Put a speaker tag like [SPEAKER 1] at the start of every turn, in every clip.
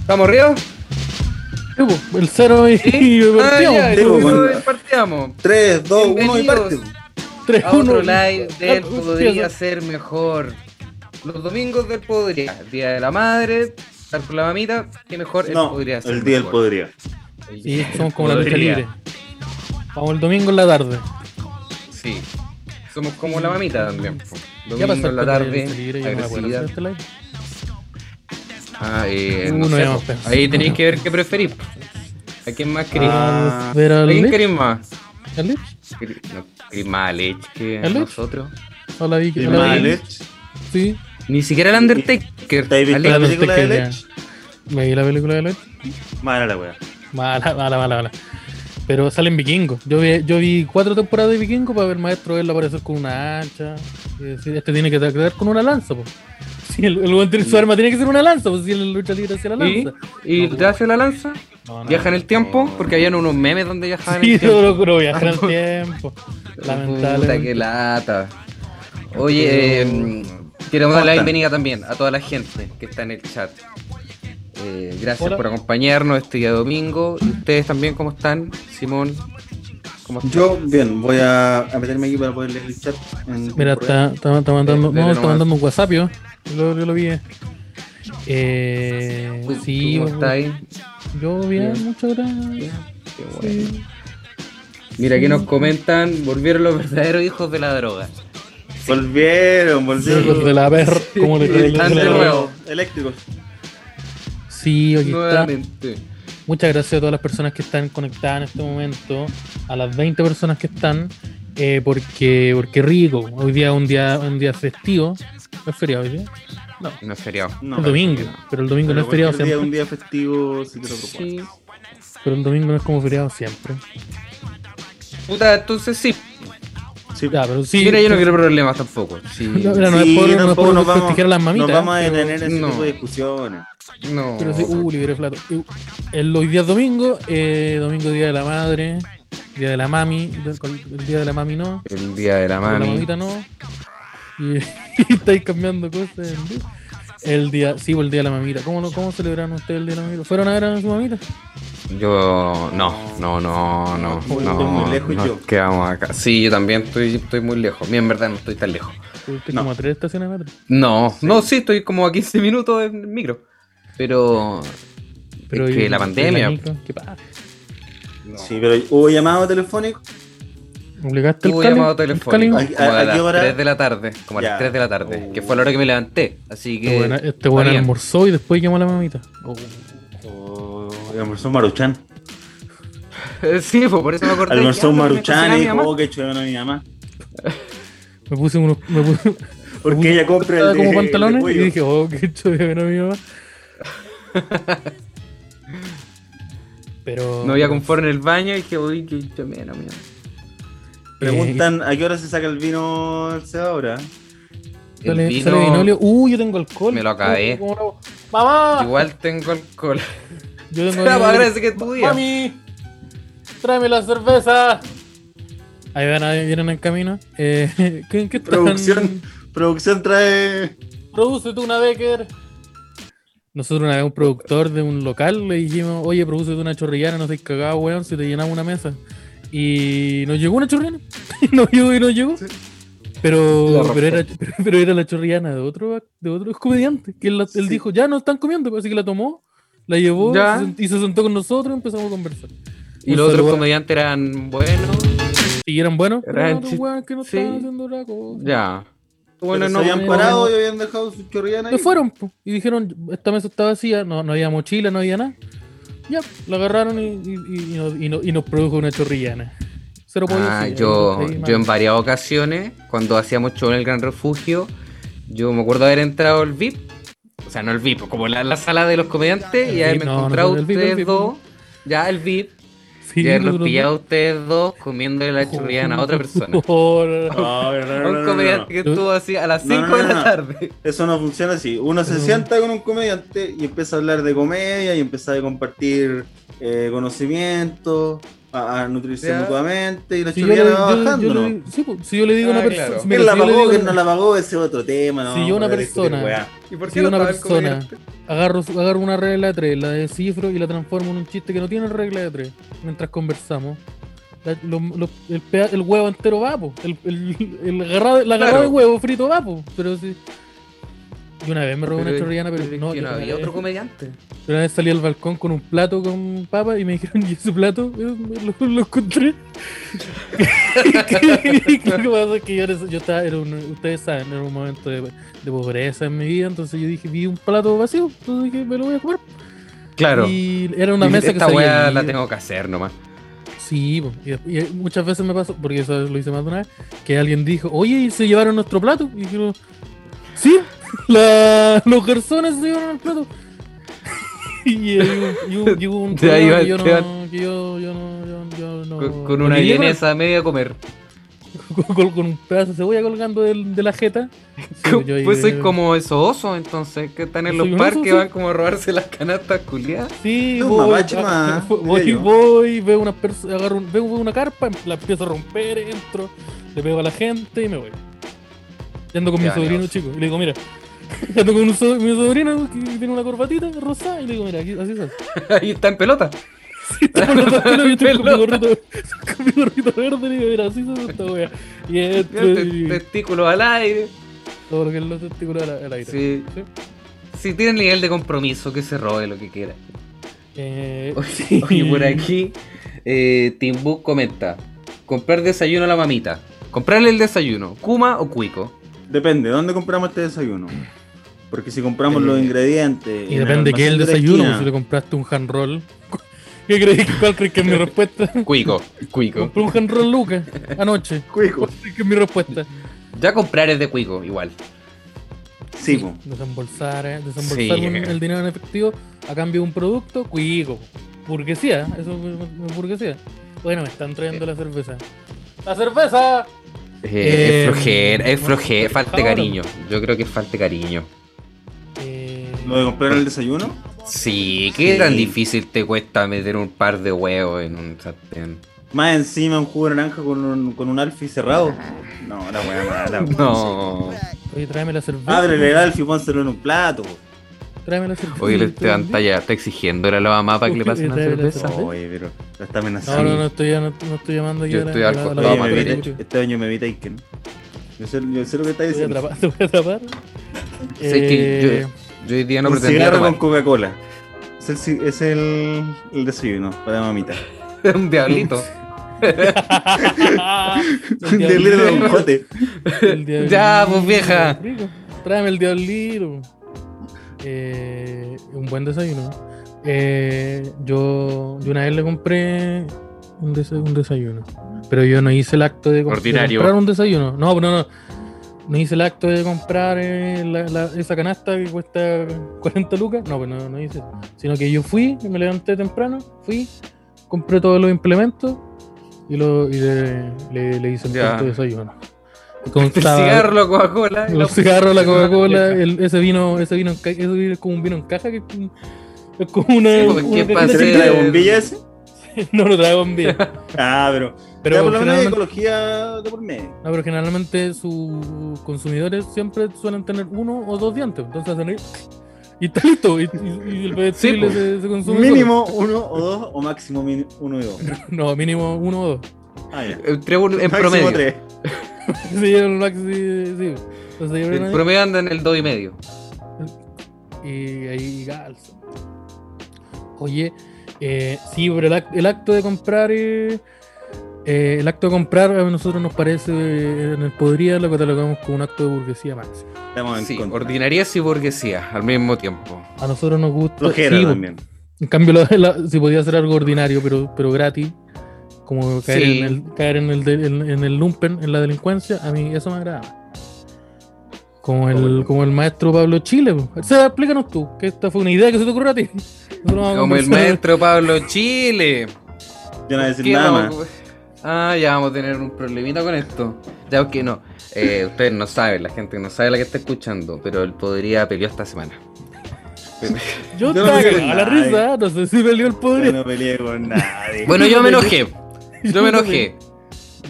[SPEAKER 1] ¿Estamos arriba?
[SPEAKER 2] Sí, po, El cero y, y
[SPEAKER 1] Ah,
[SPEAKER 2] partíamos.
[SPEAKER 1] ya,
[SPEAKER 2] po.
[SPEAKER 1] y
[SPEAKER 3] pues, bueno.
[SPEAKER 1] partíamos.
[SPEAKER 3] 3, 2, 1 y parte.
[SPEAKER 1] Bienvenidos.
[SPEAKER 2] Tres,
[SPEAKER 1] a otro
[SPEAKER 2] uno,
[SPEAKER 1] live
[SPEAKER 2] y-
[SPEAKER 1] del
[SPEAKER 2] Ah, pues,
[SPEAKER 1] Podría
[SPEAKER 2] sí,
[SPEAKER 1] Ser Mejor. Los domingos del Podría. Día de la Madre, estar con la mamita. ¿Qué mejor? El
[SPEAKER 3] No,
[SPEAKER 1] Podría Ser
[SPEAKER 3] el día del
[SPEAKER 1] Mejor.
[SPEAKER 3] podría.
[SPEAKER 1] El
[SPEAKER 2] Sí,
[SPEAKER 1] día del
[SPEAKER 2] somos como la lucha
[SPEAKER 1] Podría.
[SPEAKER 2] libre. Vamos el domingo en la tarde.
[SPEAKER 1] Sí. Somos como la mamita también. po.
[SPEAKER 2] Ya pasó
[SPEAKER 1] Domingo
[SPEAKER 2] el
[SPEAKER 1] en la
[SPEAKER 2] cuento de la
[SPEAKER 1] tarde,
[SPEAKER 2] lucha libre, yo no me acuerdo.
[SPEAKER 1] agresividad.
[SPEAKER 2] ¿sí, este live?
[SPEAKER 1] Ah, eh,
[SPEAKER 2] Uh,
[SPEAKER 1] no
[SPEAKER 2] no
[SPEAKER 1] sé,
[SPEAKER 2] habíamos
[SPEAKER 1] po.
[SPEAKER 2] pensado.
[SPEAKER 1] Ahí tenéis que ver qué preferís. po. ¿A quién más querís?
[SPEAKER 2] Ah,
[SPEAKER 1] ¿A
[SPEAKER 2] ver al
[SPEAKER 1] quién
[SPEAKER 2] Lich.
[SPEAKER 1] querís más?
[SPEAKER 2] ¿El Lich?
[SPEAKER 1] ¿Querís- no, querís más a Lech que a
[SPEAKER 2] ¿El Lech?
[SPEAKER 1] nosotros?
[SPEAKER 2] ¿O la Vicky?
[SPEAKER 3] Y
[SPEAKER 2] ¿O la
[SPEAKER 3] más
[SPEAKER 2] Vicky?
[SPEAKER 3] Lech.
[SPEAKER 2] Sí.
[SPEAKER 1] Ni siquiera el Undertaker.
[SPEAKER 3] ¿Te has visto
[SPEAKER 1] Alex.
[SPEAKER 3] la
[SPEAKER 2] Claro,
[SPEAKER 3] película de
[SPEAKER 2] usted que
[SPEAKER 3] Lech?
[SPEAKER 2] ¿Me vi la película de Lich?
[SPEAKER 3] Mala la wea.
[SPEAKER 2] Mala, mala, mala, mala. Pero salen vikingos. Yo vi, yo vi cuatro temporadas de vikingo para ver maestro verlo aparecer con una hacha. Y decir, este tiene que quedar con una lanza, po. Si el, el buen tiene su arma tiene que ser una lanza, pues si el lucha libre hacia la
[SPEAKER 1] ¿Y?
[SPEAKER 2] lanza.
[SPEAKER 1] ¿Y
[SPEAKER 2] No,
[SPEAKER 1] te hace la lanza?
[SPEAKER 2] No, no.
[SPEAKER 1] ¿Viaja en el tiempo? Porque habían unos memes donde viajaban Ah, en
[SPEAKER 2] Sí,
[SPEAKER 1] el tiempo.
[SPEAKER 2] no logró viajar al tiempo.
[SPEAKER 1] Puta, qué
[SPEAKER 2] Lamentablemente.
[SPEAKER 1] lata. Oye, eh, mm, queremos dar la
[SPEAKER 3] están?
[SPEAKER 1] bienvenida también a toda la gente que está en el chat. Eh, gracias
[SPEAKER 2] Hola.
[SPEAKER 1] por acompañarnos este día domingo. ¿Y ustedes también cómo están? Simón, ¿cómo están?
[SPEAKER 3] Yo, bien, voy a, a meterme aquí para poder leer el chat. en-
[SPEAKER 2] Mira, está, está, está mandando,
[SPEAKER 1] Dele
[SPEAKER 2] no, está
[SPEAKER 1] eh, nomás.
[SPEAKER 2] mandando un WhatsApp, yo lo, yo lo vi. Eh,
[SPEAKER 1] ¿Tú-
[SPEAKER 2] sí,
[SPEAKER 1] tú Pues, ¿Cómo está ahí?
[SPEAKER 2] yo bien,
[SPEAKER 1] Bien.
[SPEAKER 2] muchas gracias.
[SPEAKER 1] Qué bueno. Mira, aquí nos comentan, volvieron los verdaderos hijos de la droga.
[SPEAKER 3] Volvieron, volvieron.
[SPEAKER 2] Hijos de la ver, ¿cómo le
[SPEAKER 3] Eléctricos,
[SPEAKER 1] Están de nuevo.
[SPEAKER 3] Eléctricos.
[SPEAKER 2] Sí, aquí está.
[SPEAKER 1] Nuevamente.
[SPEAKER 2] Muchas gracias a todas las personas que están conectadas en este momento, a las 20 personas que están, eh, porque, porque rico. Hoy día es un día, un día festivo. ¿No es feriado hoy día?
[SPEAKER 1] No es feriado.
[SPEAKER 3] No,
[SPEAKER 2] es domingo, pero el domingo
[SPEAKER 3] Pero
[SPEAKER 2] no es feriado
[SPEAKER 3] cualquier día,
[SPEAKER 2] siempre.
[SPEAKER 3] un día festivo, si te lo propones.
[SPEAKER 2] Pero el domingo no es como feriado siempre.
[SPEAKER 1] Puta, entonces sí.
[SPEAKER 3] Sí.
[SPEAKER 2] Ya, pero sí.
[SPEAKER 1] Mira, yo no quiero problemas tampoco. Sí.
[SPEAKER 2] No, mira, no es
[SPEAKER 3] Sí,
[SPEAKER 2] por, no es
[SPEAKER 3] tampoco
[SPEAKER 2] por
[SPEAKER 3] nos vamos-
[SPEAKER 2] prestigiar a las mamitas.
[SPEAKER 3] Nos vamos a
[SPEAKER 2] pero-
[SPEAKER 3] detener en ese
[SPEAKER 1] no.
[SPEAKER 3] tipo de discusiones.
[SPEAKER 1] No.
[SPEAKER 2] Pero sí, uh, libre plato. Uh, el- hoy día es domingo, eh, domingo día de la madre, día de la mami, del- con- el día de la mami no,
[SPEAKER 1] El día de la
[SPEAKER 2] de la
[SPEAKER 1] mami.
[SPEAKER 2] mamita no. Y, y estáis cambiando cosas. en vivo. El día, sí, pues, el día de la mamita. ¿Cómo, lo- ¿Cómo celebraron ustedes el día de la mamita? ¿Fueron a ver a su mamita?
[SPEAKER 1] Yo no, no, no, no.
[SPEAKER 3] Estoy
[SPEAKER 1] no,
[SPEAKER 3] muy lejos
[SPEAKER 1] nos
[SPEAKER 3] yo.
[SPEAKER 1] Quedamos acá. Sí, yo también estoy, estoy muy lejos. Mira, en verdad no estoy tan lejos.
[SPEAKER 2] Estuviste
[SPEAKER 3] No.
[SPEAKER 2] como a tres estaciones metro.
[SPEAKER 1] No, no, sí, estoy como a 15 minutos en micro. Pero. es que
[SPEAKER 2] y-
[SPEAKER 1] la
[SPEAKER 2] y
[SPEAKER 1] pandemia.
[SPEAKER 2] micro, ¿Qué pasa?
[SPEAKER 3] Sí, pero ¿hubo llamado telefónico?
[SPEAKER 2] ¿Obligaste el
[SPEAKER 1] Tuve
[SPEAKER 2] Cali? Este
[SPEAKER 1] llamado
[SPEAKER 2] ¿El
[SPEAKER 1] telefónico
[SPEAKER 2] Cali?
[SPEAKER 3] ¿A-
[SPEAKER 1] como
[SPEAKER 3] a-
[SPEAKER 1] a
[SPEAKER 3] a qué
[SPEAKER 1] las
[SPEAKER 3] hora?
[SPEAKER 1] 3 de la tarde, como a
[SPEAKER 3] Ya.
[SPEAKER 1] las 3 de la tarde, que
[SPEAKER 3] Oh.
[SPEAKER 1] fue la hora que me levanté, así
[SPEAKER 2] Este
[SPEAKER 1] que...
[SPEAKER 2] bueno, este bueno
[SPEAKER 1] está bien.
[SPEAKER 2] almorzó y después llamó a la mamita.
[SPEAKER 3] O Oh, almorzó Maruchan.
[SPEAKER 1] Sí, pues por eso me acordé.
[SPEAKER 3] Almorzó
[SPEAKER 1] Ya, me
[SPEAKER 3] Maruchan
[SPEAKER 1] cocinaba
[SPEAKER 3] y
[SPEAKER 1] mi
[SPEAKER 3] dijo,
[SPEAKER 1] mamá.
[SPEAKER 3] oh, que chueva a mi mamá.
[SPEAKER 2] Me puse unos. Me puse,
[SPEAKER 3] Porque ella compra el
[SPEAKER 2] estaba
[SPEAKER 3] de,
[SPEAKER 2] como
[SPEAKER 3] el de
[SPEAKER 2] pantalones y
[SPEAKER 3] cuello.
[SPEAKER 2] dije, oh, qué chévere, no, mi mamá. Pero.
[SPEAKER 1] Me voy a confort en el baño y dije, uy, qué chamena, mira.
[SPEAKER 2] eh,
[SPEAKER 3] Preguntan a qué hora se saca el vino el Seba ahora.
[SPEAKER 1] El
[SPEAKER 2] Sale,
[SPEAKER 1] vino-
[SPEAKER 2] sale vinolio. Uh, yo tengo alcohol.
[SPEAKER 1] Me lo acabé.
[SPEAKER 2] ¿Cómo- cómo lo hago? ¡Mamá!
[SPEAKER 1] Igual tengo alcohol.
[SPEAKER 2] Yo tengo
[SPEAKER 1] Seba,
[SPEAKER 2] vinolio.
[SPEAKER 1] agradece que es tu día.
[SPEAKER 2] ¡Mami! ¡Tráeme la cerveza! Ahí van, ahí vienen en camino. Eh, ¿qué, qué están-
[SPEAKER 3] Producción, producción trae.
[SPEAKER 2] Produce tú una Becker. Nosotros una vez a un productor de un local le dijimos, oye, produce tú una chorrillana, no seas cagado, weón, si te llenamos una mesa. Y nos llegó una chorrillana. no llegó y no llegó.
[SPEAKER 1] La
[SPEAKER 2] Pero,
[SPEAKER 1] razón.
[SPEAKER 2] pero, era, pero era la chorrillana de otro, de otro comediante. Que él, la- él
[SPEAKER 3] Sí.
[SPEAKER 2] dijo, ya no están comiendo, así que la tomó, la llevó
[SPEAKER 1] Ya.
[SPEAKER 2] se sent- y se sentó con nosotros y empezamos a conversar.
[SPEAKER 1] Y
[SPEAKER 2] Un
[SPEAKER 1] los otros
[SPEAKER 2] saludo.
[SPEAKER 1] comediantes eran buenos.
[SPEAKER 2] Y eran buenos, pero
[SPEAKER 1] Eran
[SPEAKER 2] eran otros
[SPEAKER 1] chis-
[SPEAKER 2] weón que no
[SPEAKER 1] sí.
[SPEAKER 2] estaban haciendo la cosa.
[SPEAKER 1] Ya.
[SPEAKER 3] Bueno,
[SPEAKER 1] Bueno,
[SPEAKER 3] se
[SPEAKER 1] no.
[SPEAKER 3] habían
[SPEAKER 1] no-
[SPEAKER 3] parado y habían dejado su chorriana ahí.
[SPEAKER 2] Se fueron po, y dijeron, esta mesa está vacía, no, no había mochila, no había nada. Ya, la agarraron y, y- y nos, y no- y nos produjo una chorrillana. Cero
[SPEAKER 1] Ah,
[SPEAKER 2] poesía,
[SPEAKER 1] yo,
[SPEAKER 2] ahí,
[SPEAKER 1] yo en
[SPEAKER 2] man.
[SPEAKER 1] varias ocasiones, cuando hacíamos show en el Gran Refugio, yo me acuerdo haber entrado al VIP, o sea, no al VIP, como la, la sala de los comediantes,
[SPEAKER 2] El
[SPEAKER 1] y haberme
[SPEAKER 2] VIP, no, no,
[SPEAKER 1] encontrado
[SPEAKER 2] el VIP, el
[SPEAKER 1] ustedes
[SPEAKER 2] VIP.
[SPEAKER 1] dos, ya el VIP,
[SPEAKER 2] Sí,
[SPEAKER 1] y haberlos
[SPEAKER 2] nosotros-
[SPEAKER 1] pillado a ustedes dos comiéndole la churriana a otra persona.
[SPEAKER 2] Oh, no, no, no.
[SPEAKER 3] Ah, No, no,
[SPEAKER 1] A
[SPEAKER 3] no, no,
[SPEAKER 1] un
[SPEAKER 3] no, no,
[SPEAKER 1] comediante
[SPEAKER 3] no.
[SPEAKER 1] que estuvo así a las
[SPEAKER 3] No,
[SPEAKER 1] 5
[SPEAKER 3] no,
[SPEAKER 1] de
[SPEAKER 3] no,
[SPEAKER 1] la
[SPEAKER 3] no.
[SPEAKER 1] tarde.
[SPEAKER 3] Eso no funciona así. Uno se
[SPEAKER 2] Pero-
[SPEAKER 3] sienta con un comediante y empieza a hablar de comedia y empieza a compartir eh, conocimiento, a, a nutrirse
[SPEAKER 1] Ya.
[SPEAKER 3] mutuamente y la
[SPEAKER 2] Si yo le-
[SPEAKER 3] chorriana va
[SPEAKER 2] yo- yo
[SPEAKER 3] bajando.
[SPEAKER 2] le-
[SPEAKER 3] ¿no?
[SPEAKER 2] sí, po, si yo le digo a una
[SPEAKER 1] Ah,
[SPEAKER 2] persona...
[SPEAKER 1] claro.
[SPEAKER 2] mira,
[SPEAKER 3] ¿Quién la
[SPEAKER 2] si yo le
[SPEAKER 3] pagó?
[SPEAKER 2] digo-
[SPEAKER 3] ¿Quién no la pagó? Ese es otro tema. ¿no?
[SPEAKER 2] Si yo una
[SPEAKER 3] Para discutir,
[SPEAKER 2] persona-
[SPEAKER 3] weá.
[SPEAKER 1] ¿Y por
[SPEAKER 2] si una
[SPEAKER 1] estaba el
[SPEAKER 2] persona
[SPEAKER 1] comediante?
[SPEAKER 2] Agarro, su- agarro una regla de tres, la descifro y la transformo en un chiste que no tiene regla de tres. Mientras conversamos, La- lo- lo- el, peda- el huevo entero va, po. El, el- el agarrado- la agarrada
[SPEAKER 1] Claro.
[SPEAKER 2] de huevo frito va, po. Pero sí. Yo una vez me robé una chorrillana, pero,
[SPEAKER 1] es
[SPEAKER 2] no.
[SPEAKER 1] que
[SPEAKER 2] yo
[SPEAKER 1] no
[SPEAKER 2] una
[SPEAKER 1] había
[SPEAKER 2] vez-
[SPEAKER 1] otro comediante.
[SPEAKER 2] yo una vez salí al balcón con un plato con papa y me dijeron, ¿y ese plato? Yo Lo, lo encontré. Y lo que pasa es que yo, era- yo estaba, era un- ustedes saben, era un momento de, de pobreza en mi vida, entonces yo dije, vi un plato vacío, entonces dije, me lo voy a comer.
[SPEAKER 1] Claro.
[SPEAKER 2] Y era una mesa que
[SPEAKER 1] Esta
[SPEAKER 2] se había
[SPEAKER 1] weá la
[SPEAKER 2] ido.
[SPEAKER 1] tengo que hacer nomás.
[SPEAKER 2] Sí, po, y, y muchas veces me pasó, porque eso lo hice más de una vez, que alguien dijo, oye, ¿y se llevaron nuestro plato? Y dijeron, sí, la- los garzones se llevaron el plato. y eh, y hubo- y hubo- y hubo un
[SPEAKER 1] Te va a llevar-
[SPEAKER 2] problema que yo
[SPEAKER 1] te va-
[SPEAKER 2] no, que yo, yo no, yo, yo no-
[SPEAKER 1] Con,
[SPEAKER 2] no
[SPEAKER 1] con una
[SPEAKER 2] quería comer,
[SPEAKER 1] vienesa media a comer.
[SPEAKER 2] con, con un pedazo de cebolla colgando del- de, la jeta. Sí, yo ahí-
[SPEAKER 1] pues soy como esos osos, entonces, que están en
[SPEAKER 2] Soy
[SPEAKER 1] los
[SPEAKER 2] un oso,
[SPEAKER 1] parques,
[SPEAKER 2] sí.
[SPEAKER 1] van como a robarse las canastas culiadas.
[SPEAKER 2] Sí,
[SPEAKER 3] Es un
[SPEAKER 2] voy,
[SPEAKER 3] mapache
[SPEAKER 2] ah,
[SPEAKER 3] más,
[SPEAKER 2] voy,
[SPEAKER 3] diría
[SPEAKER 2] voy,
[SPEAKER 3] yo.
[SPEAKER 2] veo una persona, agarro un- veo una carpa, em, la empiezo a romper, entro, le pego a la gente y me voy. Y ando con
[SPEAKER 1] Qué
[SPEAKER 2] mi sobrino
[SPEAKER 1] valeroso.
[SPEAKER 2] chico, y le digo, mira, ando con un so- mi sobrino que tiene una corbatita rosada, y le digo, mira, aquí, así es.
[SPEAKER 1] Ahí está en pelota.
[SPEAKER 2] Está con los dos pelos, yo estoy con mi gorrito, con mi gorrito verde, y digo, mira, así es esta wea. Y
[SPEAKER 1] Ya,
[SPEAKER 2] esto,
[SPEAKER 1] te-
[SPEAKER 2] y
[SPEAKER 1] Testículos al aire.
[SPEAKER 2] todo lo que es los testículos al al aire.
[SPEAKER 1] Sí.
[SPEAKER 2] Sí.
[SPEAKER 1] Si tiene nivel de compromiso, que se robe lo que quiera.
[SPEAKER 2] Eh, sí.
[SPEAKER 1] Oye, oye, por aquí, eh, Timbuk comenta: comprar desayuno a la mamita. Comprarle el desayuno, Kuma o Cuico.
[SPEAKER 3] Depende, ¿dónde compramos este desayuno? Porque si compramos los
[SPEAKER 1] Eh,
[SPEAKER 3] ingredientes.
[SPEAKER 2] Y
[SPEAKER 3] en el
[SPEAKER 2] depende qué es el
[SPEAKER 3] almacén de la
[SPEAKER 2] desayuno, pues,
[SPEAKER 3] esquina,
[SPEAKER 2] si le compraste un hand roll. ¿Qué crees? ¿Cuál crees que es mi respuesta?
[SPEAKER 1] Cuico, Cuico.
[SPEAKER 2] Compré un hand roll Lucas anoche.
[SPEAKER 3] Cuico.
[SPEAKER 2] ¿Cuál crees que es mi respuesta?
[SPEAKER 1] Ya comprar es de Cuico, igual.
[SPEAKER 3] Sí, po.
[SPEAKER 2] Desembolsar, ¿eh? Desembolsar
[SPEAKER 1] Sí.
[SPEAKER 2] un- el dinero en efectivo a cambio de un producto, cuico. Burguesía, eso es burguesía. Bueno, me están trayendo la cerveza. ¡La cerveza!
[SPEAKER 1] Eh,
[SPEAKER 2] Eh,
[SPEAKER 1] es flojera, es
[SPEAKER 2] no,
[SPEAKER 1] flojera,
[SPEAKER 2] por
[SPEAKER 1] falta
[SPEAKER 2] favor.
[SPEAKER 1] cariño. Yo creo que falta cariño.
[SPEAKER 2] Eh,
[SPEAKER 3] ¿Lo de comprar el desayuno?
[SPEAKER 1] Sí, qué
[SPEAKER 3] Sí.
[SPEAKER 1] tan difícil te cuesta meter un par de huevos en un sartén.
[SPEAKER 3] Más encima un jugo de naranja con un, con un alfi cerrado. No, la weá mala. po.
[SPEAKER 1] No.
[SPEAKER 2] oye, tráeme la cerveza.
[SPEAKER 3] Ábrele el alfi y pónselo en un plato. po.
[SPEAKER 2] Tráeme la cerveza.
[SPEAKER 1] Oye, el Esteban está ya, está exigiendo a la mamá para que le pase una
[SPEAKER 2] Dale, dale,
[SPEAKER 1] cerveza.
[SPEAKER 2] ¿Sabes?
[SPEAKER 3] Oye, pero la está
[SPEAKER 2] No,
[SPEAKER 3] amenazando.
[SPEAKER 2] no, no estoy, no, no estoy llamando aquí
[SPEAKER 1] Yo
[SPEAKER 2] a la-
[SPEAKER 1] estoy
[SPEAKER 2] a
[SPEAKER 1] al
[SPEAKER 2] la- a la-
[SPEAKER 1] costado,
[SPEAKER 3] Oye,
[SPEAKER 1] No,
[SPEAKER 3] me
[SPEAKER 1] Mateo,
[SPEAKER 3] vi
[SPEAKER 1] te
[SPEAKER 3] Taken. este año me vi Taken. Yo sé, yo sé lo que está
[SPEAKER 2] Te voy a
[SPEAKER 3] diciendo.
[SPEAKER 2] atrapar, te voy a atrapar.
[SPEAKER 1] Sé que
[SPEAKER 2] Eh,
[SPEAKER 1] yo, yo hoy día no
[SPEAKER 3] un
[SPEAKER 1] pretendía
[SPEAKER 3] cigarro con
[SPEAKER 1] tomar
[SPEAKER 3] Coca-Cola. Es el, ci- es el, el desayuno para mamita.
[SPEAKER 1] un diablito.
[SPEAKER 2] El Eh,
[SPEAKER 3] Un litro de un
[SPEAKER 2] diablito,
[SPEAKER 3] jote.
[SPEAKER 2] el diablito,
[SPEAKER 1] Ya, pues, vieja.
[SPEAKER 2] rico. Tráeme el diablito. Eh, un buen desayuno. Eh, yo, yo una vez le compré un, desa- un desayuno. Pero yo no hice el acto de, comp- de
[SPEAKER 1] Ordinario.
[SPEAKER 2] comprar un desayuno. No, pues, no, no. No hice el acto de comprar eh, la- la- esa canasta que cuesta 40 lucas. No, pues no, no hice eso. Sino que yo fui, me levanté temprano, fui, compré todos los implementos y, lo, y le, le- le hice un
[SPEAKER 1] Ya.
[SPEAKER 2] cuarto de desayuno.
[SPEAKER 1] El
[SPEAKER 2] Constaba
[SPEAKER 1] cigarro, la Coca-Cola. y la-
[SPEAKER 2] los cigarros, la Coca-Cola, el- ese vino, ese vino en ca- ese vino es como un vino en caja que es como- es como una.
[SPEAKER 1] Sí, porque
[SPEAKER 2] una
[SPEAKER 1] ¿qué
[SPEAKER 2] cajita
[SPEAKER 1] pasa?
[SPEAKER 3] ¿Se
[SPEAKER 1] Sí.
[SPEAKER 2] chiquitita.
[SPEAKER 3] trae bombilla ese?
[SPEAKER 2] No lo trae bombilla.
[SPEAKER 3] Ah, pero.
[SPEAKER 2] Pero,
[SPEAKER 3] ya por lo menos hay
[SPEAKER 2] generalmente,
[SPEAKER 3] ecología de por medio.
[SPEAKER 2] no, pero generalmente sus consumidores siempre suelen tener uno o dos dientes. Entonces hacen ahí. Y está listo. Y, y- y el
[SPEAKER 1] Sí,
[SPEAKER 2] vestible se, se consume.
[SPEAKER 3] Mínimo uno o dos, o máximo min- uno y dos.
[SPEAKER 2] solo. No, mínimo uno o dos.
[SPEAKER 3] Ah, ya.
[SPEAKER 2] eh.
[SPEAKER 1] el Eh, tres- un- en
[SPEAKER 3] Máximo
[SPEAKER 1] promedio.
[SPEAKER 3] tres.
[SPEAKER 2] Sí, el maxi. Sí. Entonces se llevan
[SPEAKER 1] En
[SPEAKER 2] ahí
[SPEAKER 1] promedio anda en el 2,5. y medio.
[SPEAKER 2] y ahí galso. Oye, eh, sí, pero el, ac- el acto de comprar, eh, eh, el acto de comprar a nosotros nos parece eh, en el podría lo catalogamos como un acto de burguesía máxima.
[SPEAKER 3] Estamos en
[SPEAKER 1] Sí,
[SPEAKER 3] contra.
[SPEAKER 1] ordinariez y burguesía al mismo tiempo.
[SPEAKER 2] A nosotros nos gusta.
[SPEAKER 3] Flojera
[SPEAKER 2] sí, po.
[SPEAKER 3] también.
[SPEAKER 2] En cambio, la- la- si podía ser algo ordinario, pero, pero gratis, como caer,
[SPEAKER 1] Sí.
[SPEAKER 2] en, el, caer en, el de- en- en el lumpen, en la delincuencia, a mí eso me agrada. Como el, como el maestro Pablo Chile. po. O sea, explícanos tú, que esta fue una idea que se te ocurrió a ti. Nosotros vamos a
[SPEAKER 1] Como el
[SPEAKER 2] conversar-
[SPEAKER 1] maestro Pablo Chile.
[SPEAKER 3] Yo no voy a decir
[SPEAKER 1] ¿Qué
[SPEAKER 3] nada más.
[SPEAKER 1] vamos a- Ah, ya vamos a tener un problemita con esto. Ya que no. Eh, ustedes no saben, la gente no sabe la que está escuchando, pero él podría peleó esta semana.
[SPEAKER 2] Yo
[SPEAKER 3] Yo no
[SPEAKER 2] estaba
[SPEAKER 3] sé
[SPEAKER 2] cagado a la
[SPEAKER 3] nadie.
[SPEAKER 2] risa, no sé si peleó el
[SPEAKER 3] Yo
[SPEAKER 2] podrido.
[SPEAKER 3] no peleé con nadie.
[SPEAKER 1] Bueno, yo me enojé.
[SPEAKER 2] Yo
[SPEAKER 1] Yo me
[SPEAKER 2] no
[SPEAKER 1] enojé.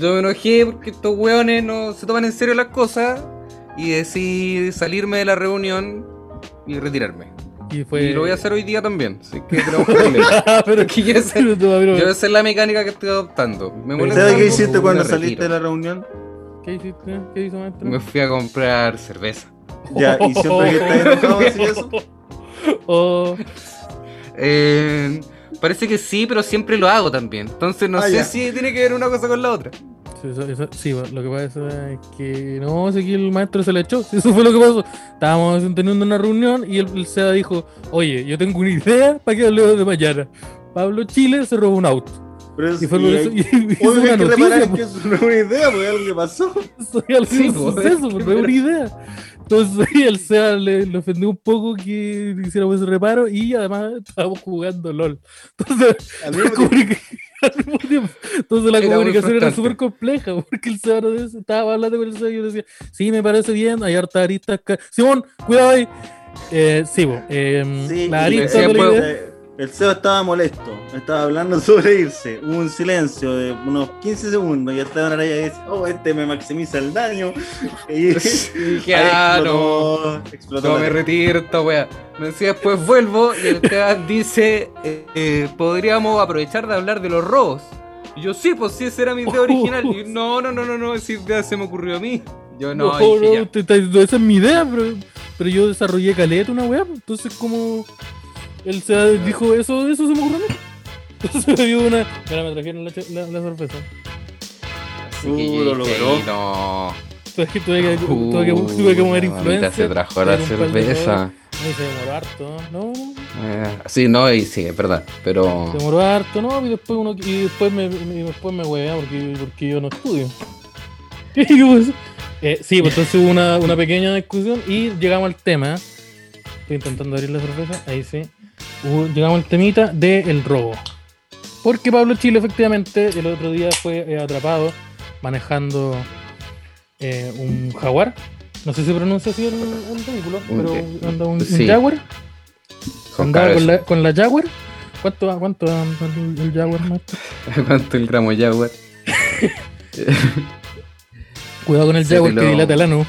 [SPEAKER 1] Yo me enojé porque estos hueones no se toman en serio las cosas y decidí salirme de la reunión y retirarme.
[SPEAKER 2] Y fue. Ah,
[SPEAKER 1] Y lo voy a
[SPEAKER 3] Pues
[SPEAKER 1] hacer hoy día también. Así que tenemos problemas.
[SPEAKER 2] pero
[SPEAKER 1] Porque yo sé-
[SPEAKER 2] pero tú, a ver, a ver,
[SPEAKER 1] Yo esa es la mecánica que estoy adoptando. Me molesta
[SPEAKER 3] ¿Sabes
[SPEAKER 1] algo,
[SPEAKER 3] qué hiciste
[SPEAKER 1] me
[SPEAKER 3] cuando
[SPEAKER 1] retiro.
[SPEAKER 3] saliste de la reunión?
[SPEAKER 2] ¿Qué hiciste? ¿Qué hizo maestro?
[SPEAKER 1] Me fui a comprar cerveza.
[SPEAKER 3] Ya, y siempre que estás enojado así eso.
[SPEAKER 2] Oh,
[SPEAKER 1] Eh, parece que sí, pero siempre lo hago también. Entonces no
[SPEAKER 3] Ah,
[SPEAKER 1] sé
[SPEAKER 3] ya.
[SPEAKER 1] si tiene que ver una cosa con la otra.
[SPEAKER 2] sí, eso- eso- sí, lo que pasa es que no, si aquí el maestro se le echó, si eso fue lo que pasó. Estábamos teniendo una reunión y el, el SEA dijo, oye, yo tengo una idea para que hable de mañana. Pablo Chile se robó un auto.
[SPEAKER 3] Pero es
[SPEAKER 2] Y fue lo
[SPEAKER 3] y-
[SPEAKER 2] que y- y hizo
[SPEAKER 3] Obvio
[SPEAKER 2] una
[SPEAKER 3] hay que reparar
[SPEAKER 2] noticia, pues.
[SPEAKER 3] es que eso no es una idea, porque algo que pasó.
[SPEAKER 2] Soy algo
[SPEAKER 1] Sí,
[SPEAKER 2] de
[SPEAKER 1] po, es
[SPEAKER 2] suceso,
[SPEAKER 1] que
[SPEAKER 2] no es una
[SPEAKER 1] mira.
[SPEAKER 2] idea. Entonces el SEA le, le ofendió un poco que hiciéramos ese reparo y además estábamos jugando LOL. Entonces, la
[SPEAKER 3] Al mismo tiempo,
[SPEAKER 2] comunica- al mismo tiempo. Entonces la
[SPEAKER 1] Era muy
[SPEAKER 2] comunicación era
[SPEAKER 1] frustrante.
[SPEAKER 2] súper compleja porque el SEA no des- estaba hablando con el SEA y yo decía, sí, me parece bien, hay harta arista acá. Simón, cuidado ahí. Eh, sí, po, eh,
[SPEAKER 3] sí,
[SPEAKER 2] la
[SPEAKER 3] y
[SPEAKER 1] le
[SPEAKER 2] arista
[SPEAKER 1] decía,
[SPEAKER 2] de la
[SPEAKER 1] "Puedo-
[SPEAKER 2] idea.
[SPEAKER 3] eh, El CEO estaba molesto, estaba hablando sobre irse. Hubo un silencio de unos 15 segundos y Esteban Araya dice: Oh, este me maximiza el daño. Y
[SPEAKER 1] Y dije, ah, no.
[SPEAKER 3] explotó, explotó
[SPEAKER 1] No
[SPEAKER 3] la-
[SPEAKER 1] me retiro esta wea. Me decía, después vuelvo y el Esteban dice, eh, eh, podríamos aprovechar de hablar de los robos. Y yo, sí, pues sí, esa era mi idea original. Y yo, no, no, no, no, no, esa idea se me ocurrió a mí. Yo no,
[SPEAKER 2] No,
[SPEAKER 1] dije,
[SPEAKER 2] no,
[SPEAKER 1] ya.
[SPEAKER 2] te- te- esa es mi idea, pero, pero yo desarrollé caleta una weá, pues, entonces como él se dijo eso, eso se me ocurrió a mí. Entonces me dio una. Mira, me trajeron la, ch- la, la sorpresa.
[SPEAKER 1] Así que
[SPEAKER 3] Uh,
[SPEAKER 1] yo
[SPEAKER 3] lo
[SPEAKER 1] dije,
[SPEAKER 3] logró.
[SPEAKER 1] "Ey, no.
[SPEAKER 2] Tuve que, tuve que, tuve que,
[SPEAKER 1] Uh,
[SPEAKER 2] tuve que mover
[SPEAKER 1] la mamita
[SPEAKER 2] influencia.
[SPEAKER 1] Se trajo la
[SPEAKER 2] tuve un par de
[SPEAKER 1] cerveza.
[SPEAKER 2] No, y se demoró harto, ¿no? no,
[SPEAKER 1] Eh, sí, no, y sí, es verdad. Pero.
[SPEAKER 2] Se demoró harto, ¿no? Y después, uno, y después me, me- y después me huevea porque, porque yo no estudio. Y yo, pues, eh, sí, pues entonces hubo una, una pequeña discusión y llegamos al tema. Estoy intentando abrir la sorpresa, ahí sí. Hubo- llegamos al temita del robo. Porque Pablo Chile efectivamente el otro día fue eh, atrapado manejando eh, un jaguar. No sé si se pronuncia así el, el vehículo, pero
[SPEAKER 1] Un-
[SPEAKER 2] anda un, un
[SPEAKER 1] sí.
[SPEAKER 2] jaguar.
[SPEAKER 1] Son
[SPEAKER 2] Andaba
[SPEAKER 1] caros.
[SPEAKER 2] con la, con la Jaguar. ¿Cuánto, cuánto anda el, el Jaguar, maestro?
[SPEAKER 1] ¿Cuánto el gramo Jaguar?
[SPEAKER 2] Cuidado con el
[SPEAKER 1] Se
[SPEAKER 2] Jaguar
[SPEAKER 1] te lo-
[SPEAKER 2] que dilata el ano.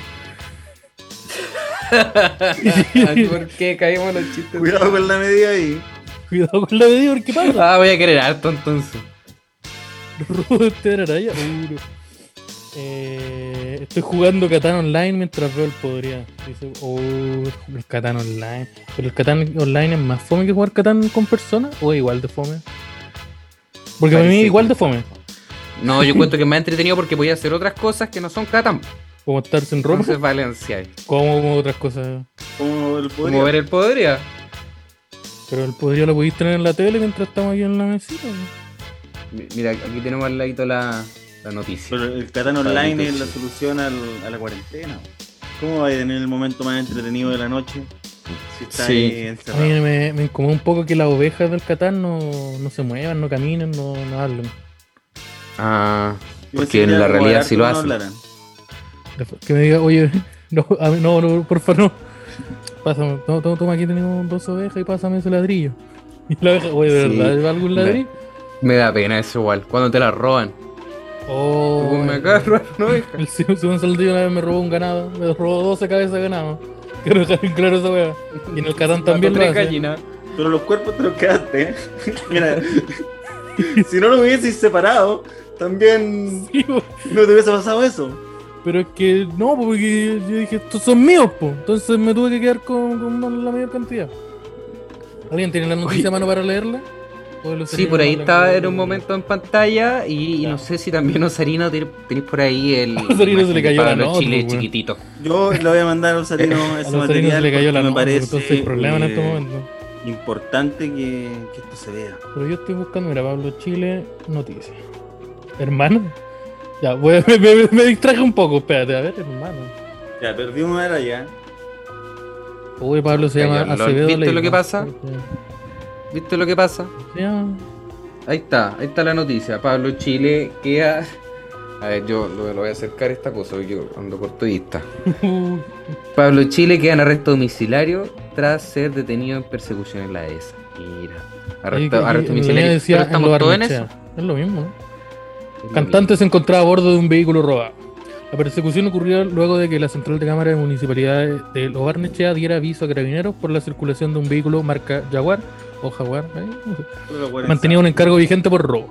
[SPEAKER 1] ¿Por qué caímos en los chistes?
[SPEAKER 3] Cuidado con la medida ahí.
[SPEAKER 2] Cuidado con la medida porque pasa.
[SPEAKER 1] Ah, voy a querer harto entonces.
[SPEAKER 2] Robote de araya. Uh, no. Eh, estoy jugando Catán Online mientras veo el podría. Dice, oh, el Catán Online. Pero el Catán Online es más fome que jugar Catán con personas o es igual de fome. Porque para mí
[SPEAKER 1] Parece
[SPEAKER 2] es igual
[SPEAKER 1] que
[SPEAKER 2] de fome.
[SPEAKER 1] No, yo cuento que me ha entretenido porque voy a hacer otras cosas que no son Catam.
[SPEAKER 2] Como estar sin ropa,
[SPEAKER 1] Entonces Valencia.
[SPEAKER 2] como otras cosas.
[SPEAKER 3] Como el poder.
[SPEAKER 1] Como ver el podría.
[SPEAKER 2] Pero el podría lo podéis tener en la tele mientras estamos aquí en la mesita. ¿no?
[SPEAKER 1] Mi- Mira, aquí tenemos al ladito la, la noticia.
[SPEAKER 3] Pero el Catán Online es la solución al- a la cuarentena. ¿Cómo va a tener el momento más entretenido de la noche? Si está
[SPEAKER 1] Sí.
[SPEAKER 3] ahí
[SPEAKER 2] A mí
[SPEAKER 3] encerrado.
[SPEAKER 2] me, me incomoda un poco que las ovejas del Catán no, no se muevan, no caminen, no, no hablen.
[SPEAKER 1] Ah,
[SPEAKER 3] Yo
[SPEAKER 1] porque
[SPEAKER 3] pensé que
[SPEAKER 1] en
[SPEAKER 3] era
[SPEAKER 1] la
[SPEAKER 3] como
[SPEAKER 1] realidad
[SPEAKER 3] harto
[SPEAKER 1] sí lo
[SPEAKER 3] que no
[SPEAKER 1] hacen.
[SPEAKER 3] hablaran.
[SPEAKER 2] Después Que me diga, oye, no, a mí- no, no, porfa, no. Pásame, toma, toma, toma, aquí tenemos dos ovejas y pásame ese ladrillo. Y la oveja, oye, ¿de
[SPEAKER 1] Sí.
[SPEAKER 2] verdad va algún
[SPEAKER 1] Ve.
[SPEAKER 2] ladrillo?
[SPEAKER 1] me da pena eso igual. Cuando te la roban.
[SPEAKER 2] Oh,
[SPEAKER 1] Como me
[SPEAKER 2] el-
[SPEAKER 1] acaba de robar una oveja.
[SPEAKER 2] El segundo saldillo una vez me robó un ganado, me robó 12 cabezas de ganado. Quiero dejar en claro esa wea. Y en el Catán también lo
[SPEAKER 1] Mató tres
[SPEAKER 2] hace.
[SPEAKER 1] gallinas.
[SPEAKER 3] Pero los cuerpos te los quedaste. ¿eh? Mira, si no los hubieses separado, también
[SPEAKER 2] Sí, po.
[SPEAKER 3] no te hubiese pasado eso.
[SPEAKER 2] Pero es que no, po, porque yo dije, estos son míos, po. Entonces me tuve que quedar con, con una- la mayor cantidad. ¿Alguien tiene la noticia a mano para leerla? ¿O lo
[SPEAKER 1] Sí,
[SPEAKER 2] tenemos
[SPEAKER 1] por ahí
[SPEAKER 2] en
[SPEAKER 1] estaba
[SPEAKER 2] blanco?
[SPEAKER 1] en un momento en pantalla y, y
[SPEAKER 2] Ya.
[SPEAKER 1] no sé si también Osarino ten- tenéis por ahí el
[SPEAKER 2] A Osarino se le cayó la
[SPEAKER 1] Pablo
[SPEAKER 2] nota, pues,
[SPEAKER 1] Chile
[SPEAKER 2] weón.
[SPEAKER 1] chiquitito.
[SPEAKER 3] Yo le voy a mandar a Rosarino
[SPEAKER 2] A
[SPEAKER 3] ese
[SPEAKER 2] los serinos se
[SPEAKER 3] material.
[SPEAKER 2] le cayó la
[SPEAKER 3] porque
[SPEAKER 2] nota,
[SPEAKER 3] me parece
[SPEAKER 2] entonces hay problema en este
[SPEAKER 3] eh,
[SPEAKER 2] momento.
[SPEAKER 3] importante que, que esto se vea.
[SPEAKER 2] Pero yo estoy buscando, mira, Pablo Chile, noticias. ¿Hermano? Ya, voy a- me, me- me distraje un poco, espérate, a ver, hermano.
[SPEAKER 3] Ya, perdí una era ya.
[SPEAKER 2] Uy, Pablo se
[SPEAKER 1] Cayó
[SPEAKER 2] llama
[SPEAKER 1] el LOL.
[SPEAKER 2] Acevedo
[SPEAKER 1] ¿Viste
[SPEAKER 2] Leiva.
[SPEAKER 1] lo que pasa? ¿Viste lo que pasa?
[SPEAKER 2] Se llama-
[SPEAKER 1] Ahí está, ahí está la noticia. Pablo Chile queda. A ver, yo lo, lo voy a acercar a esta cosa, porque yo ando corto de vista. Pablo Chile queda en arresto domiciliario tras ser detenido en persecución en la ESA. Mira. Arresto,
[SPEAKER 2] Ahí- ahí-
[SPEAKER 1] arresto
[SPEAKER 2] en la
[SPEAKER 1] domiciliario.
[SPEAKER 2] línea decía,
[SPEAKER 1] Pero
[SPEAKER 2] en
[SPEAKER 1] estamos
[SPEAKER 2] lo
[SPEAKER 1] todos en
[SPEAKER 2] Barnechea.
[SPEAKER 1] eso.
[SPEAKER 2] Es lo mismo, ¿no? Cantante se encontraba a bordo de un vehículo robado. La persecución ocurrió luego de que la central de cámara de municipalidad de Lobarnechea diera aviso a carabineros por la circulación de un vehículo marca Jaguar o Jaguar, ¿eh? no sé, mantenía un encargo vigente por robo.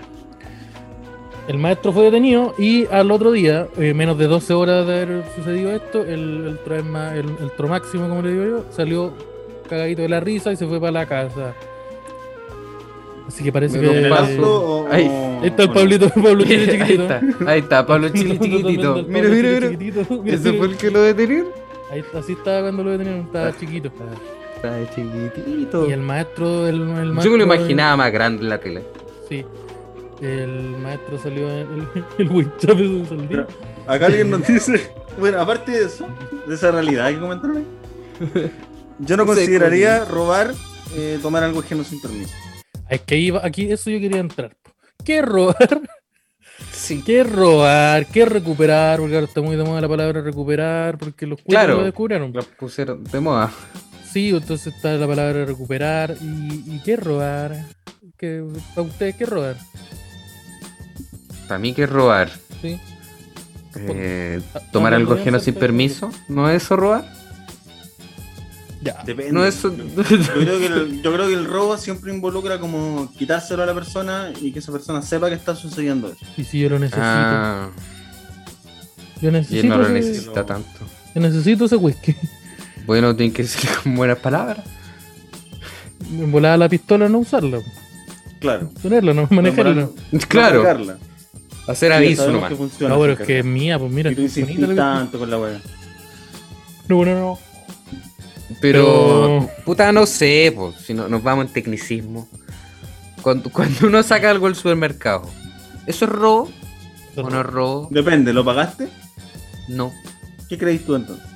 [SPEAKER 2] El maestro fue detenido y al otro día, eh, menos de 12 horas de haber sucedido esto, el, el, trauma- el, el tro máximo, como le digo yo, salió cagadito de la risa y se fue para la casa. Así que parece
[SPEAKER 1] Me
[SPEAKER 2] que...
[SPEAKER 3] ¿En el
[SPEAKER 1] paso.
[SPEAKER 3] auto o-
[SPEAKER 1] Ahí.
[SPEAKER 3] o-
[SPEAKER 2] Ahí está el
[SPEAKER 3] o-
[SPEAKER 2] Pablito, Pablo Chile
[SPEAKER 1] Ahí
[SPEAKER 2] chiquitito.
[SPEAKER 1] está, ahí está, Pablo Chile chiquitito. Mira, mira, mira. ¿Ese fue el Ah. que lo detenieron?
[SPEAKER 2] Ahí, así estaba cuando lo detenieron, estaba chiquito.
[SPEAKER 1] Está chiquitito.
[SPEAKER 2] Y el maestro, el, el maestro.
[SPEAKER 1] Yo me lo imaginaba más grande en la tele.
[SPEAKER 2] Sí. El maestro salió en el, el Winchap es un soldado.
[SPEAKER 3] Acá alguien nos dice. Bueno, aparte de eso, de esa realidad que comentaron ahí, yo no
[SPEAKER 1] Ese
[SPEAKER 3] consideraría robar eh, tomar algo ajeno sin permiso.
[SPEAKER 2] Ah, Es que iba, aquí eso yo quería entrar. po. ¿Qué es robar?
[SPEAKER 1] Sí.
[SPEAKER 2] ¿Qué es robar? ¿Qué es recuperar? Porque ahora está muy de moda la palabra recuperar, porque los cuicos
[SPEAKER 1] Claro.
[SPEAKER 2] lo descubrieron.
[SPEAKER 1] Lo pusieron de moda.
[SPEAKER 2] Sí, entonces está la palabra recuperar. ¿Y, y qué es robar? ¿Qué, ¿Para ustedes qué es robar?
[SPEAKER 1] Para mí que es robar.
[SPEAKER 2] ¿Sí?
[SPEAKER 1] Eh,
[SPEAKER 2] Ah,
[SPEAKER 1] tomar algo ajeno sin permiso. ¿No es eso robar?
[SPEAKER 2] Ya.
[SPEAKER 3] Depende.
[SPEAKER 1] No es...
[SPEAKER 3] Yo creo, que el, yo creo que el robo siempre involucra como quitárselo a la persona y que esa persona sepa que está sucediendo eso.
[SPEAKER 2] Y si yo lo necesito.
[SPEAKER 1] Ah,
[SPEAKER 2] yo
[SPEAKER 1] y
[SPEAKER 2] necesito.
[SPEAKER 1] él no lo
[SPEAKER 2] ese-
[SPEAKER 1] necesita tanto.
[SPEAKER 2] yo necesito ese whisky.
[SPEAKER 1] Bueno, tienen que decir con buenas palabras.
[SPEAKER 2] En volada la pistola no usarla.
[SPEAKER 3] Claro.
[SPEAKER 2] Tenerla, no manejarla.
[SPEAKER 3] No,
[SPEAKER 2] No,
[SPEAKER 1] Claro,
[SPEAKER 3] Carla.
[SPEAKER 1] hacer
[SPEAKER 3] Ya
[SPEAKER 1] aviso
[SPEAKER 3] sabemos
[SPEAKER 1] nomás.
[SPEAKER 3] que funciona.
[SPEAKER 2] pero es
[SPEAKER 3] Carla.
[SPEAKER 2] que es mía, pues mira.
[SPEAKER 3] Y tú
[SPEAKER 2] bonita
[SPEAKER 3] insistís
[SPEAKER 2] la pistola.
[SPEAKER 3] tanto con la wea.
[SPEAKER 2] No, no, no.
[SPEAKER 1] Pero,
[SPEAKER 2] Pero-
[SPEAKER 1] puta, no sé, po, si no, nos vamos en tecnicismo. Cuando, cuando uno saca algo del supermercado, ¿eso es robo o no es robo?
[SPEAKER 3] Depende, ¿lo pagaste?
[SPEAKER 1] No,
[SPEAKER 3] ¿Qué crees tú entonces?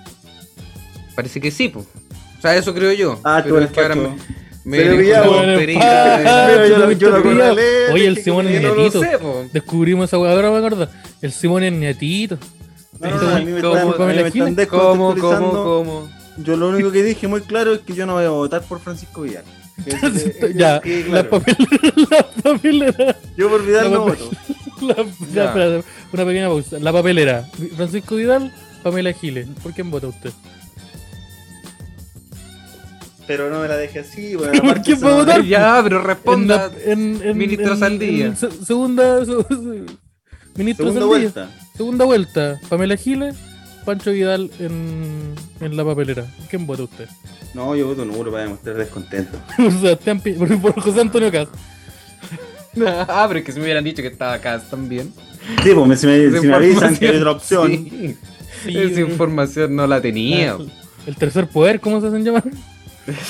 [SPEAKER 1] parece que sí, po. O sea, eso creo yo.
[SPEAKER 3] Ah, tú
[SPEAKER 1] Pero
[SPEAKER 3] eres
[SPEAKER 1] es que ahora
[SPEAKER 3] facho.
[SPEAKER 1] me,
[SPEAKER 3] Se
[SPEAKER 1] me
[SPEAKER 3] lo
[SPEAKER 1] dijo
[SPEAKER 3] pillamos.
[SPEAKER 1] una tontería.
[SPEAKER 2] Ah,
[SPEAKER 3] Pero yo
[SPEAKER 2] chuta,
[SPEAKER 3] lo- yo lo
[SPEAKER 2] chuta,
[SPEAKER 3] acordé,
[SPEAKER 2] Oye, el
[SPEAKER 3] dije
[SPEAKER 2] Simón
[SPEAKER 3] que
[SPEAKER 2] es
[SPEAKER 1] Yo no lo
[SPEAKER 2] nietito.
[SPEAKER 1] sé, po.
[SPEAKER 2] Descubrimos esa weá. Ahora me acuerdo. El Simón es nietito.
[SPEAKER 1] Eh,
[SPEAKER 3] No, no, no, a mí me
[SPEAKER 1] ¿Cómo-
[SPEAKER 3] están-
[SPEAKER 1] cómo-
[SPEAKER 3] a mí me están
[SPEAKER 1] ¿Cómo, cómo,
[SPEAKER 3] descontextualizando.
[SPEAKER 1] cómo?
[SPEAKER 3] Yo lo único que dije muy claro es que yo no voy a votar por Francisco Villar. Es- es-
[SPEAKER 1] eh,
[SPEAKER 3] es-
[SPEAKER 2] ya,
[SPEAKER 3] es
[SPEAKER 2] las
[SPEAKER 3] claro.
[SPEAKER 2] papeles. Las papeles.
[SPEAKER 3] Yo por
[SPEAKER 2] la
[SPEAKER 3] Vidal no
[SPEAKER 2] papel-
[SPEAKER 3] voto.
[SPEAKER 2] La, ya,
[SPEAKER 1] Ya.
[SPEAKER 2] espérate, una pequeña pausa. La papelera. Francisco Vidal, Pamela Giles. ¿Por quién vota usted?
[SPEAKER 3] Pero no me la deje así, bueno,
[SPEAKER 2] ¿Por
[SPEAKER 3] aparte
[SPEAKER 2] qué
[SPEAKER 3] se
[SPEAKER 2] puedo
[SPEAKER 3] me-
[SPEAKER 2] votar?
[SPEAKER 1] Ya, pero
[SPEAKER 2] En
[SPEAKER 1] responda.
[SPEAKER 2] la- en- en-
[SPEAKER 1] Ministro
[SPEAKER 2] en-
[SPEAKER 1] Saldivia.
[SPEAKER 2] en se- segunda. se- se- ministro
[SPEAKER 3] Segunda
[SPEAKER 2] Saldivia.
[SPEAKER 3] vuelta.
[SPEAKER 2] Segunda vuelta. Pamela Giles, Pancho Vidal en, en la papelera. ¿Quién vota usted?
[SPEAKER 3] No, yo voto nulo para demostrar descontento.
[SPEAKER 2] por, Sebastián Pi- por- por José Antonio Cas.
[SPEAKER 1] Ah, pero que si me hubieran dicho que estaba acá también.
[SPEAKER 3] Sí, pues me- si me, si me avisan que hay otra opción.
[SPEAKER 1] Sí. Esa información no la tenía. po.
[SPEAKER 2] El tercer poder, ¿cómo se hacen llamar?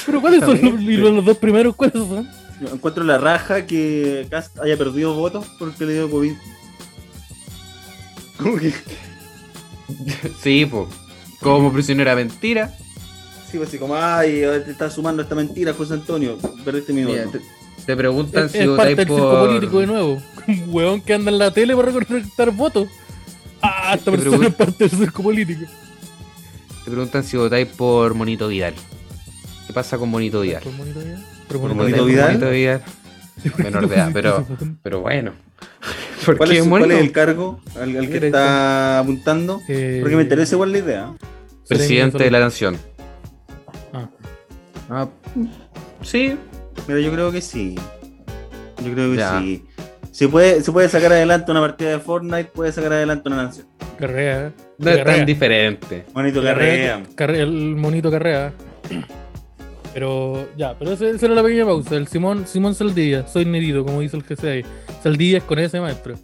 [SPEAKER 2] Pero ¿cuáles son los, y los- los dos primeros? ¿Cuáles son?
[SPEAKER 3] Encuentro la raja que Cast haya perdido votos porque le dio COVID. ¿Cómo que?
[SPEAKER 1] Sí, po. Como prisionera mentira.
[SPEAKER 3] Sí, pues así como, ay, te estás sumando esta mentira, José Antonio. Perdiste mi voto.
[SPEAKER 1] Mira, te, te preguntan
[SPEAKER 2] Es,
[SPEAKER 1] si
[SPEAKER 2] es parte
[SPEAKER 1] votáis
[SPEAKER 2] del circo político de
[SPEAKER 1] por.
[SPEAKER 2] nuevo. Un huevón que anda en la tele para recolectar votos. Ah, esta
[SPEAKER 1] Te
[SPEAKER 2] persona es
[SPEAKER 1] pregunto-
[SPEAKER 2] parte del circo político.
[SPEAKER 1] Te preguntan si votáis por Monito Vidal. ¿Qué pasa con Monito Vidal?
[SPEAKER 2] ¿Por Monito Vidal? ¿Pero
[SPEAKER 1] ¿Votáis
[SPEAKER 3] Monito
[SPEAKER 1] por
[SPEAKER 3] Vidal?
[SPEAKER 1] Monito Vidal. Menor de edad, pero, pero bueno. ¿Por
[SPEAKER 3] ¿Cuál,
[SPEAKER 1] qué
[SPEAKER 3] es,
[SPEAKER 1] es
[SPEAKER 3] su-
[SPEAKER 1] Monito?
[SPEAKER 3] cuál es el cargo al, al que
[SPEAKER 1] Mira,
[SPEAKER 3] está apuntando?
[SPEAKER 2] Eh,
[SPEAKER 3] Porque me interesa igual la idea.
[SPEAKER 1] Presidente de la nación.
[SPEAKER 2] Ah.
[SPEAKER 1] Ah, sí,
[SPEAKER 3] Mira, yo creo que sí. Yo creo que
[SPEAKER 1] Ya.
[SPEAKER 3] sí. Se puede, se puede sacar adelante una partida de Fortnite, puede sacar adelante una nación.
[SPEAKER 2] Carrea. eh.
[SPEAKER 1] no es
[SPEAKER 2] Carrea.
[SPEAKER 1] tan diferente.
[SPEAKER 3] Bonito carrera.
[SPEAKER 2] Carrea. Carrea, El monito Carrea. Pero ya, pero ese- esa era la pequeña pausa. El Simón, Simón Saldivia, soy Nerito, como dice el GC ahí. Saldivia es con ese maestro.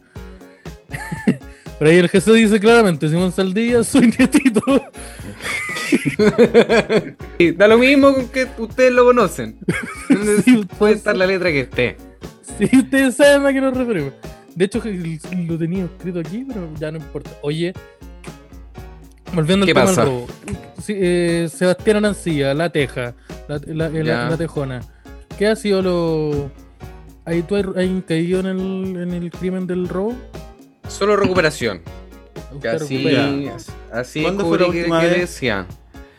[SPEAKER 2] pero ahí el GC dice claramente, Simón Saldivia, soy netito.
[SPEAKER 1] Y da lo mismo con que ustedes lo conocen.
[SPEAKER 2] Sí, pues.
[SPEAKER 1] Puede estar la letra que esté.
[SPEAKER 2] Si ustedes saben a qué nos referimos. De hecho, que lo tenía escrito aquí, pero ya no importa. Oye, volviendo al
[SPEAKER 1] ¿Qué
[SPEAKER 2] tema
[SPEAKER 1] pasa?
[SPEAKER 2] del robo. Sí, eh, Sebastián Arancilla, La Teja, la, la- la-
[SPEAKER 1] Ya.
[SPEAKER 2] la Tejona. ¿Qué ha sido lo. ¿Hay, tú, hay- hay caído en el, en el crimen del robo?
[SPEAKER 1] Solo recuperación. Que
[SPEAKER 2] ¿Usted
[SPEAKER 1] así,
[SPEAKER 2] recupera-
[SPEAKER 1] así
[SPEAKER 3] ¿Cuándo fue la
[SPEAKER 1] descubrí que-
[SPEAKER 3] última
[SPEAKER 1] que
[SPEAKER 3] vez?
[SPEAKER 1] decía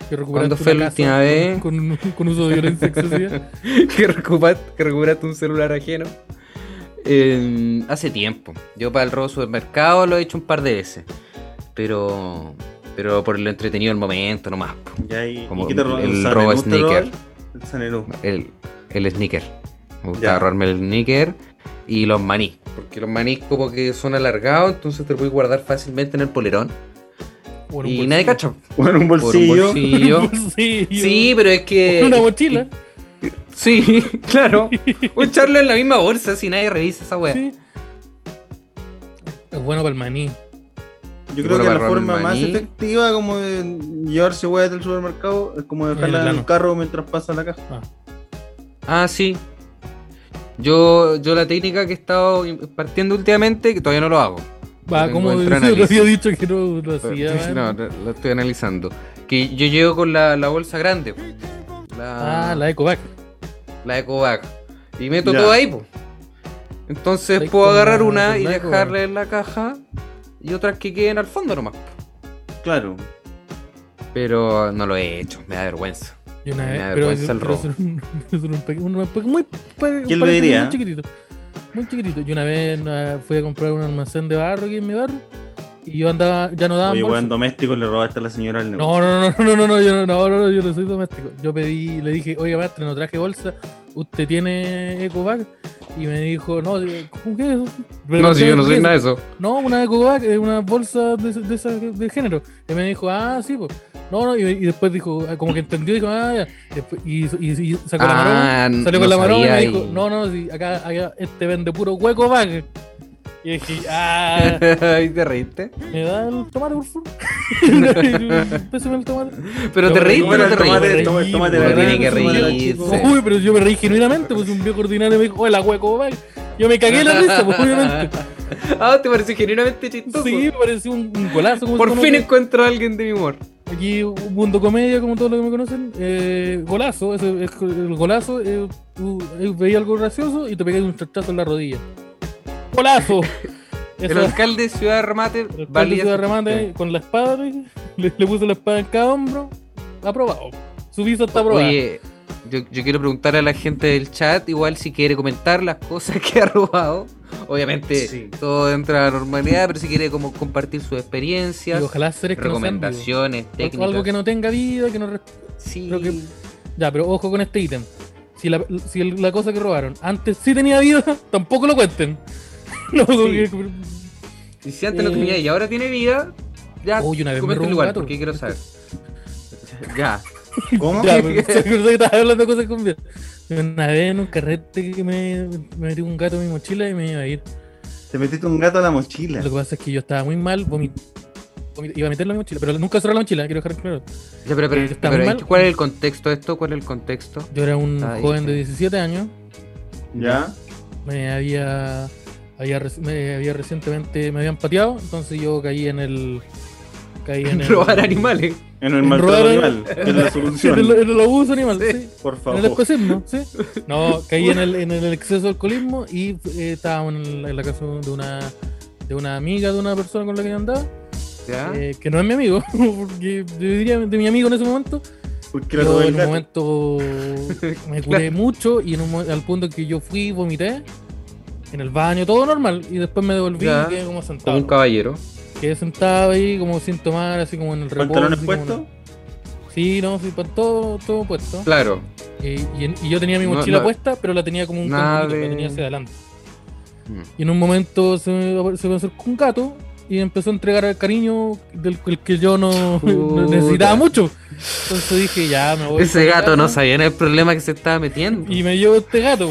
[SPEAKER 2] que recuperaste
[SPEAKER 1] ¿cuándo
[SPEAKER 2] una
[SPEAKER 1] fue la
[SPEAKER 2] casa
[SPEAKER 1] última
[SPEAKER 2] con-
[SPEAKER 1] vez?
[SPEAKER 2] Con, con uso de violencia excesiva.
[SPEAKER 1] que, recupa- que recuperaste un celular ajeno. Eh, hace tiempo. Yo para el robo de supermercado lo he hecho un par de veces. pero pero por lo entretenido del momento nomás. po.
[SPEAKER 3] Ya, y,
[SPEAKER 1] Como
[SPEAKER 3] y qué te roban?
[SPEAKER 1] el
[SPEAKER 3] ¿Un Sanenú
[SPEAKER 1] robo
[SPEAKER 3] te
[SPEAKER 1] sneaker.
[SPEAKER 3] roban? El Sanenú.
[SPEAKER 1] El, el sneaker. Me
[SPEAKER 3] Ya.
[SPEAKER 1] gustaba robarme el sneaker y los maní. Porque los maní como que son alargados, entonces te lo puedes guardar fácilmente en el polerón.
[SPEAKER 2] Por un
[SPEAKER 1] Y nadie
[SPEAKER 2] bolsillo.
[SPEAKER 1] cacha.
[SPEAKER 3] Bueno, un
[SPEAKER 1] Por un
[SPEAKER 3] bolsillo.
[SPEAKER 1] bolsillo.
[SPEAKER 2] Bolsillo.
[SPEAKER 1] Sí, eh, pero es que.
[SPEAKER 2] Una mochila.
[SPEAKER 1] Sí, claro. Un charlo en la misma bolsa si nadie revisa esa wea.
[SPEAKER 2] Sí. Es bueno para el maní.
[SPEAKER 3] Yo
[SPEAKER 1] Bueno,
[SPEAKER 3] creo que
[SPEAKER 1] para
[SPEAKER 3] la
[SPEAKER 1] robar el
[SPEAKER 3] forma más
[SPEAKER 1] maní.
[SPEAKER 3] efectiva como de llevarse weas del supermercado es como dejarla
[SPEAKER 2] el
[SPEAKER 3] en el
[SPEAKER 2] lano.
[SPEAKER 3] carro mientras pasa la caja.
[SPEAKER 1] Ah, sí. Yo, yo la técnica que he estado partiendo últimamente, que todavía no lo hago.
[SPEAKER 2] Va,
[SPEAKER 1] Tengo
[SPEAKER 2] como
[SPEAKER 1] entre
[SPEAKER 2] yo había
[SPEAKER 1] análisis.
[SPEAKER 2] dicho que no lo hacía.
[SPEAKER 1] Pero-
[SPEAKER 2] ¿eh?
[SPEAKER 1] no, lo lo estoy analizando. Que yo llego con la, la bolsa grande. po. La,
[SPEAKER 2] Ah, la Ecovac.
[SPEAKER 1] la EcoBag. Y meto
[SPEAKER 3] Ya.
[SPEAKER 1] todo ahí, po. Entonces
[SPEAKER 2] Estáis
[SPEAKER 1] puedo
[SPEAKER 2] con
[SPEAKER 1] agarrar
[SPEAKER 2] la-
[SPEAKER 1] una
[SPEAKER 2] con
[SPEAKER 1] y
[SPEAKER 2] la EcoBag.
[SPEAKER 1] dejarla en la caja y otras que queden al fondo nomás. po.
[SPEAKER 3] Claro.
[SPEAKER 1] Pero no lo he hecho, me da vergüenza.
[SPEAKER 2] Y una
[SPEAKER 1] Me
[SPEAKER 2] vez,
[SPEAKER 1] da
[SPEAKER 2] pero,
[SPEAKER 1] vergüenza Ah, pues, el
[SPEAKER 2] pero
[SPEAKER 1] robo.
[SPEAKER 2] son un- son un pe- un pe- muy, pa-
[SPEAKER 3] ¿Quién lo
[SPEAKER 2] parece
[SPEAKER 3] diría?
[SPEAKER 2] Muy chiquitito. Muy chiquitito. Yo una vez eh, fui a comprar un almacén de barro aquí en mi barrio y yo andaba, ya no daba
[SPEAKER 3] Oye, weón doméstico le robaste a la señora al negocio.
[SPEAKER 2] Ah, No, no, no, no, no, no, yo no, no, no, no, yo no soy doméstico. Yo pedí, le dije, oiga, maestra, no traje bolsa, ¿usted tiene ecovac? Y me dijo, no, digo, ¿cómo que eso?
[SPEAKER 1] No, si yo no soy nada de eso.
[SPEAKER 2] No, una ecovac, eh, una bolsa de, de, esa- de género. Y me dijo, ah, sí, pues. No, no, y, y después dijo, ah, como que entendió, dijo, ah, ya. Después- y, y- y sacó la maroma,
[SPEAKER 1] Ah, n-
[SPEAKER 2] salió con
[SPEAKER 1] no
[SPEAKER 2] la maroma y me
[SPEAKER 1] sabía
[SPEAKER 2] dijo,
[SPEAKER 1] y-
[SPEAKER 2] no, no, sí, acá, acá, este vende puro hueco bag. Y dije, ah,
[SPEAKER 1] ¿Y te reíste?
[SPEAKER 2] ¿me da el tomate, por favor? Un pésame el tomate.
[SPEAKER 1] Pero te
[SPEAKER 2] Pero
[SPEAKER 1] reíste,
[SPEAKER 2] bueno,
[SPEAKER 1] no te
[SPEAKER 2] el tomate-
[SPEAKER 1] reíste.
[SPEAKER 3] tomate- tomate
[SPEAKER 1] Uno
[SPEAKER 3] de
[SPEAKER 1] tiene
[SPEAKER 3] verdad,
[SPEAKER 1] que
[SPEAKER 3] tomate de verdad,
[SPEAKER 1] reírse.
[SPEAKER 3] chico.
[SPEAKER 1] Sí.
[SPEAKER 2] Uy, pero yo me reí genuinamente, pues un viejo ordinario me dijo, hola hueco, bag. Yo me cagué en la risa, pues obviamente.
[SPEAKER 1] Ah, te pareció genuinamente chistoso.
[SPEAKER 2] Sí, me pareció un, un golazo. Como se
[SPEAKER 1] Por
[SPEAKER 2] conoce.
[SPEAKER 1] fin encuentro a alguien de mi humor.
[SPEAKER 2] Aquí un Mundo Comedia, como todos los que me conocen, eh, golazo, eso es el golazo, eh, tú eh, veías algo gracioso y te pegáis un chachazo en la rodilla. ¡Golazo!
[SPEAKER 1] El
[SPEAKER 2] Eso,
[SPEAKER 1] alcalde de Ciudad Remate
[SPEAKER 2] el alcalde
[SPEAKER 1] valía
[SPEAKER 2] se
[SPEAKER 1] su
[SPEAKER 2] remate
[SPEAKER 1] chiste.
[SPEAKER 2] con la espada, le, le puso la espada en cada hombro, aprobado. Su visa está aprobada.
[SPEAKER 1] Oye, yo, yo quiero preguntar a la gente del chat, igual si quiere comentar las cosas que ha robado. Obviamente,
[SPEAKER 3] Sí.
[SPEAKER 1] todo entra a la normalidad, pero si quiere como compartir sus
[SPEAKER 2] y
[SPEAKER 1] experiencias,
[SPEAKER 2] ojalá seres que no sean vivos.
[SPEAKER 1] recomendaciones, técnicas.
[SPEAKER 2] Algo que no tenga vida, que no resp-
[SPEAKER 1] Sí.
[SPEAKER 2] creo que- Ya, pero ojo con este ítem. Si la, si el- la cosa que robaron antes sí tenía vida, tampoco lo cuenten. No, porque-
[SPEAKER 1] Y si antes no
[SPEAKER 2] Eh.
[SPEAKER 1] tenía y ahora tiene vida, ya
[SPEAKER 2] Uy, una vez me
[SPEAKER 1] comenta
[SPEAKER 2] robó un
[SPEAKER 1] el lugar,
[SPEAKER 2] gato. Este-
[SPEAKER 1] porque quiero saber. ya.
[SPEAKER 3] ¿Cómo?
[SPEAKER 2] Ya, pero sé que estás hablando de cosas con vida. Una vez en un carrete que me, me metió un gato en mi mochila y me iba a ir.
[SPEAKER 3] Te metiste un gato a la mochila.
[SPEAKER 2] Lo que pasa es que yo estaba muy mal, vomi- vomi- iba a meterlo en mi mochila, pero nunca cerré la mochila, quiero dejar claro.
[SPEAKER 1] Ya, pero, pero-
[SPEAKER 2] Eh, está
[SPEAKER 1] pero
[SPEAKER 2] muy mal.
[SPEAKER 1] ¿cuál es el contexto de esto? ¿Cuál es el contexto?
[SPEAKER 2] Yo era un
[SPEAKER 1] Ahí
[SPEAKER 2] joven
[SPEAKER 1] está.
[SPEAKER 2] de 17 años,
[SPEAKER 3] ¿Ya?
[SPEAKER 2] me había, había, reci- me había recientemente, me habían pateado, entonces yo caí en el... Caí en el...
[SPEAKER 1] Robar animales.
[SPEAKER 3] En el maltrato
[SPEAKER 2] Robar-
[SPEAKER 3] animal. que es la
[SPEAKER 2] En el,
[SPEAKER 3] solución.
[SPEAKER 2] en el abuso animal, sí.
[SPEAKER 3] Por
[SPEAKER 2] En el
[SPEAKER 3] favor.
[SPEAKER 2] especismo, sí. No, caí en el, en el exceso de alcoholismo y eh, estábamos en, la- en la casa de una, de una amiga de una persona con la que yo andaba,
[SPEAKER 3] ¿Ah?
[SPEAKER 1] ¿Ya?
[SPEAKER 2] eh, que no es mi amigo, porque yo diría de mi amigo en ese momento.
[SPEAKER 3] Porque la
[SPEAKER 2] Yo
[SPEAKER 3] robé el
[SPEAKER 2] en un
[SPEAKER 3] gato.
[SPEAKER 2] momento me curé mucho y en un, mo- al punto que yo fui, vomité en el baño, todo normal, y después me devolví
[SPEAKER 1] Ya.
[SPEAKER 2] y quedé como
[SPEAKER 1] Como
[SPEAKER 2] sentado.
[SPEAKER 1] un caballero.
[SPEAKER 2] Quedé sentado ahí como sin tomar, así como en el reposo.
[SPEAKER 3] ¿Pantalones
[SPEAKER 2] así como en-
[SPEAKER 3] puestos?
[SPEAKER 2] Sí, no, sí, pa- todo, todo puesto.
[SPEAKER 1] Claro.
[SPEAKER 2] Eh, y, en- y yo tenía mi
[SPEAKER 1] No,
[SPEAKER 2] mochila
[SPEAKER 1] no.
[SPEAKER 2] puesta, pero la tenía como un
[SPEAKER 1] Nada
[SPEAKER 2] cangurito,
[SPEAKER 1] de-
[SPEAKER 2] la tenía hacia adelante.
[SPEAKER 1] Mm.
[SPEAKER 2] Y en un momento se me, se me acercó un gato y empezó a entregar el cariño del el que yo no, no necesitaba
[SPEAKER 1] Puta.
[SPEAKER 2] mucho. Entonces dije, ya me voy.
[SPEAKER 1] Ese
[SPEAKER 2] para
[SPEAKER 1] gato no
[SPEAKER 2] casa
[SPEAKER 1] sabía en el problema que se estaba metiendo.
[SPEAKER 2] Y me llevo este gato.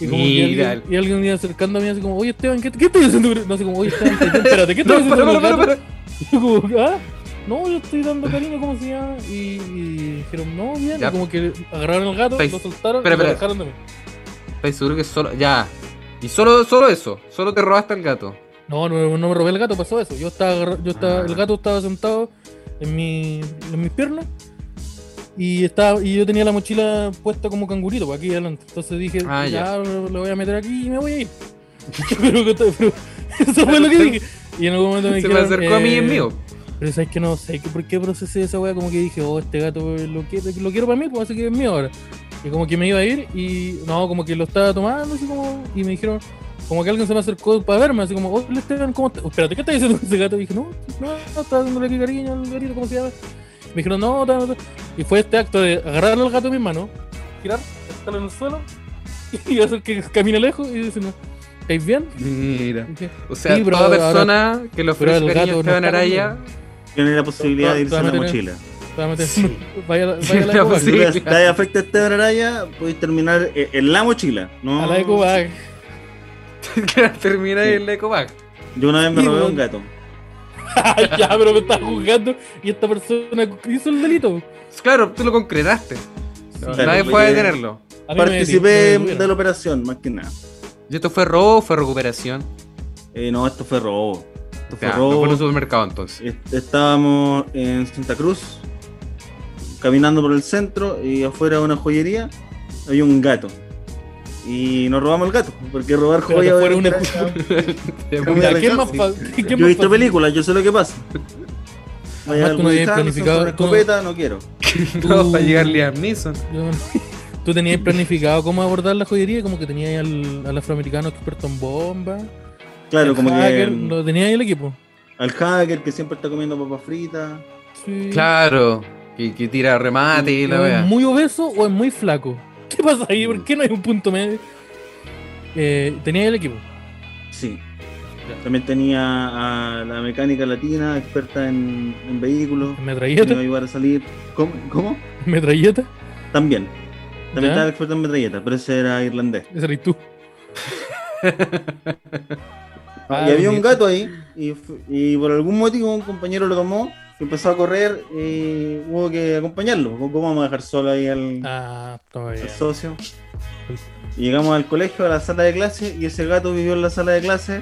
[SPEAKER 2] Y, como que
[SPEAKER 1] Mira.
[SPEAKER 2] alguien, y alguien iba acercando a mí así como, oye Esteban, ¿qué, qué estoy haciendo? No sé como, oye Esteban, espérate, ¿qué
[SPEAKER 1] No,
[SPEAKER 2] estás
[SPEAKER 1] para,
[SPEAKER 2] haciendo? con el
[SPEAKER 1] para,
[SPEAKER 2] gato?"
[SPEAKER 1] para,
[SPEAKER 2] Yo como, ¿ah? No, yo estoy dando cariño, ¿cómo se llama? Y, y dijeron, no, bien.
[SPEAKER 1] Ya.
[SPEAKER 2] Y como que agarraron al gato,
[SPEAKER 1] Estáis-
[SPEAKER 2] lo soltaron
[SPEAKER 1] espera,
[SPEAKER 2] y lo
[SPEAKER 1] espera.
[SPEAKER 2] dejaron de mí.
[SPEAKER 1] ¿Estás seguro que solo. Ya. Y solo, solo eso. Solo te robaste al gato.
[SPEAKER 2] No, no, no me robé el gato, pasó eso. Yo estaba, agarra- yo estaba,
[SPEAKER 1] Ah.
[SPEAKER 2] el gato estaba sentado en, mi, en mis piernas y estaba, y yo tenía la mochila puesta como cangurito por aquí adelante. Entonces dije,
[SPEAKER 1] Ah,
[SPEAKER 2] ya,
[SPEAKER 1] ya.
[SPEAKER 2] lo lo voy a meter aquí y me voy a ir. pero, que- pero eso fue lo que dije. Y en algún momento me
[SPEAKER 1] Se me
[SPEAKER 2] dijeron,
[SPEAKER 1] acercó a mí y es
[SPEAKER 2] eh,
[SPEAKER 1] mío.
[SPEAKER 2] Pero sabes que no sé que por qué procesé esa weá, como que dije, oh, este gato eh, lo, quiero- lo quiero para mí, pues así que es mío ahora. Y como que me iba a ir y no, como que lo estaba tomando, así como, y me dijeron, como que alguien se me acercó para verme, así como, oh, Esteban, ¿cómo estás? Espérate, ¿qué estás haciendo con ese gato? Y dije, no, no, no, estaba dándole aquí cariño al gatito, ¿cómo se llama? Me dijeron, no, no, no. Y fue este acto de agarrarle al gato en mi mano, girar, estarlo en el suelo y hacer que camine lejos y decirme, ¿estáis bien?
[SPEAKER 1] Mira.
[SPEAKER 2] Y dije,
[SPEAKER 1] O sea,
[SPEAKER 2] Sí, pero
[SPEAKER 1] toda
[SPEAKER 2] ahora-
[SPEAKER 1] persona que le ofrece
[SPEAKER 2] pero el
[SPEAKER 1] cariño a
[SPEAKER 2] gato no
[SPEAKER 1] Esteban
[SPEAKER 2] está
[SPEAKER 1] Araya
[SPEAKER 3] Tiene la posibilidad de irse en la
[SPEAKER 2] Totalmente.
[SPEAKER 3] mochila. Pues,
[SPEAKER 2] "Te va a meter- Vaya, la- vaya a la
[SPEAKER 1] Sí,
[SPEAKER 2] Ecobank,
[SPEAKER 1] sí.
[SPEAKER 3] Si te
[SPEAKER 1] claro.
[SPEAKER 3] afecta este Araya, puedes terminar eh, en la mochila. No,
[SPEAKER 2] a la Ecobank.
[SPEAKER 1] termina en el ecopac.
[SPEAKER 3] Yo una vez me
[SPEAKER 2] Sí, pues,
[SPEAKER 3] robé
[SPEAKER 2] bueno.
[SPEAKER 3] un gato.
[SPEAKER 2] ya, pero me estaba juzgando y esta persona hizo el delito.
[SPEAKER 1] Claro, tú lo concretaste.
[SPEAKER 3] Claro,
[SPEAKER 1] Nadie
[SPEAKER 3] porque
[SPEAKER 1] puede detenerlo.
[SPEAKER 2] A mí me
[SPEAKER 3] Participé
[SPEAKER 2] detuvieron.
[SPEAKER 3] de la operación, más que nada.
[SPEAKER 1] ¿Y esto fue robo o fue recuperación?
[SPEAKER 3] Eh, no, esto fue robo. Esto fue
[SPEAKER 1] Ya, no
[SPEAKER 3] robo.
[SPEAKER 1] fue en un supermercado entonces.
[SPEAKER 3] Est- Estábamos en Santa Cruz, caminando por el centro y afuera de una joyería había un gato. Y nos robamos el gato, porque robar
[SPEAKER 2] Pero que
[SPEAKER 3] joyas.
[SPEAKER 2] fuera una-
[SPEAKER 3] Mira,
[SPEAKER 2] Ya, ¿qué
[SPEAKER 3] Ricardo,
[SPEAKER 2] más
[SPEAKER 3] sí.
[SPEAKER 2] fa- qué- qué
[SPEAKER 3] Yo
[SPEAKER 2] más
[SPEAKER 3] he visto
[SPEAKER 2] fácil?
[SPEAKER 3] películas, yo sé lo que pasa. Vaya
[SPEAKER 2] Además,
[SPEAKER 3] algo
[SPEAKER 2] tú no habías
[SPEAKER 3] de Hanson,
[SPEAKER 2] planificado-
[SPEAKER 3] sobre
[SPEAKER 2] tú no-
[SPEAKER 3] escopeta, no quiero.
[SPEAKER 1] No, para llegar Liam Neeson.
[SPEAKER 2] Yo- Tú tenías planificado cómo abordar la joyería, como que tenías al, al afroamericano experto en bombas.
[SPEAKER 3] Claro, como
[SPEAKER 2] hacker,
[SPEAKER 3] que.
[SPEAKER 2] Lo tenías ahí el equipo.
[SPEAKER 3] Al hacker que siempre está comiendo papas fritas.
[SPEAKER 2] Sí.
[SPEAKER 1] Claro, que, que tira remate y la
[SPEAKER 2] ¿O
[SPEAKER 1] wea.
[SPEAKER 2] es muy obeso o es muy flaco? ¿Qué pasa ahí?
[SPEAKER 3] Mm.
[SPEAKER 2] ¿Por qué no hay un punto medio? Eh, tenía ahí el equipo.
[SPEAKER 3] Sí. También tenía a la mecánica latina, experta en, en vehículos, que me iba a
[SPEAKER 2] Metralleta.
[SPEAKER 3] ayudar a salir. ¿Cómo? ¿Cómo?
[SPEAKER 2] Metralleta.
[SPEAKER 3] También. También
[SPEAKER 2] ¿Ya?
[SPEAKER 3] estaba el experto en metralleta, pero ese era irlandés.
[SPEAKER 2] Ese eres tú. Ah,
[SPEAKER 3] y había un gato ahí, y, fu- y por algún motivo un compañero lo tomó, y empezó a correr, y hubo que acompañarlo. ¿Cómo cómo vamos a dejar solo ahí al,
[SPEAKER 2] Ah, está bien.
[SPEAKER 3] al socio? Y llegamos al colegio, a la sala de clase, y ese gato vivió en la sala de clase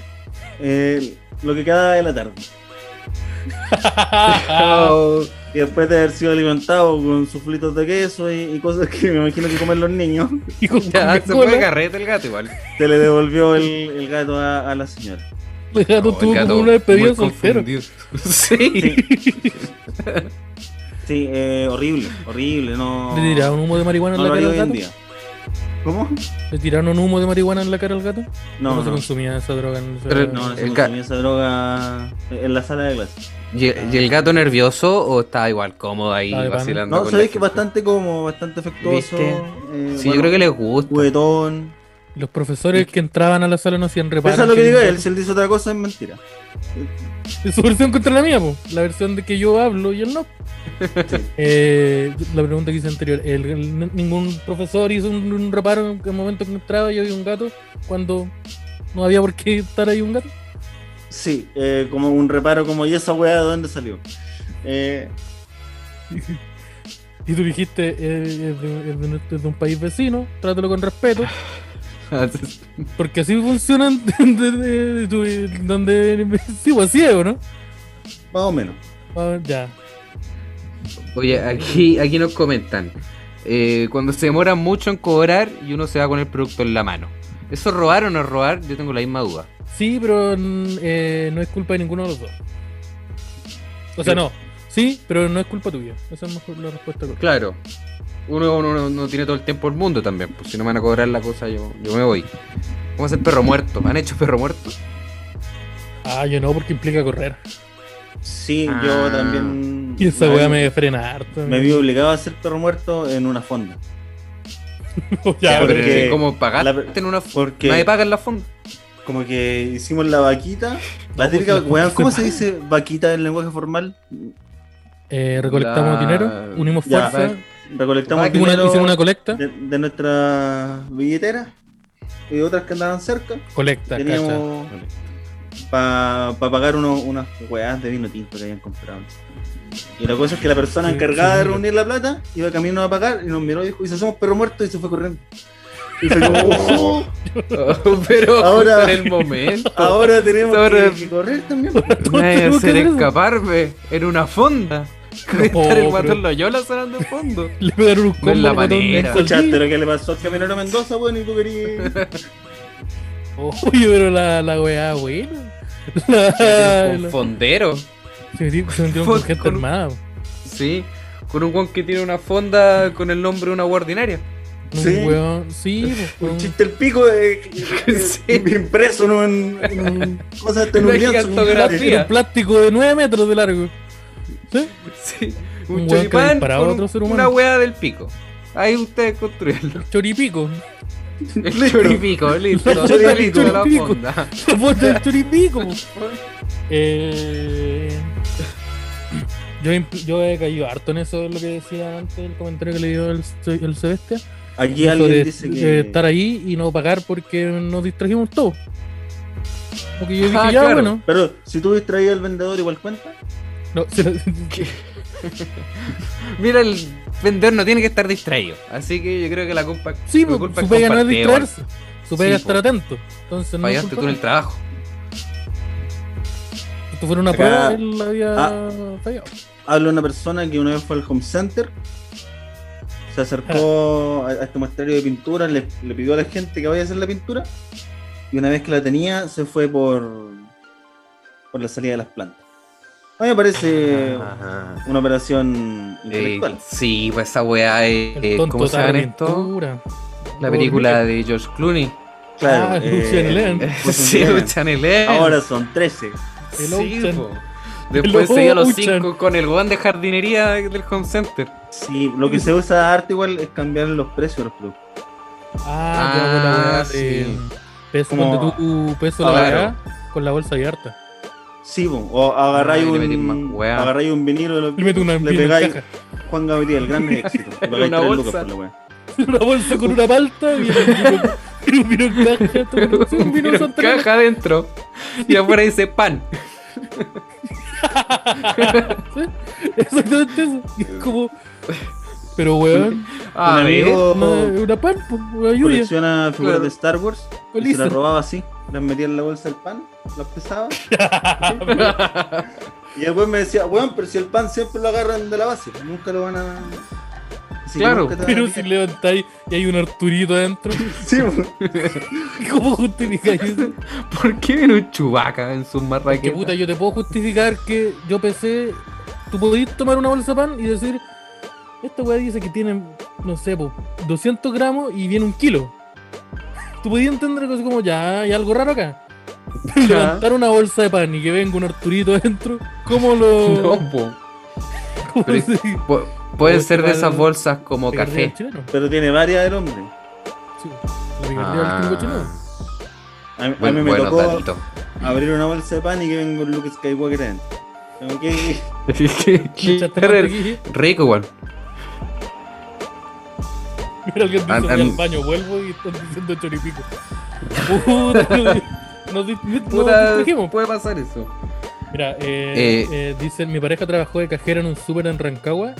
[SPEAKER 3] eh, lo que quedaba de la tarde.
[SPEAKER 2] Ah.
[SPEAKER 3] Y después de haber sido alimentado con suflitos de queso y, y cosas que me imagino que comen los niños,
[SPEAKER 2] Y con
[SPEAKER 1] Ya, se fue
[SPEAKER 2] Coca-Cola,
[SPEAKER 1] de carrete el gato igual.
[SPEAKER 3] se le devolvió el, el gato a, a la señora.
[SPEAKER 2] el gato
[SPEAKER 1] No, el
[SPEAKER 2] tuvo
[SPEAKER 1] gato
[SPEAKER 2] como una despedida
[SPEAKER 1] muy
[SPEAKER 2] de soltero.
[SPEAKER 1] confundido. Sí.
[SPEAKER 3] Sí, eh, horrible, horrible, no.
[SPEAKER 2] Le tiraron humo de marihuana
[SPEAKER 3] no
[SPEAKER 2] en
[SPEAKER 3] lo
[SPEAKER 2] la
[SPEAKER 3] haría
[SPEAKER 2] cara
[SPEAKER 3] hoy
[SPEAKER 2] al
[SPEAKER 3] en
[SPEAKER 2] gato.
[SPEAKER 3] día. ¿Cómo?
[SPEAKER 2] Le tiraron humo de marihuana en la cara al gato.
[SPEAKER 3] No,
[SPEAKER 2] ¿Cómo se
[SPEAKER 3] no,
[SPEAKER 2] consumía esa droga? en esa-
[SPEAKER 1] Pero-
[SPEAKER 3] no, no se
[SPEAKER 1] El ca-
[SPEAKER 3] consumía esa droga en la sala de clase.
[SPEAKER 1] ¿Y, y el gato nervioso o estaba igual cómodo ahí
[SPEAKER 2] Ah, de pana.
[SPEAKER 1] vacilando?
[SPEAKER 3] No,
[SPEAKER 1] con
[SPEAKER 3] sabéis
[SPEAKER 1] la
[SPEAKER 3] que
[SPEAKER 1] gente?
[SPEAKER 3] bastante como, bastante afectuoso.
[SPEAKER 1] ¿Viste?
[SPEAKER 3] eh,
[SPEAKER 1] Sí,
[SPEAKER 3] bueno,
[SPEAKER 1] yo creo que les gusta.
[SPEAKER 3] Juguetón.
[SPEAKER 2] Y Los profesores que entraban a la sala no hacían reparos.
[SPEAKER 3] Pesa lo que
[SPEAKER 2] sí.
[SPEAKER 3] diga él, si él dice otra cosa es mentira.
[SPEAKER 2] Su versión contra la mía, po. la versión de que yo hablo y él no. Eh, la pregunta que hice anterior, el- el- ningún profesor hizo un, un reparo en el momento que entraba y había un gato cuando no había por qué estar ahí un gato.
[SPEAKER 3] Sí, eh, como un reparo como, ¿y esa weá de dónde salió? Eh,
[SPEAKER 2] Y tú dijiste, eh, es, de, es de un- es de un país vecino, trátalo con respeto, porque así funcionan de- de- de- tu- donde sí, pues, así es, ¿o ¿no?
[SPEAKER 3] más o menos.
[SPEAKER 2] Ah, ya.
[SPEAKER 1] Oye, aquí, aquí nos comentan. eh, cuando se demoran mucho en cobrar y uno se va con el producto en la mano. ¿Eso es robar o no es robar? Yo tengo la misma duda.
[SPEAKER 2] Sí, pero mm, eh, no es culpa de ninguno de los dos. O sea, no. Sí, pero no es culpa tuya. Esa es mejor la respuesta correcta.
[SPEAKER 1] Claro. Uno, uno no- no tiene todo el tiempo del mundo también. Pues si no me van a cobrar la cosa, yo, yo me voy. ¿Cómo hacer perro muerto? ¿Me han hecho perro muerto?
[SPEAKER 2] Ah, yo no, porque implica correr.
[SPEAKER 3] Sí,
[SPEAKER 1] Ah.
[SPEAKER 3] yo también.
[SPEAKER 2] Y esa
[SPEAKER 3] me-
[SPEAKER 2] weá me frena harto.
[SPEAKER 3] Me vi obligado a ser perro muerto en una fonda.
[SPEAKER 2] ya,
[SPEAKER 1] pero
[SPEAKER 2] pero-
[SPEAKER 3] porque-
[SPEAKER 1] ¿Cómo pagar?
[SPEAKER 3] la-
[SPEAKER 1] en una f-
[SPEAKER 3] porque-
[SPEAKER 1] Nadie paga en la fonda.
[SPEAKER 3] Como que hicimos la vaquita. La
[SPEAKER 2] No,
[SPEAKER 3] típica,
[SPEAKER 2] pues,
[SPEAKER 3] weón, ¿cómo
[SPEAKER 2] se
[SPEAKER 3] se dice vaquita en lenguaje formal?
[SPEAKER 2] Eh, recolectamos
[SPEAKER 1] La-
[SPEAKER 2] dinero, unimos
[SPEAKER 3] Ya,
[SPEAKER 2] fuerzas,
[SPEAKER 3] Recolectamos
[SPEAKER 1] Vaquita.
[SPEAKER 2] hicimos una,
[SPEAKER 3] dinero
[SPEAKER 2] hicimos una colecta.
[SPEAKER 3] de, de nuestra billetera y otras que andaban cerca.
[SPEAKER 2] Colecta, cacha.
[SPEAKER 3] Teníamos para pagar uno- unas weas de vino tinto que habían comprado. Y la cosa es que la persona
[SPEAKER 2] Sí,
[SPEAKER 3] encargada
[SPEAKER 2] sí,
[SPEAKER 3] de
[SPEAKER 2] mira.
[SPEAKER 3] reunir la plata iba camino a pagar y nos miró y dijo, y se hacemos perro muerto y se fue corriendo. Y fue como, "Oh,
[SPEAKER 1] pero
[SPEAKER 3] Ahora-
[SPEAKER 1] justo en el momento.
[SPEAKER 3] ahora tenemos
[SPEAKER 1] Ahora-
[SPEAKER 3] que, que correr también.
[SPEAKER 1] Nadie
[SPEAKER 2] tenemos que
[SPEAKER 1] hacer
[SPEAKER 2] hacer eso.
[SPEAKER 1] escaparme en una fonda. Estar el
[SPEAKER 2] pero-
[SPEAKER 1] guatón Loyola sonando de fondo.
[SPEAKER 2] Le pegaron un combo
[SPEAKER 1] es la
[SPEAKER 2] al botón de
[SPEAKER 1] manera.
[SPEAKER 3] Escuchaste
[SPEAKER 2] salir.
[SPEAKER 3] lo que le pasó al camionero Mendoza, bueno, y tú querías.
[SPEAKER 2] Oye, Oh, pero la, la weá, buena. La-
[SPEAKER 1] Un
[SPEAKER 2] la-
[SPEAKER 1] fondero.
[SPEAKER 2] se metió- se metieron con
[SPEAKER 1] Con-
[SPEAKER 2] gente
[SPEAKER 1] con-
[SPEAKER 2] armada.
[SPEAKER 1] Sí, con un guan que tiene una fonda con el nombre de una guardinaria.
[SPEAKER 2] Un
[SPEAKER 3] Sí.
[SPEAKER 2] weón- sí, po,
[SPEAKER 3] Un
[SPEAKER 2] un-
[SPEAKER 3] chiste el pico de,
[SPEAKER 1] Sí.
[SPEAKER 3] impreso en un, en este un- ¿cómo se llama esto? En
[SPEAKER 1] Una
[SPEAKER 3] un lienzo, en un
[SPEAKER 1] gigantografía.
[SPEAKER 3] papel.
[SPEAKER 2] era un plástico de 9 metros de largo. ¿Sí?
[SPEAKER 1] Sí, un
[SPEAKER 2] Un weón que
[SPEAKER 1] choripán
[SPEAKER 2] disparaba a
[SPEAKER 1] con
[SPEAKER 2] otro ser
[SPEAKER 1] una
[SPEAKER 2] humano.
[SPEAKER 1] weá del pico. Ahí ustedes construyenlo.
[SPEAKER 2] Choripico.
[SPEAKER 1] El
[SPEAKER 3] Listo.
[SPEAKER 1] choripico, listo.
[SPEAKER 2] El
[SPEAKER 1] Está listo la
[SPEAKER 2] choripico.
[SPEAKER 1] fonda.
[SPEAKER 2] La foto del choripico. po. Eh, yo, impl- yo he caído harto en eso, es lo que decía antes, el comentario que le dio el, Ce- el Sebestia.
[SPEAKER 3] Aquí
[SPEAKER 2] Eso
[SPEAKER 3] alguien
[SPEAKER 2] de-
[SPEAKER 3] dice
[SPEAKER 2] de
[SPEAKER 3] que
[SPEAKER 2] estar ahí y no pagar porque nos distrajimos todos. Porque yo dije,
[SPEAKER 1] Ah,
[SPEAKER 2] ya
[SPEAKER 1] claro.
[SPEAKER 2] bueno.
[SPEAKER 3] Pero si tú distraías al vendedor igual cuenta.
[SPEAKER 2] No, se lo-
[SPEAKER 1] Mira, el vendedor no tiene que estar distraído. Así que yo creo que la culpa.
[SPEAKER 2] sí,
[SPEAKER 1] la
[SPEAKER 2] po,
[SPEAKER 1] culpa
[SPEAKER 2] su pega no es
[SPEAKER 1] compartida,
[SPEAKER 2] distraerse. Su pega
[SPEAKER 1] Sí,
[SPEAKER 2] es estar
[SPEAKER 1] po.
[SPEAKER 2] atento. Entonces
[SPEAKER 1] weón.
[SPEAKER 2] no es
[SPEAKER 1] Fallaste tú en
[SPEAKER 2] culpable.
[SPEAKER 1] el trabajo.
[SPEAKER 2] Esto fuera una
[SPEAKER 3] Acá-
[SPEAKER 2] prueba, él había
[SPEAKER 1] ah,
[SPEAKER 2] fallado.
[SPEAKER 1] eh,
[SPEAKER 3] Habla una persona que una vez fue al home center, se
[SPEAKER 2] Ah.
[SPEAKER 3] acercó a, a este muestrario de pinturas, le, le pidió a la gente que vaya a hacer la pintura, y una vez que la tenía, se fue por, por la salida de las plantas. A mí me parece
[SPEAKER 1] Ajá.
[SPEAKER 3] una operación
[SPEAKER 1] Eh,
[SPEAKER 3] intelectual.
[SPEAKER 1] sí, pues esa weá es.
[SPEAKER 2] El
[SPEAKER 1] eh,
[SPEAKER 2] tonto
[SPEAKER 1] ¿Cómo se llama
[SPEAKER 2] Tarantino.
[SPEAKER 1] esto? La película de George Clooney.
[SPEAKER 3] claro.
[SPEAKER 2] ah,
[SPEAKER 3] eh,
[SPEAKER 2] Lucian León.
[SPEAKER 3] Lucian
[SPEAKER 1] Sí, pues.
[SPEAKER 3] León.
[SPEAKER 1] Luchan Eleven.
[SPEAKER 3] Ahora son 13.
[SPEAKER 2] El
[SPEAKER 1] eh. Sí,
[SPEAKER 2] Ocean.
[SPEAKER 1] po. Después se dio a los
[SPEAKER 2] Ocean.
[SPEAKER 1] 5 con el guan de jardinería del home center.
[SPEAKER 3] Sí, lo que se usa arte igual es cambiar los precios de los productos.
[SPEAKER 2] Ah,
[SPEAKER 1] Ah,
[SPEAKER 2] ya, bueno,
[SPEAKER 1] sí. Ah,
[SPEAKER 2] eh, Peso,
[SPEAKER 3] Como-
[SPEAKER 2] cuando tú peso la
[SPEAKER 1] Claro.
[SPEAKER 2] verdad con la bolsa abierta.
[SPEAKER 3] Sí, po, o agarráis
[SPEAKER 1] Ay, le metís más
[SPEAKER 3] un,
[SPEAKER 1] weá.
[SPEAKER 3] agarráis un vinilo de los
[SPEAKER 2] Le meto una,
[SPEAKER 3] le
[SPEAKER 2] una
[SPEAKER 3] pegáis
[SPEAKER 2] caja.
[SPEAKER 3] Juan Gabriel, gran éxito. Le pagáis
[SPEAKER 1] Una
[SPEAKER 3] tres
[SPEAKER 1] bolsa.
[SPEAKER 3] lucas por la weá.
[SPEAKER 2] Una bolsa con una palta y un vino- y un vino en caja. todo un- sí,
[SPEAKER 1] Un
[SPEAKER 2] Un vino
[SPEAKER 1] vino en
[SPEAKER 2] Santa Elena.
[SPEAKER 1] caja adentro. Y afuera dice pan.
[SPEAKER 2] Sí, Exactamente eso. Y es como. Pero weón,
[SPEAKER 1] A
[SPEAKER 3] un
[SPEAKER 1] ver.
[SPEAKER 3] amigo
[SPEAKER 2] una, una pan, pues, una lluvia.
[SPEAKER 3] colecciona figuras
[SPEAKER 1] Claro.
[SPEAKER 3] de Star Wars.
[SPEAKER 2] Con
[SPEAKER 3] y se las
[SPEAKER 2] Lizard.
[SPEAKER 3] robaba así, las metía en la bolsa del pan, las pesaba. y el weón me decía, weón, pero si el pan siempre lo agarran de la base, nunca lo van a. Así que
[SPEAKER 1] Claro,
[SPEAKER 3] nunca te van a
[SPEAKER 2] Pero si
[SPEAKER 3] pillar".
[SPEAKER 2] levantáis y hay un Arturito adentro,
[SPEAKER 3] Sí, weón.
[SPEAKER 2] ¿cómo justificáis eso?
[SPEAKER 1] ¿Por qué viene un chubaca en sus
[SPEAKER 2] Que
[SPEAKER 1] marraquetas?
[SPEAKER 2] puta, yo te puedo justificar que yo pensé. Tú podías tomar una bolsa de pan y decir. Esta weá dice que tiene, no sé, po, 200 gramos y viene un kilo. Tú podías entender cosas como ya, hay algo raro acá. Pero
[SPEAKER 1] Ya.
[SPEAKER 2] Levantar una bolsa de pan y que venga un Arturito adentro, ¿cómo lo.?
[SPEAKER 1] No, po.
[SPEAKER 2] cómo
[SPEAKER 1] pero-
[SPEAKER 2] se-
[SPEAKER 1] Po- Pueden
[SPEAKER 2] Pues
[SPEAKER 1] ser de
[SPEAKER 2] igual-
[SPEAKER 1] esas bolsas como
[SPEAKER 2] picardía del
[SPEAKER 1] café.
[SPEAKER 2] chileno.
[SPEAKER 3] Pero tiene varias del hombre.
[SPEAKER 2] Sí, la picardía
[SPEAKER 1] Ah.
[SPEAKER 2] del típico chileno.
[SPEAKER 3] A, mí- a
[SPEAKER 1] Bueno,
[SPEAKER 3] mí me
[SPEAKER 1] bueno,
[SPEAKER 3] tocó
[SPEAKER 1] Dalito.
[SPEAKER 3] abrir una bolsa de pan y que venga un Luke Skywalker adentro. Como que-
[SPEAKER 2] Le echaste mantequilla.
[SPEAKER 1] Rico, weón.
[SPEAKER 2] Mira, alguien dice,
[SPEAKER 1] An-
[SPEAKER 2] voy
[SPEAKER 1] an-
[SPEAKER 2] al baño, vuelvo y están diciendo choripico. Puta, nos, di- nos distrajimos.
[SPEAKER 1] puede pasar eso.
[SPEAKER 2] pues. Mira, eh,
[SPEAKER 1] Eh.
[SPEAKER 2] eh, dice, mi pareja trabajó de cajera en un súper en Rancagua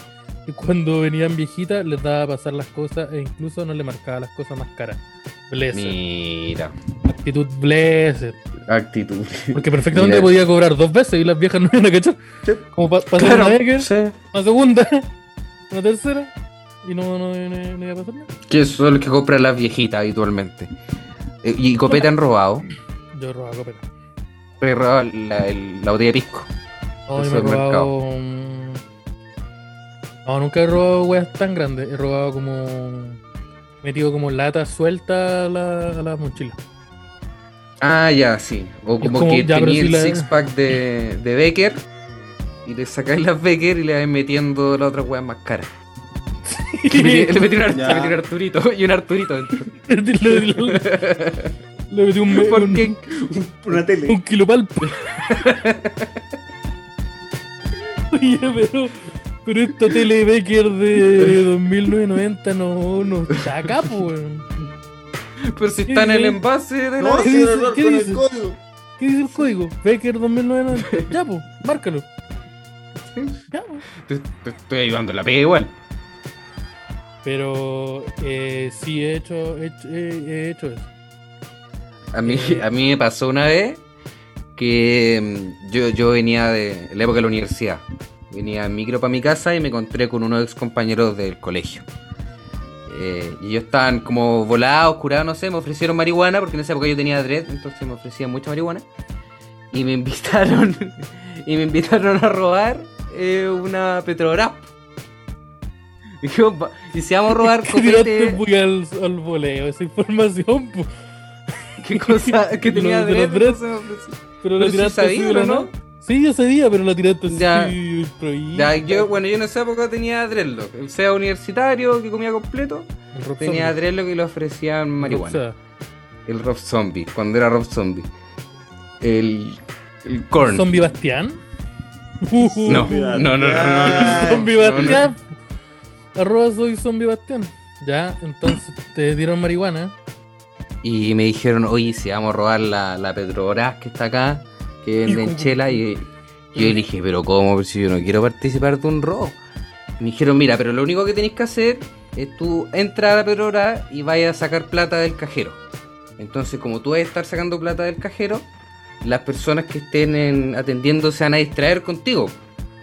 [SPEAKER 2] y cuando venían viejitas les daba a pasar las cosas e incluso no le marcaba las cosas más caras. Blessed.
[SPEAKER 1] Mira,
[SPEAKER 2] Actitud blessed.
[SPEAKER 1] actitud.
[SPEAKER 2] Porque perfectamente
[SPEAKER 1] Mira.
[SPEAKER 2] podía cobrar dos veces y las viejas no iban a cachar.
[SPEAKER 3] Sí.
[SPEAKER 2] Como para
[SPEAKER 1] Claro,
[SPEAKER 2] una vez,
[SPEAKER 1] sí.
[SPEAKER 2] una segunda, una tercera y no, no, no- no iba a pasar nada.
[SPEAKER 1] Que son los que compran las viejitas habitualmente. Eh, Y copete han robado.
[SPEAKER 2] Yo robaba copete.
[SPEAKER 1] He robado la, el- la botella de pisco. Del
[SPEAKER 2] No, yo me he
[SPEAKER 1] supermercado.
[SPEAKER 2] robado. mm, No, nunca he robado weas tan grandes. He robado como. Metido como lata suelta a la, a la mochila.
[SPEAKER 1] Ah, ya, sí. O como,
[SPEAKER 2] como-
[SPEAKER 1] que
[SPEAKER 2] ya, pero
[SPEAKER 1] tenía
[SPEAKER 2] si
[SPEAKER 1] el
[SPEAKER 2] la-
[SPEAKER 1] six pack de, de Becker. Y le sacáis las Becker y le vais metiendo la otra weá más cara. Le metí, le metí un, Ar-
[SPEAKER 3] Ya.
[SPEAKER 1] le metí un Arturito y un Arturito dentro.
[SPEAKER 2] le, le- le metí un,
[SPEAKER 1] ¿Por
[SPEAKER 2] un,
[SPEAKER 1] qué?
[SPEAKER 3] una tele.
[SPEAKER 2] un kilopalpo. Oye, pero. Pero esta tele Becker de 2990 no, no está acá, pues.
[SPEAKER 1] Pero si está en el envase de la.
[SPEAKER 3] No,
[SPEAKER 2] ¿Qué
[SPEAKER 3] tiene
[SPEAKER 2] dice-
[SPEAKER 3] error
[SPEAKER 2] qué
[SPEAKER 3] con
[SPEAKER 2] dice?
[SPEAKER 3] el código.
[SPEAKER 2] ¿Qué dice el código? Becker 2990. Ya, pues, márcalo. Ya, pues.
[SPEAKER 1] Te, te estoy ayudando la pega igual.
[SPEAKER 2] Pero eh, sí he hecho, he hecho, he- he hecho eso.
[SPEAKER 1] A mí, a mí me pasó una vez que mm, yo, yo venía de la época de la universidad. Venía en micro para mi casa y me encontré con unos ex compañeros del colegio. Eh, y ellos estaban como volados, curados, no sé, me ofrecieron marihuana porque en esa época yo tenía dread, entonces me ofrecían mucha marihuana. Y me invitaron, y me invitaron a robar eh, una Petrobras. Dijimos, "Va- y si vamos a robar
[SPEAKER 2] Que tiraste
[SPEAKER 1] copete,
[SPEAKER 2] muy al, al voleo esa información, pues. po.
[SPEAKER 1] ¿qué cosa que tenía
[SPEAKER 2] Lo de
[SPEAKER 1] adrede,
[SPEAKER 2] los dreads.
[SPEAKER 1] entonces me ofreció. Pero
[SPEAKER 2] Pero la
[SPEAKER 1] sí
[SPEAKER 2] tiraste así
[SPEAKER 1] sabía,
[SPEAKER 2] de la
[SPEAKER 1] ¿no?
[SPEAKER 2] nada. Sí, yo sabía, pero la tiraste así
[SPEAKER 1] Ya.
[SPEAKER 2] improvisada.
[SPEAKER 1] Ya, yo, bueno, yo en esa época tenía dreadlock. O sea, universitario que comía completo,
[SPEAKER 2] El Rob
[SPEAKER 1] tenía
[SPEAKER 2] Zombie.
[SPEAKER 1] dreadlock y le ofrecían marihuana.
[SPEAKER 2] Roxada.
[SPEAKER 1] El Rob Zombie, cuando era Rob Zombie. El. El Korn.
[SPEAKER 2] ¿Zombie Bastián? Ujú.
[SPEAKER 1] No, no, no, no, no, no.
[SPEAKER 2] Zombie
[SPEAKER 1] No, no.
[SPEAKER 2] Bastián. Arroba soy Zombie Bastián. Ya, entonces te dieron marihuana.
[SPEAKER 1] Y me dijeron, oye, si vamos a robar la, la Petrobras que está acá, que venden
[SPEAKER 2] cómo?
[SPEAKER 1] chela. Y yo le dije, pero ¿cómo? Pues Si yo no quiero participar de un robo. Y me dijeron, mira, pero lo único que tenéis que hacer es tú entrar a la Petrobras y vayas a sacar plata del cajero. Entonces, como tú vas a estar sacando plata del cajero, las personas que estén en- atendiendo se van a distraer contigo.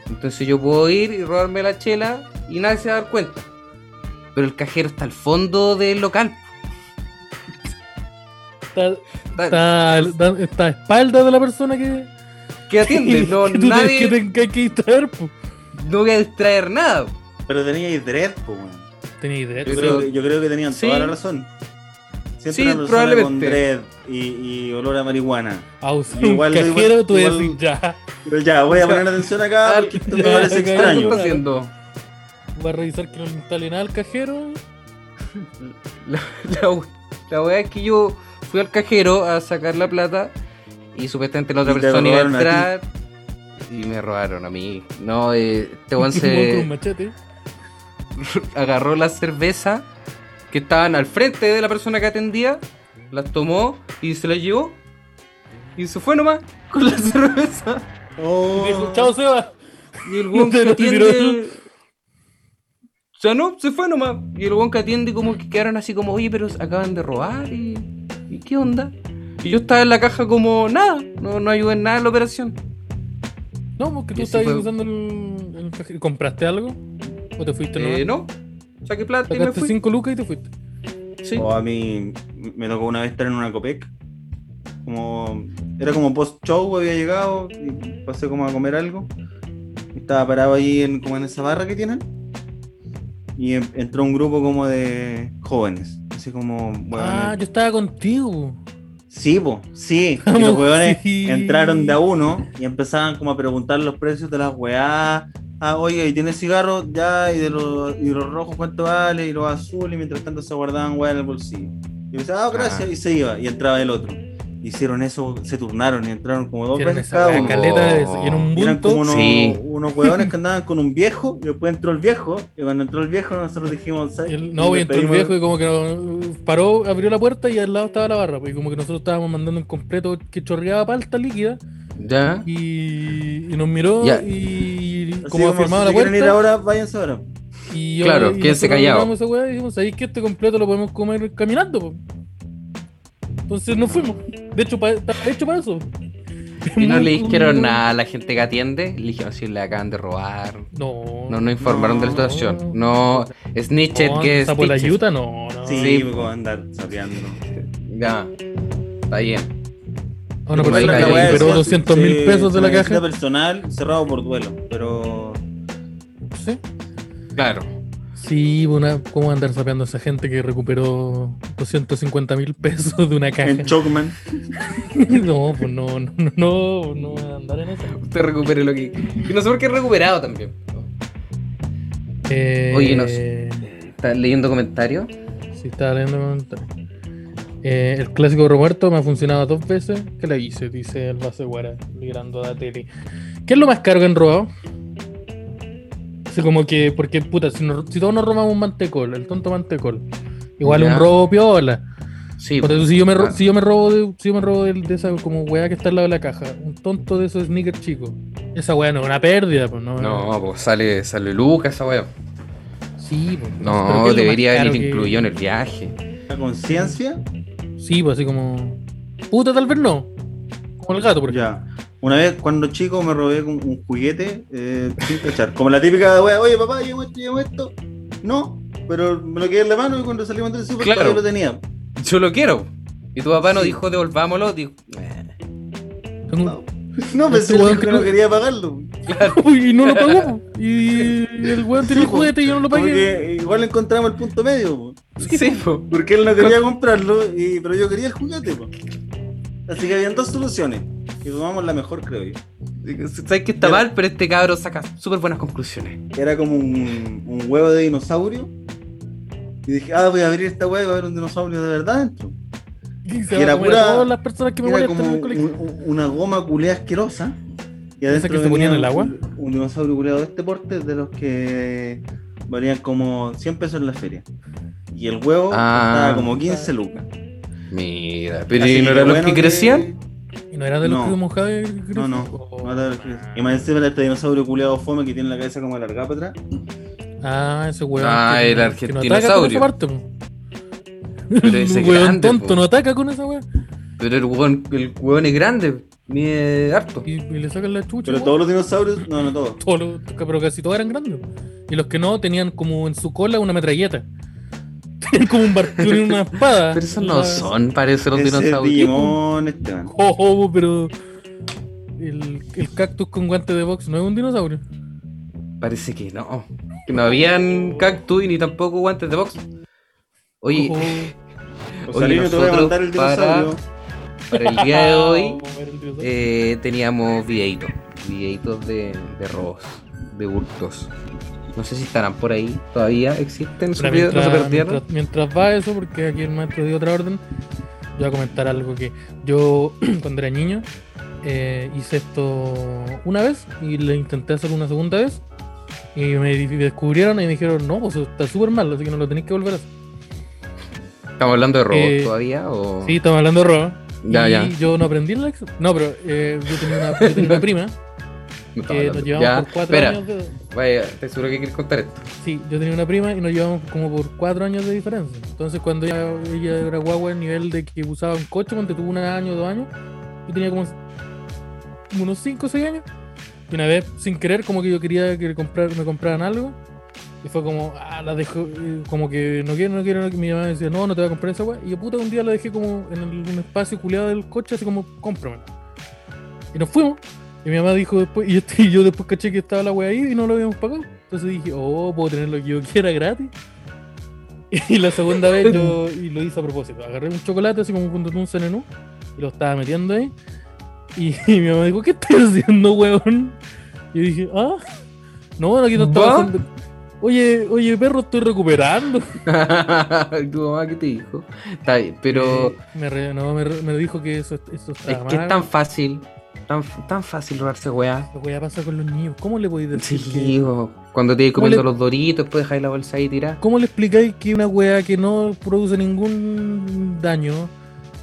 [SPEAKER 1] Entonces yo puedo ir y robarme la chela y nadie se va a dar cuenta. Pero el cajero está al fondo del local.
[SPEAKER 2] Está,
[SPEAKER 1] Está-
[SPEAKER 2] está, está- está a espaldas de la persona que,
[SPEAKER 1] que atiende. No,
[SPEAKER 2] que tú te-
[SPEAKER 1] nadie,
[SPEAKER 2] que te- que hay que distraer. pues. po.
[SPEAKER 1] no voy a distraer nada.
[SPEAKER 3] Pero teníais dread, po, weón.
[SPEAKER 2] Tenía idea.
[SPEAKER 3] Yo
[SPEAKER 1] Pero-
[SPEAKER 3] creo, que- yo creo que tenían
[SPEAKER 1] Sí.
[SPEAKER 3] toda la razón. Siento
[SPEAKER 1] Sí,
[SPEAKER 3] una persona
[SPEAKER 1] probablemente.
[SPEAKER 3] con dread y, y olor a marihuana.
[SPEAKER 2] A usar un
[SPEAKER 3] Igual-
[SPEAKER 2] cajero,
[SPEAKER 3] igual-
[SPEAKER 2] tú
[SPEAKER 3] igual-
[SPEAKER 2] decís ya.
[SPEAKER 3] Pero ya, voy a poner atención acá Ah, porque esto me parece
[SPEAKER 2] Ya,
[SPEAKER 1] ¿Qué
[SPEAKER 3] extraño.
[SPEAKER 1] está haciendo?
[SPEAKER 2] Va a revisar que no le instale nada al cajero.
[SPEAKER 1] La, la, we- la weá es que yo fui al cajero a sacar la plata y supuestamente la otra
[SPEAKER 3] Y te
[SPEAKER 1] persona iba a
[SPEAKER 3] robaron a ti.
[SPEAKER 1] entrar y me robaron a mí. No, eh, este weón
[SPEAKER 2] Voy con un
[SPEAKER 1] se
[SPEAKER 2] machete.
[SPEAKER 1] agarró la cerveza que estaban al frente de la persona que atendía, las tomó y se las llevó y se fue nomás con la cerveza.
[SPEAKER 3] Oh.
[SPEAKER 2] Dijo, chao Seba.
[SPEAKER 1] Y el weón
[SPEAKER 2] Te
[SPEAKER 1] que
[SPEAKER 2] lo tiró.
[SPEAKER 1] atiende. O sea, no, se fue nomás. Y el weón que atiende, como que quedaron así como, oye, pero acaban de robar y. ¿Y qué onda? Y yo estaba en la caja como, nada, no, no ayudé en nada en la operación.
[SPEAKER 2] No, porque tú
[SPEAKER 1] Y así
[SPEAKER 2] estabas
[SPEAKER 1] fue.
[SPEAKER 2] usando el, el cajero. ¿Compraste algo? ¿O te fuiste?
[SPEAKER 1] Eh,
[SPEAKER 2] nomás?
[SPEAKER 1] no, saqué plata y me
[SPEAKER 2] Sacaste
[SPEAKER 1] fui.
[SPEAKER 2] 5 lucas y te fuiste.
[SPEAKER 1] Sí.
[SPEAKER 3] O Oh, a mí me tocó una vez estar en una Copec. Como, era como post-show, había llegado y pasé como a comer algo. Estaba parado ahí en, como en esa barra que tienen. Y en- entró un grupo como de jóvenes. Así como, bueno,
[SPEAKER 2] Ah, yo estaba contigo.
[SPEAKER 3] Sí, po, sí. Y
[SPEAKER 2] Vamos,
[SPEAKER 3] los weones
[SPEAKER 2] sí.
[SPEAKER 3] entraron de a uno y empezaban como a preguntar los precios de las weás. Ah, oye, ¿y tienes cigarros? Ya, y de los, y los rojos cuánto vale, y los azules, y mientras tanto se guardaban weá en el bolsillo. Y yo decía, ah, gracias,
[SPEAKER 1] Ah.
[SPEAKER 3] y se iba, y entraba el otro. Hicieron eso, se turnaron y entraron como dos
[SPEAKER 2] Hicieron
[SPEAKER 3] veces
[SPEAKER 2] esa
[SPEAKER 3] cada
[SPEAKER 2] la
[SPEAKER 3] uno.
[SPEAKER 2] caleta de- y en un
[SPEAKER 3] Y Eran
[SPEAKER 2] bulto.
[SPEAKER 3] como unos,
[SPEAKER 1] Sí.
[SPEAKER 3] unos weones que andaban con un viejo, y después entró el viejo, y cuando entró el viejo nosotros dijimos,
[SPEAKER 2] y
[SPEAKER 3] ¿sabes?
[SPEAKER 2] el- no, y
[SPEAKER 3] le
[SPEAKER 2] entró el
[SPEAKER 3] pedimos-
[SPEAKER 2] viejo y como que no- paró, abrió la puerta y al lado estaba la barra. pues, Y como que nosotros estábamos mandando un completo que chorreaba palta líquida
[SPEAKER 1] Ya.
[SPEAKER 2] y, y nos miró
[SPEAKER 1] Ya.
[SPEAKER 2] y
[SPEAKER 3] Así
[SPEAKER 2] como afirmaba
[SPEAKER 3] si
[SPEAKER 2] la
[SPEAKER 3] se quieren
[SPEAKER 2] puerta.
[SPEAKER 3] ir ahora, váyanse ahora.
[SPEAKER 2] Y yo-
[SPEAKER 1] Claro,
[SPEAKER 2] y
[SPEAKER 1] quédense
[SPEAKER 2] nosotros
[SPEAKER 1] callados.
[SPEAKER 2] miramos esa weá y dijimos, ¿sabéis que este completo lo podemos comer caminando? po?". Entonces nos fuimos. De hecho, pa- está hecho para eso.
[SPEAKER 1] Y no
[SPEAKER 2] Muy-
[SPEAKER 1] le dijeron
[SPEAKER 2] un-
[SPEAKER 1] nada a la gente que atiende. Le dijeron, si le acaban de robar.
[SPEAKER 2] No.
[SPEAKER 1] No, no informaron de la
[SPEAKER 2] No.
[SPEAKER 1] situación. No, Snitchet,
[SPEAKER 2] No,
[SPEAKER 1] que es.
[SPEAKER 2] sapo de la
[SPEAKER 1] Snitchet.
[SPEAKER 2] yuta, no, no.
[SPEAKER 3] Sí,
[SPEAKER 1] Sí,
[SPEAKER 3] pues, andar sapeando.
[SPEAKER 1] Ya. Está bien.
[SPEAKER 2] A una
[SPEAKER 1] Por
[SPEAKER 2] persona
[SPEAKER 1] ahí
[SPEAKER 2] que
[SPEAKER 1] la wea
[SPEAKER 2] recuperó
[SPEAKER 1] decía,
[SPEAKER 2] 200 mil pesos de la caja.
[SPEAKER 3] personal cerrado por duelo, pero
[SPEAKER 2] Sí,
[SPEAKER 1] Claro.
[SPEAKER 2] sí pues una, ¿cómo andar sapeando a esa gente que recuperó 250 mil pesos de una caja?
[SPEAKER 3] en Chocman.
[SPEAKER 2] no, pues no, no, no, no, no andar en eso.
[SPEAKER 1] Usted recupere lo que. Y no sé por qué he recuperado también.
[SPEAKER 2] Eh,
[SPEAKER 1] Oye, no sé. ¿Estás leyendo comentarios?
[SPEAKER 2] Sí, estaba leyendo comentarios. Eh, el clásico Roberto me ha funcionado dos veces. ¿Qué le hice? Dice el base Guara, liderando a la tele. ¿Qué es lo más caro que han robado? Así como que, porque puta, si, no- si todos nos robamos un mantecol, el tonto mantecol, igual
[SPEAKER 1] Ya.
[SPEAKER 2] un robo piola.
[SPEAKER 1] Sí.
[SPEAKER 2] Por eso, si yo me, ro-
[SPEAKER 1] claro.
[SPEAKER 2] si yo me robo, de, si yo me robo de, de esa como weá que está al lado de la caja, un tonto de esos sneakers chicos, esa weá no es una pérdida, pues no.
[SPEAKER 1] No, pues sale, sale Lucas esa weá.
[SPEAKER 2] Sí, pues, pero ¿qué
[SPEAKER 1] No,
[SPEAKER 2] es lo más
[SPEAKER 1] debería
[SPEAKER 2] caro
[SPEAKER 1] venir
[SPEAKER 2] que-
[SPEAKER 1] incluido en el viaje.
[SPEAKER 3] La conciencia,
[SPEAKER 2] Sí, pues así como. Puta, tal vez no. Como el gato, por ejemplo.
[SPEAKER 3] ya. Una vez cuando chico me robé un, un juguete eh, sin cachar. Como la típica wea, oye papá, llevo esto, llevo esto. No, pero me lo quedé en la mano y cuando salimos del super
[SPEAKER 1] Claro.
[SPEAKER 3] yo lo tenía.
[SPEAKER 1] Yo lo quiero. Y tu papá no
[SPEAKER 3] Sí.
[SPEAKER 1] dijo devolvámoslo, dijo. "Eh".
[SPEAKER 2] Tengo-
[SPEAKER 3] No, pensé
[SPEAKER 2] Este weón
[SPEAKER 3] que
[SPEAKER 2] creo-
[SPEAKER 3] no quería pagarlo.
[SPEAKER 2] y no lo pagó. po. Y el weón tenía el juguete y yo no lo
[SPEAKER 3] Como
[SPEAKER 2] pagué.
[SPEAKER 3] que igual encontramos el punto medio, po.
[SPEAKER 1] Sí, po.
[SPEAKER 3] porque él no quería comprarlo, y, pero yo quería el juguete. po. Así que habían dos soluciones, y tomamos la mejor, creo yo.
[SPEAKER 1] Sabes que está mal, pero este cabro saca súper buenas conclusiones.
[SPEAKER 3] Era como un, un huevo de dinosaurio, y dije, ah, voy a abrir esta huevo y va a haber un dinosaurio de verdad dentro.
[SPEAKER 2] Y se
[SPEAKER 3] que
[SPEAKER 2] va a
[SPEAKER 3] era
[SPEAKER 2] comer a
[SPEAKER 3] pura-
[SPEAKER 2] todas las personas que me
[SPEAKER 3] Era
[SPEAKER 2] molestan
[SPEAKER 3] como
[SPEAKER 2] en el colegio.
[SPEAKER 3] un- un- una goma culea asquerosa. Y adentro
[SPEAKER 2] que se
[SPEAKER 3] venía
[SPEAKER 2] ponía en el
[SPEAKER 3] un-
[SPEAKER 2] agua?
[SPEAKER 3] Un dinosaurio culeado de este porte, de los que valían como 100 pesos en la feria. Y el huevo
[SPEAKER 1] Ah.
[SPEAKER 3] costaba como 15 lucas.
[SPEAKER 1] Mira, pero
[SPEAKER 3] Así
[SPEAKER 1] ¿y no eran los
[SPEAKER 3] bueno
[SPEAKER 1] que crecían?
[SPEAKER 2] Y no era de los
[SPEAKER 3] No.
[SPEAKER 2] que mojaba el
[SPEAKER 3] No,
[SPEAKER 2] grifo.
[SPEAKER 3] no.
[SPEAKER 2] Oh.
[SPEAKER 3] no era de los que- Y más encima era este dinosaurio culeado fome que tiene la cabeza como alargada para atrás.
[SPEAKER 2] Ah, ese weón.
[SPEAKER 1] Ah,
[SPEAKER 2] que-
[SPEAKER 1] el
[SPEAKER 2] que no
[SPEAKER 1] argentinosaurio.
[SPEAKER 2] ataca con esa parte, po.
[SPEAKER 1] Pero ese
[SPEAKER 2] Un weón
[SPEAKER 1] grande,
[SPEAKER 2] tonto
[SPEAKER 1] po.
[SPEAKER 2] no ataca con esa weón.
[SPEAKER 1] Pero el hueón, el hueón es grande, mide harto.
[SPEAKER 2] Y, y le sacan la chucha.
[SPEAKER 3] Pero
[SPEAKER 2] weón.
[SPEAKER 3] todos los dinosaurios, no, no todos.
[SPEAKER 2] Todos los- pero casi todos eran grandes. Y los que no tenían como en su cola una metralleta. Tenían como un barquillo y una espada.
[SPEAKER 1] Pero esos no
[SPEAKER 2] La-
[SPEAKER 1] son, parece los
[SPEAKER 3] Ese es
[SPEAKER 1] dinosaurios.
[SPEAKER 3] Digimon, Esteban.
[SPEAKER 2] Oh, oh, pero. El, el cactus con guante de box no es un dinosaurio.
[SPEAKER 1] Parece que no. Que no habían cactus y ni tampoco guantes de box. Oye,
[SPEAKER 2] Oh,
[SPEAKER 3] Rosalino, te voy a
[SPEAKER 1] nosotros
[SPEAKER 3] mandar el
[SPEAKER 1] para-
[SPEAKER 3] dinosaurio.
[SPEAKER 1] para el día de hoy
[SPEAKER 2] oh, era un dinosaurio.
[SPEAKER 1] eh, teníamos videitos. Videitos de, de robos, de hurtos. No sé si estarán por ahí todavía. ¿Existen? ¿Se
[SPEAKER 2] Pero
[SPEAKER 1] perdieron? ¿No se
[SPEAKER 2] mientras,
[SPEAKER 1] perdieron?
[SPEAKER 2] mientras- mientras va eso, porque aquí el maestro dio otra orden, yo voy a comentar algo que yo cuando era niño eh, hice esto una vez y lo intenté hacer una segunda vez y me di- descubrieron y me dijeron, no, pues está súper mal, así que no lo tenéis que volver a hacer.
[SPEAKER 1] ¿Estamos hablando de robos
[SPEAKER 2] eh,
[SPEAKER 1] todavía? O...
[SPEAKER 2] Sí, estamos hablando de robo.
[SPEAKER 1] Oh. Ya,
[SPEAKER 2] y
[SPEAKER 1] ya.
[SPEAKER 2] yo no aprendí la lección. No, pero eh, yo tenía una, yo tenía una prima
[SPEAKER 1] No estamos
[SPEAKER 2] que
[SPEAKER 1] hablando.
[SPEAKER 2] Eh, nos llevamos
[SPEAKER 1] Ya,
[SPEAKER 2] por cuatro
[SPEAKER 1] espera.
[SPEAKER 2] años de...
[SPEAKER 1] Vaya, te seguro que quieres contar esto.
[SPEAKER 2] Sí, yo tenía una prima y nos llevamos como por cuatro años de diferencia. Entonces, cuando ella, ella era guagua, el nivel de que usaba un coche, cuando tuvo un año, dos años, yo tenía como unos cinco o seis años. Y una vez, sin querer, como que yo quería que le comprar, me compraran algo. Y fue como, ah, la dejó, eh, como que no quiero, no quiero, no quiero. Mi mamá me decía, no, no te voy a comprar esa weá. Y yo, puta, un día la dejé como en el- un espacio culeado del coche, así como, cómprame. Y nos fuimos. Y mi mamá dijo después, y yo, y yo después caché que estaba la wea ahí y no lo habíamos pagado. Entonces dije, oh, puedo tener lo que yo quiera gratis. Y la segunda vez yo y lo hice a propósito. Agarré un chocolate así como un punto un cenenú y lo estaba metiendo ahí. Y, mi mamá dijo, ¿qué estás haciendo, weón? Y yo dije, ah, no, aquí no
[SPEAKER 1] ¿Va?
[SPEAKER 2] estaba haciendo. Oye, oye, perro, estoy recuperando.
[SPEAKER 1] ¿Y tu mamá qué te dijo? Está bien, pero
[SPEAKER 2] Eh, me, re- no, me, re- me dijo que eso, eso
[SPEAKER 1] es
[SPEAKER 2] estaba
[SPEAKER 1] que es
[SPEAKER 2] mal.
[SPEAKER 1] tan fácil, tan, tan fácil robarse weá.
[SPEAKER 2] Lo que ya pasa con los niños. ¿Cómo le podéis
[SPEAKER 1] Sí,
[SPEAKER 2] decir? que-
[SPEAKER 1] hijo. cuando te ibas
[SPEAKER 2] ¿Cómo
[SPEAKER 1] comiendo
[SPEAKER 2] le-
[SPEAKER 1] los doritos, después dejáis la bolsa ahí y tirás.
[SPEAKER 2] ¿Cómo le explicáis que una weá que no produce ningún daño,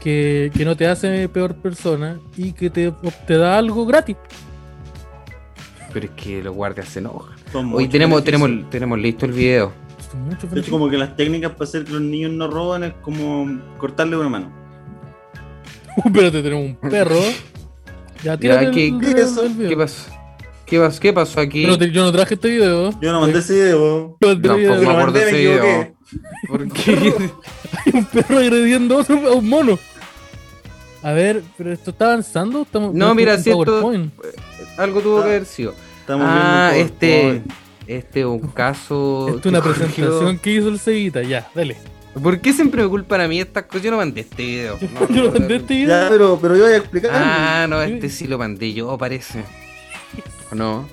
[SPEAKER 2] que, que no te hace peor persona y que te, te da algo gratis?
[SPEAKER 1] Pero es que los guardias se enojan.
[SPEAKER 3] Son
[SPEAKER 1] Hoy
[SPEAKER 3] muchos
[SPEAKER 1] tenemos,
[SPEAKER 3] beneficios.
[SPEAKER 1] tenemos, tenemos listo el video.
[SPEAKER 2] Son muchos
[SPEAKER 3] De hecho,
[SPEAKER 2] beneficios.
[SPEAKER 3] como que las técnicas para hacer que los niños no roban es como cortarle una mano.
[SPEAKER 2] Espérate, tenemos un perro. Ya, tírate
[SPEAKER 1] Ya,
[SPEAKER 2] el-
[SPEAKER 1] ¿qué-
[SPEAKER 2] el-
[SPEAKER 3] qué es eso?
[SPEAKER 2] el video.
[SPEAKER 1] ¿Qué pasó? ¿Qué pasó, qué pasó aquí?
[SPEAKER 2] Pero te- yo no traje este video.
[SPEAKER 3] Yo no mandé ese video.
[SPEAKER 2] Yo no
[SPEAKER 1] Tampoco
[SPEAKER 2] traje el
[SPEAKER 1] me
[SPEAKER 2] video.
[SPEAKER 3] Lo
[SPEAKER 1] acuerdo
[SPEAKER 3] mandé,
[SPEAKER 1] ese
[SPEAKER 3] me
[SPEAKER 1] video.
[SPEAKER 3] equivoqué.
[SPEAKER 1] ¿Por qué?
[SPEAKER 2] un perro agrediendo a otro- a un mono. A ver, pero esto está avanzando. Estamos,
[SPEAKER 1] No, mira,
[SPEAKER 2] en
[SPEAKER 1] si esto-
[SPEAKER 2] PowerPoint.
[SPEAKER 1] Algo tuvo que
[SPEAKER 3] Ah.
[SPEAKER 1] haber sido.
[SPEAKER 3] Estamos
[SPEAKER 1] Ah,
[SPEAKER 3] viendo un
[SPEAKER 1] este-
[SPEAKER 3] PowerPoint.
[SPEAKER 1] Este es un caso.
[SPEAKER 2] Esto es una
[SPEAKER 1] que surgió-
[SPEAKER 2] presentación que hizo el Seguita. Ya, dale.
[SPEAKER 1] ¿Por qué siempre me culpan a mí estas cosas? Yo no mandé este video. No,
[SPEAKER 2] Yo
[SPEAKER 1] no,
[SPEAKER 2] lo mandé este video.
[SPEAKER 3] Ya, pero, pero yo voy a explicar.
[SPEAKER 1] Ah, no, este sí lo mandé yo, parece. ¿O no?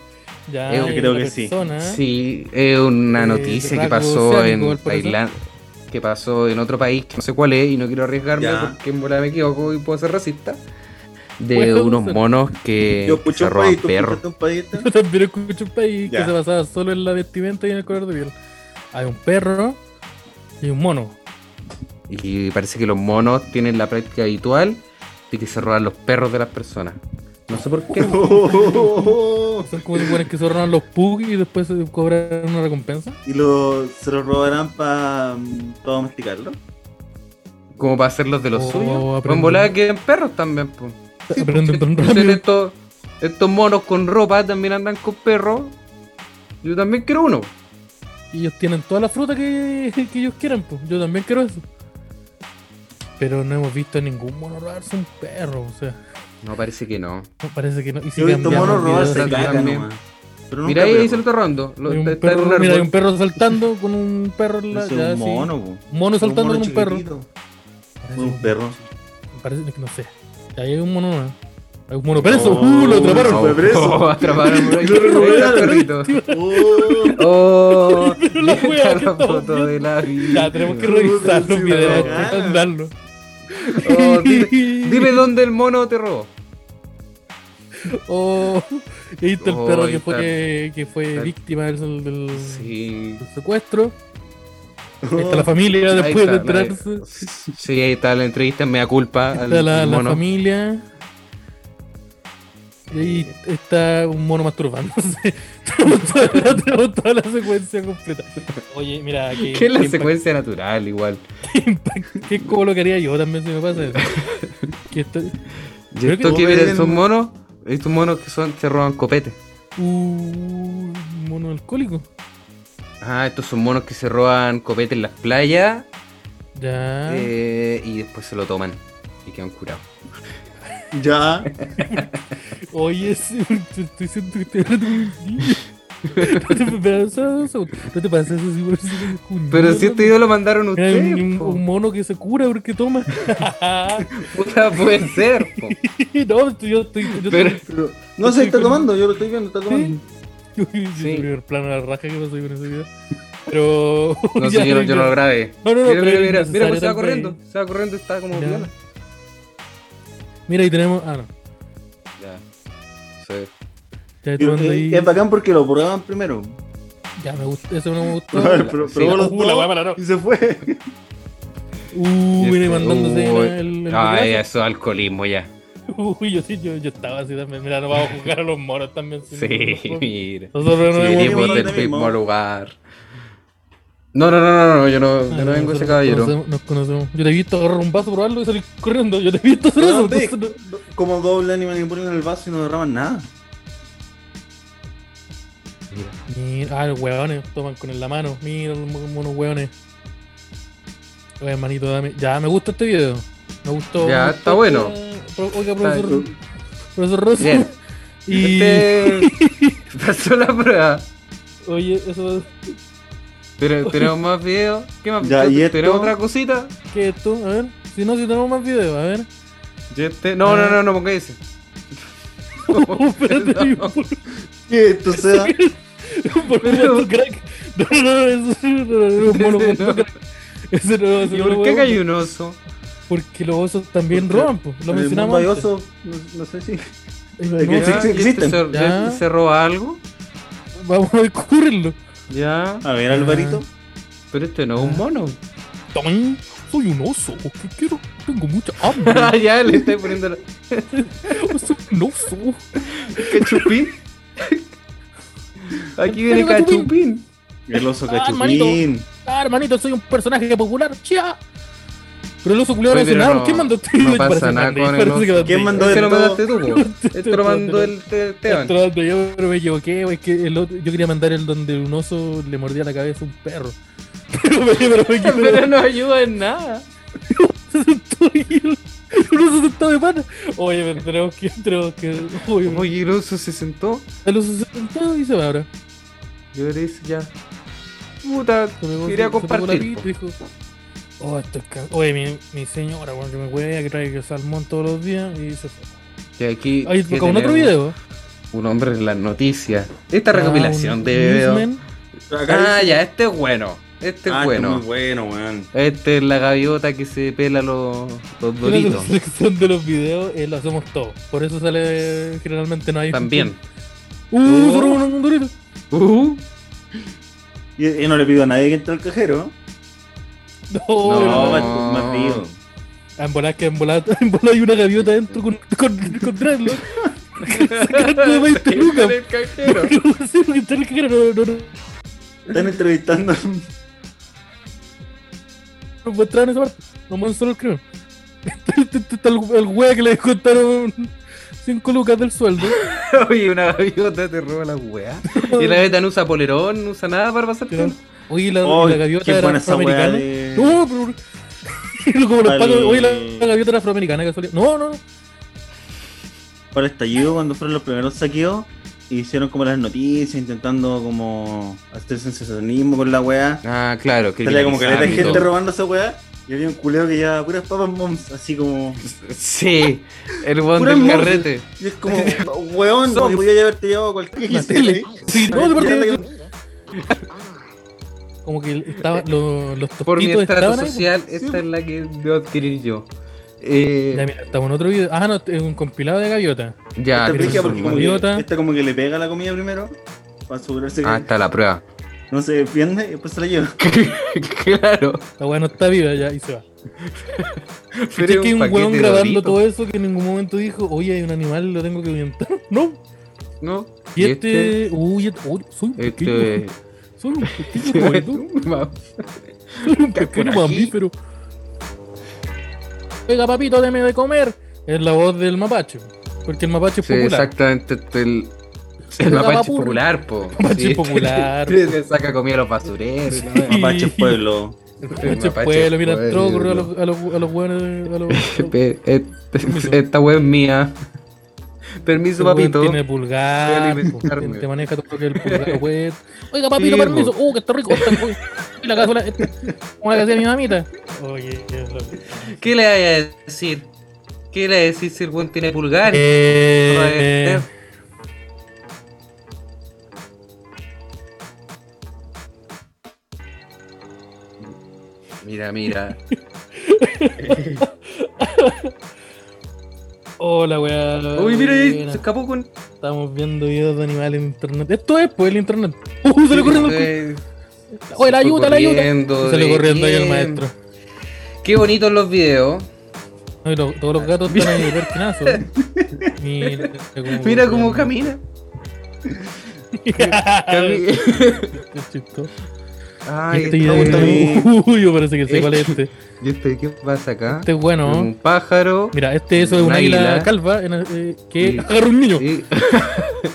[SPEAKER 2] Ya,
[SPEAKER 1] Eh, yo
[SPEAKER 2] hay
[SPEAKER 3] creo
[SPEAKER 2] una
[SPEAKER 3] que sí.
[SPEAKER 2] persona.
[SPEAKER 1] Sí, es una
[SPEAKER 2] Eh,
[SPEAKER 1] noticia que
[SPEAKER 2] rasgo
[SPEAKER 1] pasó
[SPEAKER 2] oceánico,
[SPEAKER 1] en
[SPEAKER 2] al parecer.
[SPEAKER 1] Tailandia, que pasó en otro país, que no sé cuál es, y no quiero arriesgarme
[SPEAKER 3] Ya.
[SPEAKER 1] porque en bola me equivoco y puedo ser racista, de
[SPEAKER 2] Puedo
[SPEAKER 1] unos
[SPEAKER 2] ser.
[SPEAKER 1] monos que,
[SPEAKER 3] yo
[SPEAKER 1] que
[SPEAKER 3] escuché
[SPEAKER 1] se
[SPEAKER 3] un
[SPEAKER 1] roban
[SPEAKER 3] país, tú
[SPEAKER 1] perros.
[SPEAKER 3] escuchaste un país. ¿tá?
[SPEAKER 2] Yo también escucho un país
[SPEAKER 3] Ya.
[SPEAKER 2] que se basaba solo en la vestimenta y en el color de piel. Hay un perro y un mono.
[SPEAKER 1] Y parece que los monos tienen la práctica habitual de que se roban los perros de las personas. No sé por qué.
[SPEAKER 3] Oh,
[SPEAKER 2] Son como si fueran que se roban los pug y después se cobran una recompensa.
[SPEAKER 3] y lo, se lo robarán para domesticarlo.
[SPEAKER 1] Como para hacerlos de los
[SPEAKER 2] Oh,
[SPEAKER 1] suyos. Pues En
[SPEAKER 2] aprendí.
[SPEAKER 1] bola que en perros también, pues.
[SPEAKER 2] Aprenden tan
[SPEAKER 1] Entonces,
[SPEAKER 2] rápido.
[SPEAKER 1] estos, estos monos con ropa también andan con perros. Yo también quiero uno.
[SPEAKER 2] Y ellos tienen toda la fruta que, que ellos quieran, pues. Yo también quiero eso. Pero no hemos visto a ningún mono robarse un perro, o sea.
[SPEAKER 1] No, parece que no.
[SPEAKER 2] No, Parece que no. Y si
[SPEAKER 3] Yo he visto
[SPEAKER 2] cambiamos
[SPEAKER 3] monos
[SPEAKER 1] monos
[SPEAKER 3] robarse
[SPEAKER 1] videos
[SPEAKER 3] caca
[SPEAKER 1] también.
[SPEAKER 3] nomás. Pero nunca
[SPEAKER 1] Mira ahí, ahí
[SPEAKER 3] veo.
[SPEAKER 1] se lo está robando.
[SPEAKER 2] Hay un
[SPEAKER 1] está, está en
[SPEAKER 2] perro-
[SPEAKER 1] un
[SPEAKER 2] mira, hay un
[SPEAKER 1] árbol.
[SPEAKER 2] perro saltando con un perro. en la-
[SPEAKER 3] Ese
[SPEAKER 2] ya,
[SPEAKER 3] es un
[SPEAKER 2] sí.
[SPEAKER 3] mono, po.
[SPEAKER 2] Mono saltando
[SPEAKER 3] mono
[SPEAKER 2] con un perro.
[SPEAKER 3] chiquitito.
[SPEAKER 2] Parece,
[SPEAKER 3] Un perro.
[SPEAKER 2] parece que no sé. Ahí hay un mono. ¿no? Hay un mono preso.
[SPEAKER 3] Oh,
[SPEAKER 2] ¡Uh! Lo atraparon.
[SPEAKER 3] no. fue preso.
[SPEAKER 1] Oh, atraparon. Ahí está
[SPEAKER 3] Lo
[SPEAKER 1] el
[SPEAKER 3] robaron.
[SPEAKER 1] perrito.
[SPEAKER 3] Oh,
[SPEAKER 1] Oh,
[SPEAKER 2] La
[SPEAKER 1] ahí
[SPEAKER 2] wea
[SPEAKER 1] está
[SPEAKER 2] que
[SPEAKER 1] la
[SPEAKER 2] estamos
[SPEAKER 1] foto de la vida.
[SPEAKER 2] Ya, tenemos que revisar los
[SPEAKER 3] Sí,
[SPEAKER 2] videos.
[SPEAKER 3] bacán.
[SPEAKER 2] andarlo.
[SPEAKER 1] Oh, dime, dime dónde el mono te robó.
[SPEAKER 2] Oh, ahí está el
[SPEAKER 1] Oh,
[SPEAKER 2] perro
[SPEAKER 1] ahí
[SPEAKER 2] que
[SPEAKER 1] está.
[SPEAKER 2] fue, que, que fue
[SPEAKER 1] Está.
[SPEAKER 2] víctima del, del-
[SPEAKER 1] Sí.
[SPEAKER 2] del secuestro.
[SPEAKER 3] oh.
[SPEAKER 2] Ahí está la familia
[SPEAKER 1] Ahí
[SPEAKER 2] después de
[SPEAKER 1] está, la-
[SPEAKER 2] entrarse.
[SPEAKER 1] Sí, ahí está la entrevista en mea culpa al
[SPEAKER 2] Está la, la
[SPEAKER 1] mono.
[SPEAKER 2] familia. Y ahí está un mono masturbándose. Tenemos toda la- tenemos toda la secuencia completa. Oye, mira, que,
[SPEAKER 1] Que es la
[SPEAKER 2] que impact-
[SPEAKER 1] secuencia natural igual.
[SPEAKER 2] impact- que es como lo que haría yo también si me pasa eso. Que estoy-
[SPEAKER 1] Y
[SPEAKER 2] Creo que
[SPEAKER 1] estos que
[SPEAKER 3] no
[SPEAKER 1] miren,
[SPEAKER 3] ven-
[SPEAKER 1] estos monos, estos monos que son, se roban copetes.
[SPEAKER 2] Uh, mono alcohólico.
[SPEAKER 1] Ah, estos son monos que se roban copetes en las playas
[SPEAKER 2] Ya.
[SPEAKER 1] eh, y después se lo toman y quedan curados.
[SPEAKER 3] Uh, Ya.
[SPEAKER 2] Oye, sí, estoy siento que estoy hablando con un niño. No te pases eso. No te pases eso. sí, por eso que es un
[SPEAKER 1] Pero
[SPEAKER 2] niño,
[SPEAKER 1] si
[SPEAKER 2] ¿no?
[SPEAKER 1] este video lo mandaron
[SPEAKER 2] Era
[SPEAKER 1] ustedes,
[SPEAKER 2] un, un-
[SPEAKER 1] po.
[SPEAKER 2] un mono que se cura porque toma.
[SPEAKER 1] puta puede ser. po.
[SPEAKER 2] no, estoy- yo estoy. Yo
[SPEAKER 1] Pero-
[SPEAKER 2] estoy-
[SPEAKER 3] Pero- no se está tomando, yo lo estoy viendo, está tomando.
[SPEAKER 2] yo soy el
[SPEAKER 1] Sí.
[SPEAKER 2] primer plano de la raja que pasó con ese video. Pero.
[SPEAKER 1] No
[SPEAKER 2] ya,
[SPEAKER 1] sé, yo, no- yo no lo grabé.
[SPEAKER 2] No, no, no,
[SPEAKER 1] Mira,
[SPEAKER 2] pero
[SPEAKER 1] mira, mira,
[SPEAKER 2] era
[SPEAKER 1] mira, pues se
[SPEAKER 2] innecesario
[SPEAKER 1] va corriendo,
[SPEAKER 2] también.
[SPEAKER 1] se va corriendo, está como
[SPEAKER 2] Ya.
[SPEAKER 1] viola.
[SPEAKER 2] Mira, ahí tenemos. Ah, no.
[SPEAKER 1] Ya. Sí.
[SPEAKER 2] Ya,
[SPEAKER 3] Pero,
[SPEAKER 2] tomando ahí.
[SPEAKER 3] eh, es bacán porque lo probaban primero.
[SPEAKER 2] ya me gusta. Eso no me gustó.
[SPEAKER 3] Pero- pero-
[SPEAKER 1] sí,
[SPEAKER 3] probó
[SPEAKER 1] la-
[SPEAKER 3] los
[SPEAKER 2] uh, la
[SPEAKER 3] dos
[SPEAKER 2] hueá mala, no.
[SPEAKER 3] Y se fue.
[SPEAKER 2] Uh, viene
[SPEAKER 1] Este,
[SPEAKER 2] mandándose
[SPEAKER 1] uy.
[SPEAKER 2] el. el
[SPEAKER 1] Ay,
[SPEAKER 2] brazo.
[SPEAKER 1] eso es alcoholismo ya.
[SPEAKER 2] Uy, yo sí, yo, yo estaba así también. Mira, no vamos a juzgar a los moros también. sin
[SPEAKER 1] Sí,
[SPEAKER 2] ningún problema.
[SPEAKER 1] mira.
[SPEAKER 2] Nosotros no
[SPEAKER 1] Sí,
[SPEAKER 2] hemos
[SPEAKER 1] venimos
[SPEAKER 3] venido
[SPEAKER 1] del
[SPEAKER 3] del mismo.
[SPEAKER 1] mismo lugar. No, no, no, no, no, yo no,
[SPEAKER 2] Ah,
[SPEAKER 1] yo no vengo de ese
[SPEAKER 2] nosotros
[SPEAKER 1] caballero.
[SPEAKER 2] Nos conocemos, nos conocemos. Yo te he visto agarrar un vaso, probarlo y salir corriendo. Yo te he visto hacer eso.
[SPEAKER 3] No, te-
[SPEAKER 2] entonces no-
[SPEAKER 3] Como doblan y manipulan el vaso y no derraman nada.
[SPEAKER 1] Mira.
[SPEAKER 2] Mira, ah, los hueones toman con la mano. Mira los mo- monos hueones. Oye, hermanito, dame. Ya, me gusta este video. Me gustó.
[SPEAKER 1] Ya,
[SPEAKER 2] me
[SPEAKER 1] está
[SPEAKER 2] gustó
[SPEAKER 1] bueno.
[SPEAKER 2] este- Pro- Oiga, profesor, profesor Rosso.
[SPEAKER 1] Bien.
[SPEAKER 2] Y.
[SPEAKER 1] Este pasó la prueba.
[SPEAKER 2] Oye, eso.
[SPEAKER 1] Pero tenemos más videos. ¿Qué más?
[SPEAKER 3] Ya, ¿y
[SPEAKER 1] ¿Tenemos
[SPEAKER 3] esto?
[SPEAKER 1] otra cosita?
[SPEAKER 2] ¿Qué es esto? A ver. Si no, si tenemos más videos, a ver.
[SPEAKER 1] ¿Y este? No,
[SPEAKER 3] Eh.
[SPEAKER 1] no, no, no pongáis ese.
[SPEAKER 2] Oh, espérate, hay un
[SPEAKER 1] No.
[SPEAKER 2] por-
[SPEAKER 3] Que esto sea.
[SPEAKER 2] por
[SPEAKER 1] Pero-
[SPEAKER 2] un crack. No, no, no, eso no, no, no, un mono
[SPEAKER 1] Ese
[SPEAKER 2] muerto
[SPEAKER 1] no.
[SPEAKER 2] crack. Ese no, ese
[SPEAKER 1] ¿Y
[SPEAKER 2] no,
[SPEAKER 1] por qué
[SPEAKER 2] hueón.
[SPEAKER 1] cayó un oso?
[SPEAKER 2] Porque los osos también
[SPEAKER 3] Porque
[SPEAKER 2] roban, pues. Lo
[SPEAKER 3] en el
[SPEAKER 2] mencionamos.
[SPEAKER 3] eh, mundo hay
[SPEAKER 2] antes.
[SPEAKER 3] osos, no, no sé si.
[SPEAKER 2] Ay,
[SPEAKER 3] hay
[SPEAKER 2] no,
[SPEAKER 3] que-
[SPEAKER 1] Ya,
[SPEAKER 3] sí,
[SPEAKER 1] ¿y este
[SPEAKER 3] existen.
[SPEAKER 1] se-
[SPEAKER 2] Ya.
[SPEAKER 1] ¿Se roba algo?
[SPEAKER 2] Vamos a descubrirlo.
[SPEAKER 1] Ya.
[SPEAKER 3] A ver, Alvarito.
[SPEAKER 1] Pero este no es un mono.
[SPEAKER 2] Tan, soy un oso. ¿Qué quiero? Tengo mucha hambre.
[SPEAKER 1] ya le estoy poniendo la...
[SPEAKER 2] soy un oso.
[SPEAKER 1] ¿Cachupín? Aquí viene
[SPEAKER 2] Pero cachupín.
[SPEAKER 1] cachupín.
[SPEAKER 3] El oso
[SPEAKER 2] Ah,
[SPEAKER 3] cachupín.
[SPEAKER 2] Ah, hermanito, soy un personaje popular. Chia. Pero el oso culiado no
[SPEAKER 1] Oye,
[SPEAKER 2] hace
[SPEAKER 1] pero
[SPEAKER 2] nada.
[SPEAKER 1] no-
[SPEAKER 2] ¿Quién mandó este
[SPEAKER 1] no
[SPEAKER 2] video?
[SPEAKER 1] pasa
[SPEAKER 2] Parece
[SPEAKER 1] nada
[SPEAKER 2] Andy,
[SPEAKER 1] con el
[SPEAKER 2] parece que
[SPEAKER 1] oso.
[SPEAKER 2] Andy.
[SPEAKER 3] ¿Quién mandó? este,
[SPEAKER 1] Este lo
[SPEAKER 3] Todo-
[SPEAKER 1] mandaste tú, po. Este lo mandó el Te- Esteban.
[SPEAKER 2] Estoy hablando Yo pero me equivoqué, es que el otro- yo quería mandar el donde un oso le mordía la cabeza a un perro. Pero me, pero me
[SPEAKER 1] Pero no ayuda en nada.
[SPEAKER 2] se sentó y el, el oso sentado de pana. Oye, pero tenemos que, tenemos que. Oye,
[SPEAKER 1] Oye, el oso se sentó.
[SPEAKER 2] el oso se sentado y se va ahora.
[SPEAKER 1] Yo le dije ya. Puta,
[SPEAKER 2] Se pegó-
[SPEAKER 1] quería
[SPEAKER 2] se pegó la
[SPEAKER 1] compartir.
[SPEAKER 2] pita y dijo, "Oh, esto es ca- Oye, mi, mi señora, bueno, que me huevea, que trae salmón todos los días y se fue.
[SPEAKER 1] po. Y aquí.
[SPEAKER 2] Ahí
[SPEAKER 1] ¿qué
[SPEAKER 2] con otro
[SPEAKER 1] tenemos?
[SPEAKER 2] video.
[SPEAKER 1] Un hombre en las noticias. Esta
[SPEAKER 2] Ah,
[SPEAKER 1] recopilación
[SPEAKER 2] un
[SPEAKER 1] de videos.
[SPEAKER 2] newsman.
[SPEAKER 1] Ah, ya, este es bueno. Este es
[SPEAKER 3] Ah,
[SPEAKER 1] bueno.
[SPEAKER 3] está muy bueno, weón.
[SPEAKER 1] Este es la gaviota que se pela los, los
[SPEAKER 2] Creo que La
[SPEAKER 1] doritos.
[SPEAKER 2] selección de los videos eh, lo hacemos todos. Por eso sale generalmente no hay.
[SPEAKER 1] También.
[SPEAKER 2] Uh, solo un, un dorito.
[SPEAKER 1] Uh,
[SPEAKER 3] Y, y no le pido a nadie que entre al cajero.
[SPEAKER 2] No,
[SPEAKER 3] No,
[SPEAKER 2] no.
[SPEAKER 3] más, más frío.
[SPEAKER 2] En volada, que en volada, en volada hay una gaviota adentro con, con, con Dreadlock. Sacando de 20 lucas.
[SPEAKER 1] el cajero.
[SPEAKER 2] No sé, porque está en el cajero, no, no, no.
[SPEAKER 3] Están entrevistando. a un-
[SPEAKER 2] No mostraron esa parte. No mostraron solo el crimen. Está- está- está el, el wea que le descontaron 5 lucas del sueldo.
[SPEAKER 1] Oye, una gaviota te roba la weá. Y la beta no usa polerón, no usa nada para pasar tiempo.
[SPEAKER 2] Oye, la,
[SPEAKER 3] Oh,
[SPEAKER 2] la gaviota
[SPEAKER 3] qué
[SPEAKER 2] era
[SPEAKER 3] buena esa weá eh.
[SPEAKER 2] afroamericana.
[SPEAKER 3] de-
[SPEAKER 2] No, pero. Como los
[SPEAKER 3] Al-
[SPEAKER 2] pacos, oye, la, la gaviota era afroamericana, casualidad. No, no, no.
[SPEAKER 3] para el estallido cuando fueron los primeros saqueos. e Hicieron como las noticias, intentando como hacer sensacionismo con la weá.
[SPEAKER 1] Ah, claro. que
[SPEAKER 3] Salía como caleta de gente robando esa weá. Y había un culeo que llevaba puras papas moms, así como.
[SPEAKER 1] Sí, el buen
[SPEAKER 3] Puras
[SPEAKER 1] del
[SPEAKER 3] moms.
[SPEAKER 1] carrete.
[SPEAKER 3] Y es como, weón, porque podía haberte llevado cualquier
[SPEAKER 2] La
[SPEAKER 3] quisiera,
[SPEAKER 2] tele.
[SPEAKER 3] ¿eh?
[SPEAKER 2] Sí, no,
[SPEAKER 3] Ay,
[SPEAKER 2] de parte-
[SPEAKER 3] mierda,
[SPEAKER 2] Como que estaba, lo- los tostitos
[SPEAKER 1] Por mi estrato
[SPEAKER 2] estaban ahí,
[SPEAKER 1] social,
[SPEAKER 3] Sí,
[SPEAKER 1] esta
[SPEAKER 3] pues.
[SPEAKER 1] es la que debo adquirir yo. Eh,
[SPEAKER 2] Ya, mira, estamos en otro video. Ah, no, es un compilado de gaviota.
[SPEAKER 1] ya, pero
[SPEAKER 3] Esta es brígida
[SPEAKER 1] eso
[SPEAKER 3] porque
[SPEAKER 1] es
[SPEAKER 3] como
[SPEAKER 1] un-
[SPEAKER 2] idiota.
[SPEAKER 3] que, esta como que le pega la comida primero para asegurarse que
[SPEAKER 1] Ah, está la prueba.
[SPEAKER 3] no se defiende y después se la lleva.
[SPEAKER 1] claro.
[SPEAKER 2] La weá no está viva ya y se va.
[SPEAKER 1] Pero
[SPEAKER 2] es que un
[SPEAKER 1] paquete
[SPEAKER 2] weón
[SPEAKER 1] de
[SPEAKER 2] grabando
[SPEAKER 1] Doritos,
[SPEAKER 2] todo eso que en ningún momento dijo, oye, hay un animal, lo tengo que orientar. No.
[SPEAKER 1] ¿No?
[SPEAKER 2] Y este. Uy, et- uy, soy un pequeño.
[SPEAKER 1] Este.
[SPEAKER 2] Soy un pequeño guaidón, Soy un pequeño
[SPEAKER 1] Cacorají.
[SPEAKER 2] mamífero. Venga, papito, deme de comer. Es la voz del mapache. Porque el mapache es
[SPEAKER 1] Sí,
[SPEAKER 2] popular.
[SPEAKER 1] exactamente. este, El, el
[SPEAKER 2] La
[SPEAKER 1] mapache
[SPEAKER 2] papurri.
[SPEAKER 1] popular, po.
[SPEAKER 2] Mapache
[SPEAKER 1] Sí,
[SPEAKER 2] popular.
[SPEAKER 1] este- este saca comida a los basureros. y la wea.
[SPEAKER 3] Apache Pueblo.
[SPEAKER 2] El
[SPEAKER 1] mapache
[SPEAKER 2] mapache es pueblo, Este mira,
[SPEAKER 1] pueblo.
[SPEAKER 2] entró, corrió a los, a los, a los hueones. A los,
[SPEAKER 1] Pe- et- Esta wea es mía. Permiso,
[SPEAKER 2] Ese Este weón
[SPEAKER 1] papito.
[SPEAKER 2] Tiene
[SPEAKER 1] Voy a
[SPEAKER 2] pulgar. po.
[SPEAKER 1] alimentarme.
[SPEAKER 2] Tiene- Te maneja todo el pulgar, weón. Oiga, papito,
[SPEAKER 1] Sí,
[SPEAKER 2] permiso.
[SPEAKER 1] po.
[SPEAKER 2] Uh, que está rico. Está, uy, y la cazuela. esta, Como la que hacía mi mamita. Oye, qué loco.
[SPEAKER 1] ¿Qué le vaya a decir? ¿Qué le decís si el buen tiene pulgar? Este.
[SPEAKER 2] Eh,
[SPEAKER 1] Mira, mira.
[SPEAKER 2] Hola, weá.
[SPEAKER 1] Uy, mira, ahí
[SPEAKER 2] Buena.
[SPEAKER 1] se escapó con.
[SPEAKER 2] Estamos viendo videos de animales en internet. Esto es, pues, el internet. Uh, se le corriendo el cu-
[SPEAKER 1] Eh,
[SPEAKER 2] Oye, la
[SPEAKER 1] se fue
[SPEAKER 2] ayuda, la ayuda.
[SPEAKER 1] corriendo
[SPEAKER 2] Se le
[SPEAKER 1] de
[SPEAKER 2] corriendo ahí al
[SPEAKER 1] bien.
[SPEAKER 2] maestro.
[SPEAKER 1] Qué bonitos los videos.
[SPEAKER 2] No, y lo- todos los gatos están ahí de perkinazo. ¿eh? Mira,
[SPEAKER 1] Mira cómo camina. Cami-
[SPEAKER 2] Qué chistoso.
[SPEAKER 1] Ay,
[SPEAKER 2] Este
[SPEAKER 1] está
[SPEAKER 2] video-
[SPEAKER 1] bonito.
[SPEAKER 2] Uy, yo parece que sé cuál es este.
[SPEAKER 1] ¿Y este qué pasa acá?
[SPEAKER 2] Este es bueno.
[SPEAKER 1] Un pájaro.
[SPEAKER 2] Mira, este eso es un
[SPEAKER 1] Un
[SPEAKER 2] águila,
[SPEAKER 1] águila.
[SPEAKER 2] calva en el- eh, que
[SPEAKER 1] Sí.
[SPEAKER 2] agarra un niño.
[SPEAKER 1] Sí.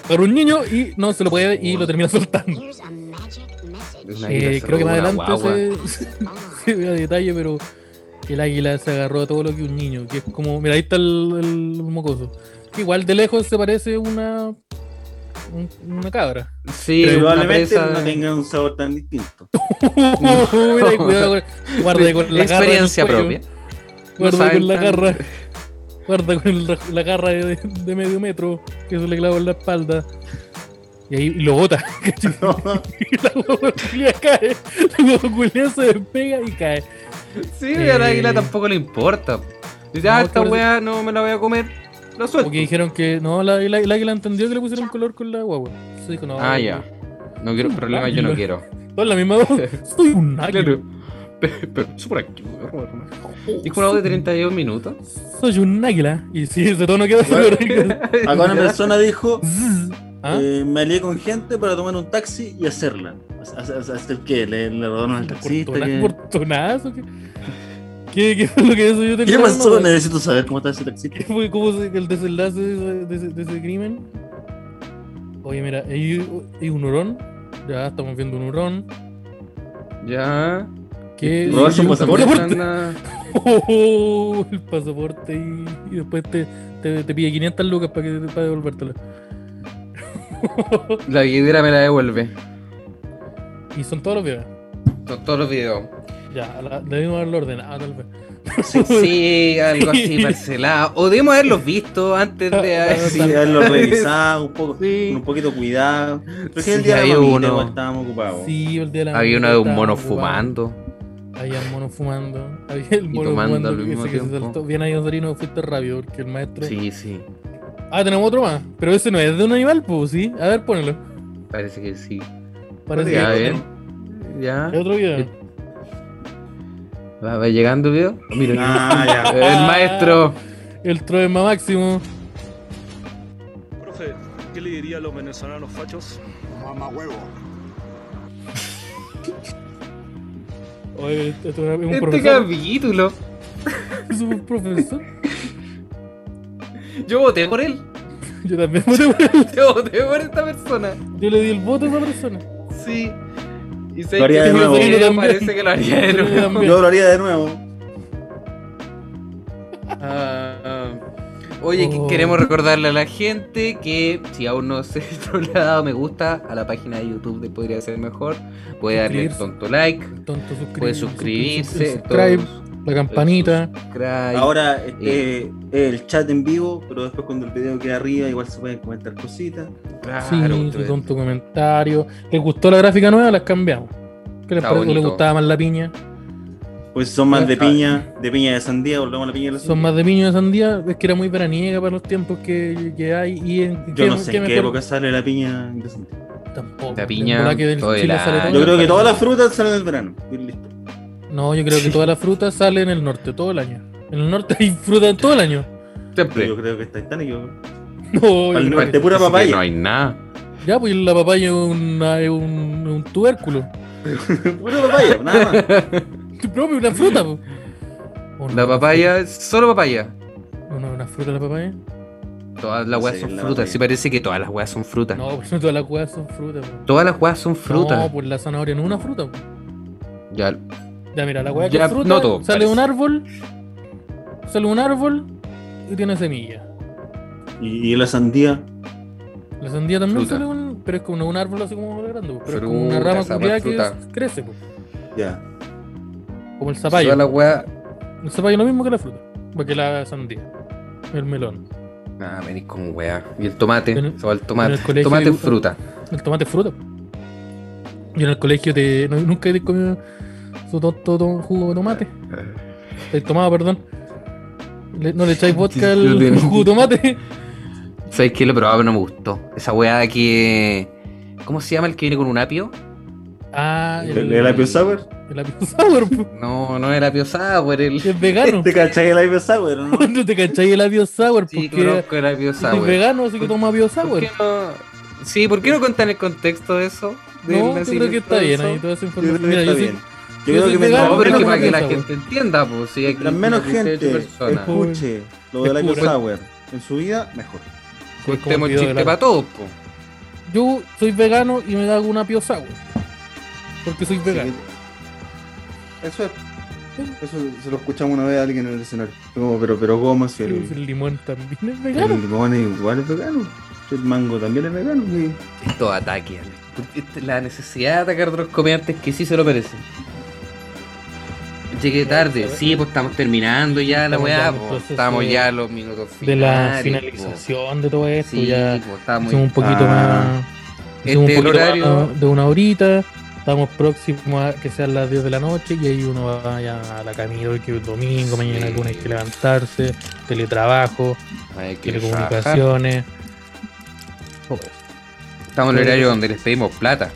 [SPEAKER 2] Agarra un niño y no se lo puede y lo termina soltando.
[SPEAKER 4] Here's a magic message.
[SPEAKER 1] Un
[SPEAKER 2] Eh,
[SPEAKER 1] águila se
[SPEAKER 2] creo que más
[SPEAKER 1] robó una
[SPEAKER 2] adelante
[SPEAKER 1] guagua.
[SPEAKER 2] se, se ve a detalle, pero el águila se agarró a todo lo que un niño. Que es como, mira, ahí está el, el mocoso. Que igual de lejos se parece una. un- una cabra.
[SPEAKER 1] Sí,
[SPEAKER 3] Pero
[SPEAKER 1] una
[SPEAKER 3] probablemente
[SPEAKER 1] presa-
[SPEAKER 3] no tengan un sabor tan distinto.
[SPEAKER 2] Mira, y cuidado con, guarda con la garra en el
[SPEAKER 1] Experiencia
[SPEAKER 2] cuello.
[SPEAKER 1] propia. No
[SPEAKER 2] Guarda
[SPEAKER 1] saben
[SPEAKER 2] con la
[SPEAKER 1] tan-
[SPEAKER 2] garra. Guarda con la, la garra de, de medio metro que se le clavó en la espalda. Y ahí lo bota. Y la guagua culia cae. La guagua culia se despega y cae.
[SPEAKER 1] Sí, a la
[SPEAKER 2] Eh.
[SPEAKER 1] águila tampoco le importa. Dice, ah,
[SPEAKER 2] No,
[SPEAKER 1] esta
[SPEAKER 2] pero-
[SPEAKER 1] weá no me la voy a comer. La suelto.
[SPEAKER 2] Porque dijeron que. No, la la- la águila entendió que le pusieron color con la guagua. Entonces dijo, no.
[SPEAKER 1] Ah, ya. No quiero problemas, yo no
[SPEAKER 2] águila.
[SPEAKER 1] quiero.
[SPEAKER 2] Todo la misma voz. Soy un águila.
[SPEAKER 1] Claro. Pero, pero es por aquí, weón.
[SPEAKER 2] Oh,
[SPEAKER 1] Dijo una voz de 32 minutos.
[SPEAKER 2] Soy un águila. Y sí, ese tono queda súper rico.
[SPEAKER 3] Acá una persona dijo,
[SPEAKER 2] ¿Ah?
[SPEAKER 3] eh, me alié con gente para tomar un taxi y hacerla. ¿Hacer qué? ¿Le, le robaron al taxista?
[SPEAKER 2] Portona-
[SPEAKER 3] ¿Qué,
[SPEAKER 2] ¿Portonazo? ¿Qué, qué, qué fue lo que eso yo te
[SPEAKER 3] ¿Qué pasó? Necesito saber cómo está ese taxista.
[SPEAKER 2] ¿Qué fue como se- el desenlace de, ese- de ese- de ese crimen? Oye, mira, hay, hay un hurón. Ya estamos viendo un hurón.
[SPEAKER 1] Ya.
[SPEAKER 2] Que
[SPEAKER 3] Robar su
[SPEAKER 2] un
[SPEAKER 3] pasaporte.
[SPEAKER 2] pasaporte.
[SPEAKER 1] Anda-
[SPEAKER 2] Oh, el pasaporte y, y después te, te, te pide 500 lucas para, que, para devolvértelo.
[SPEAKER 1] La billetera me la devuelve.
[SPEAKER 2] Y son todos los videos.
[SPEAKER 1] To- Todos los videos.
[SPEAKER 2] Ya, la- debimos haberlo ordenado Ah, tal vez.
[SPEAKER 1] Sí, algo así, parcelado. O debemos haberlos visto antes de.
[SPEAKER 3] Sí, haberlo revisado, un poco,
[SPEAKER 1] Sí.
[SPEAKER 3] con un poquito de cuidado. Pero que el
[SPEAKER 1] Sí,
[SPEAKER 3] día de
[SPEAKER 1] hay
[SPEAKER 3] la mamita
[SPEAKER 1] uno.
[SPEAKER 3] igual estábamos ocupados.
[SPEAKER 2] Sí, el día de la
[SPEAKER 1] Había una de un
[SPEAKER 2] mañana
[SPEAKER 1] mono
[SPEAKER 2] estábamos ocupados.
[SPEAKER 1] fumando.
[SPEAKER 2] Había el mono fumando. Había el mono
[SPEAKER 1] tomando
[SPEAKER 2] fumando
[SPEAKER 1] al
[SPEAKER 2] que
[SPEAKER 1] mismo
[SPEAKER 2] ese que se
[SPEAKER 1] tiempo.
[SPEAKER 2] saltó. Bien ahí, Osarino, fuiste rápido porque el maestro.
[SPEAKER 1] Sí, sí.
[SPEAKER 2] Ah, tenemos otro más. Pero ese no es de un animal, pues sí. A ver, ponelo.
[SPEAKER 1] Parece que sí.
[SPEAKER 2] Parece
[SPEAKER 1] Ya,
[SPEAKER 2] que
[SPEAKER 1] eh. Ya.
[SPEAKER 2] es otro video.
[SPEAKER 1] ¿Va, va llegando el video? Mira.
[SPEAKER 3] Ah, ya.
[SPEAKER 1] El maestro.
[SPEAKER 2] El Troema Máximo.
[SPEAKER 5] Profe, ¿qué le diría a los venezolanos fachos?
[SPEAKER 6] Mamá huevo.
[SPEAKER 2] Oye, esto es un
[SPEAKER 1] Este
[SPEAKER 2] profesor.
[SPEAKER 1] capítulo.
[SPEAKER 2] Es un profesor.
[SPEAKER 1] Yo voté por él.
[SPEAKER 2] Yo también voté por él.
[SPEAKER 1] Yo voté por esta persona.
[SPEAKER 2] Yo le di el voto a esa persona.
[SPEAKER 1] Sí. Y sé
[SPEAKER 3] Lo haría
[SPEAKER 1] que
[SPEAKER 3] de nuevo.
[SPEAKER 1] Rosario
[SPEAKER 2] Yo también.
[SPEAKER 1] parece que lo haría de
[SPEAKER 2] Yo
[SPEAKER 1] nuevo.
[SPEAKER 2] también.
[SPEAKER 3] Yo lo haría de nuevo.
[SPEAKER 1] Ah, ah. Oye, que
[SPEAKER 2] Oh.
[SPEAKER 1] queremos recordarle a la gente que si aún no se no le ha dado me gusta a la página de YouTube de Podría Ser Mejor, puede darle el
[SPEAKER 2] Suscribirse.
[SPEAKER 1] tonto like,
[SPEAKER 2] Tonto suscribirse.
[SPEAKER 1] puede suscribirse,
[SPEAKER 2] Subscribe,
[SPEAKER 1] todo,
[SPEAKER 2] la campanita.
[SPEAKER 1] subscribe.
[SPEAKER 3] Ahora este,
[SPEAKER 2] eh,
[SPEAKER 3] el chat en vivo, pero después cuando el video quede arriba, igual se pueden comentar cositas.
[SPEAKER 1] claro,
[SPEAKER 2] Sí,
[SPEAKER 1] todo
[SPEAKER 2] su
[SPEAKER 1] eso.
[SPEAKER 2] tonto comentario. ¿Les gustó la gráfica nueva? Las cambiamos. ¿Qué les
[SPEAKER 1] Está
[SPEAKER 2] parece? ¿O les
[SPEAKER 1] bonito.
[SPEAKER 2] gustaba más la piña?
[SPEAKER 3] Pues son más de
[SPEAKER 1] Ay.
[SPEAKER 3] piña, de piña de sandía, volvemos a la piña de la
[SPEAKER 2] Son
[SPEAKER 3] sandía.
[SPEAKER 2] más de piña de sandía. Es que era muy veraniega para los tiempos que, que hay. Y en,
[SPEAKER 3] Yo no sé en qué
[SPEAKER 2] mejor-
[SPEAKER 3] época sale la piña de sandía.
[SPEAKER 2] Tampoco.
[SPEAKER 1] La
[SPEAKER 2] en
[SPEAKER 1] piña,
[SPEAKER 2] verdad que del
[SPEAKER 1] todo el
[SPEAKER 2] Chile sale
[SPEAKER 1] año.
[SPEAKER 2] todo.
[SPEAKER 3] Yo creo que todas las frutas salen en el verano. Y listo.
[SPEAKER 2] No, yo creo que toda la fruta sale en el norte, todo el año. En el norte hay fruta todo el año.
[SPEAKER 1] Siempre.
[SPEAKER 3] Yo creo que está tan yo.
[SPEAKER 2] No, yo
[SPEAKER 3] Al
[SPEAKER 2] creo
[SPEAKER 3] norte,
[SPEAKER 2] que-
[SPEAKER 3] pura
[SPEAKER 1] Así que
[SPEAKER 3] papaya.
[SPEAKER 1] No hay nada.
[SPEAKER 2] Ya, pues la papaya es, una- es un, un tubérculo.
[SPEAKER 3] Pura papaya, nada más.
[SPEAKER 2] Tu propio, una fruta. po. ¿O no?
[SPEAKER 1] La papaya, solo papaya.
[SPEAKER 2] ¿No no es una fruta la papaya?
[SPEAKER 1] Todas las
[SPEAKER 3] Sí,
[SPEAKER 1] weas son
[SPEAKER 3] la
[SPEAKER 1] frutas.
[SPEAKER 3] papaya.
[SPEAKER 1] Sí, parece que todas las weas son frutas.
[SPEAKER 2] No, pues no todas las cosas son frutas. po.
[SPEAKER 1] Todas las weas son
[SPEAKER 2] No,
[SPEAKER 1] frutas.
[SPEAKER 2] pues la zanahoria no es una fruta. po.
[SPEAKER 1] Ya.
[SPEAKER 2] Ya, mira, la hueá que
[SPEAKER 1] Ya,
[SPEAKER 2] es fruta,
[SPEAKER 1] no todo,
[SPEAKER 2] sale
[SPEAKER 1] parece.
[SPEAKER 2] un árbol, sale un árbol y tiene semilla.
[SPEAKER 3] Y, y la sandía.
[SPEAKER 2] La sandía también
[SPEAKER 1] Fruta.
[SPEAKER 2] sale un, pero es como un árbol así como grande, po, pero es como una
[SPEAKER 1] Fruta,
[SPEAKER 2] rama
[SPEAKER 1] esa
[SPEAKER 2] culiada
[SPEAKER 1] más
[SPEAKER 2] que
[SPEAKER 1] fruta.
[SPEAKER 2] es- crece, po,
[SPEAKER 3] Ya.
[SPEAKER 2] como el zapallo.
[SPEAKER 1] Todas las weas.
[SPEAKER 2] El zapallo es lo mismo que la fruta, porque la sandía, el melón.
[SPEAKER 1] Ah, venís con wea. Y el tomate.
[SPEAKER 2] En el-
[SPEAKER 1] Se va el tomate.
[SPEAKER 2] en el colegio
[SPEAKER 1] tomate
[SPEAKER 2] le
[SPEAKER 1] es
[SPEAKER 2] gusta.
[SPEAKER 1] fruta.
[SPEAKER 2] El tomate es fruta. Yo en el colegio te, no- nunca he comido su tonto to- jugo de tomate. El tomado, perdón. Le- no le echáis vodka
[SPEAKER 1] Yo
[SPEAKER 2] al
[SPEAKER 1] tengo-
[SPEAKER 2] jugo de tomate.
[SPEAKER 1] ¿Sabes qué? Lo probaba, pero no me gustó. Esa wea que. ¿Cómo se llama el que viene con un apio?
[SPEAKER 2] Ah,
[SPEAKER 3] ¿El, el apio sour?
[SPEAKER 2] El apio sour, po.
[SPEAKER 1] No, no era apio sour. El...
[SPEAKER 2] es vegano.
[SPEAKER 3] ¿Te cachai el apio sour o no?
[SPEAKER 2] ¿No te cacháis el apio sour?
[SPEAKER 1] Sí,
[SPEAKER 2] Porque
[SPEAKER 1] conozco el apio
[SPEAKER 2] soy
[SPEAKER 1] sour.
[SPEAKER 2] vegano, así que
[SPEAKER 1] ¿Por-
[SPEAKER 2] toma apio
[SPEAKER 1] ¿Por
[SPEAKER 2] sour.
[SPEAKER 1] qué no... Sí, ¿por qué no contan el contexto de eso? Del
[SPEAKER 2] No, yo creo
[SPEAKER 1] nacimiento
[SPEAKER 2] que está
[SPEAKER 1] de
[SPEAKER 2] bien
[SPEAKER 1] eso.
[SPEAKER 2] ahí toda esa
[SPEAKER 3] Yo creo
[SPEAKER 2] información.
[SPEAKER 3] que
[SPEAKER 2] Mira,
[SPEAKER 3] está
[SPEAKER 2] yo sí-
[SPEAKER 3] bien. Yo
[SPEAKER 2] yo
[SPEAKER 3] creo
[SPEAKER 2] soy
[SPEAKER 3] que
[SPEAKER 2] vegano,
[SPEAKER 1] No,
[SPEAKER 3] mientras
[SPEAKER 1] pero es que
[SPEAKER 2] no
[SPEAKER 1] para que la
[SPEAKER 2] conozco el
[SPEAKER 1] gente entienda, pues. Sí, aquí
[SPEAKER 3] la menos
[SPEAKER 1] somos 18
[SPEAKER 3] gente
[SPEAKER 1] personas.
[SPEAKER 3] escuche lo del
[SPEAKER 2] Es
[SPEAKER 3] apio
[SPEAKER 2] pura-
[SPEAKER 3] sour en su vida, mejor.
[SPEAKER 2] como el
[SPEAKER 1] Contemos el
[SPEAKER 2] video de
[SPEAKER 1] chiste
[SPEAKER 2] la-
[SPEAKER 1] para todos, pues.
[SPEAKER 2] Yo soy vegano y me hago un apio sour. Porque soy
[SPEAKER 3] Así
[SPEAKER 2] vegano.
[SPEAKER 3] que- Eso es. Eso se lo escuchamos una vez a alguien en el escenario. Fue como, pero, pero goma si
[SPEAKER 2] Pero
[SPEAKER 3] el,
[SPEAKER 2] el limón también es
[SPEAKER 3] el
[SPEAKER 2] vegano.
[SPEAKER 3] limón es igual es vegano. El mango también es vegano. y-
[SPEAKER 1] Esto ataque. Ale. Porque esta- La necesidad de atacar a otros comediantes que sí se lo merecen. Llegué tarde, sí, pues estamos terminando ya la
[SPEAKER 2] Estamos ya
[SPEAKER 1] weá,
[SPEAKER 2] en el
[SPEAKER 1] pues,
[SPEAKER 2] proceso
[SPEAKER 1] estamos
[SPEAKER 2] de-
[SPEAKER 1] ya a los minutos finales.
[SPEAKER 2] De la
[SPEAKER 1] pues.
[SPEAKER 2] finalización de todo esto,
[SPEAKER 1] Sí,
[SPEAKER 2] ya
[SPEAKER 1] pues, estamos...
[SPEAKER 2] hicimos un poquito
[SPEAKER 3] Ah.
[SPEAKER 2] más. Hicimos
[SPEAKER 1] Este,
[SPEAKER 2] un
[SPEAKER 1] el
[SPEAKER 2] poquito
[SPEAKER 1] horario-
[SPEAKER 2] más de una horita. Estamos próximos a que sean las 10 de la noche y ahí uno va ya a la camino que es domingo, mañana
[SPEAKER 1] Sí.
[SPEAKER 2] algunos hay que levantarse, teletrabajo,
[SPEAKER 1] Hay que trabajar.
[SPEAKER 2] telecomunicaciones. todo eso.
[SPEAKER 1] Estamos en el horario donde les pedimos plata.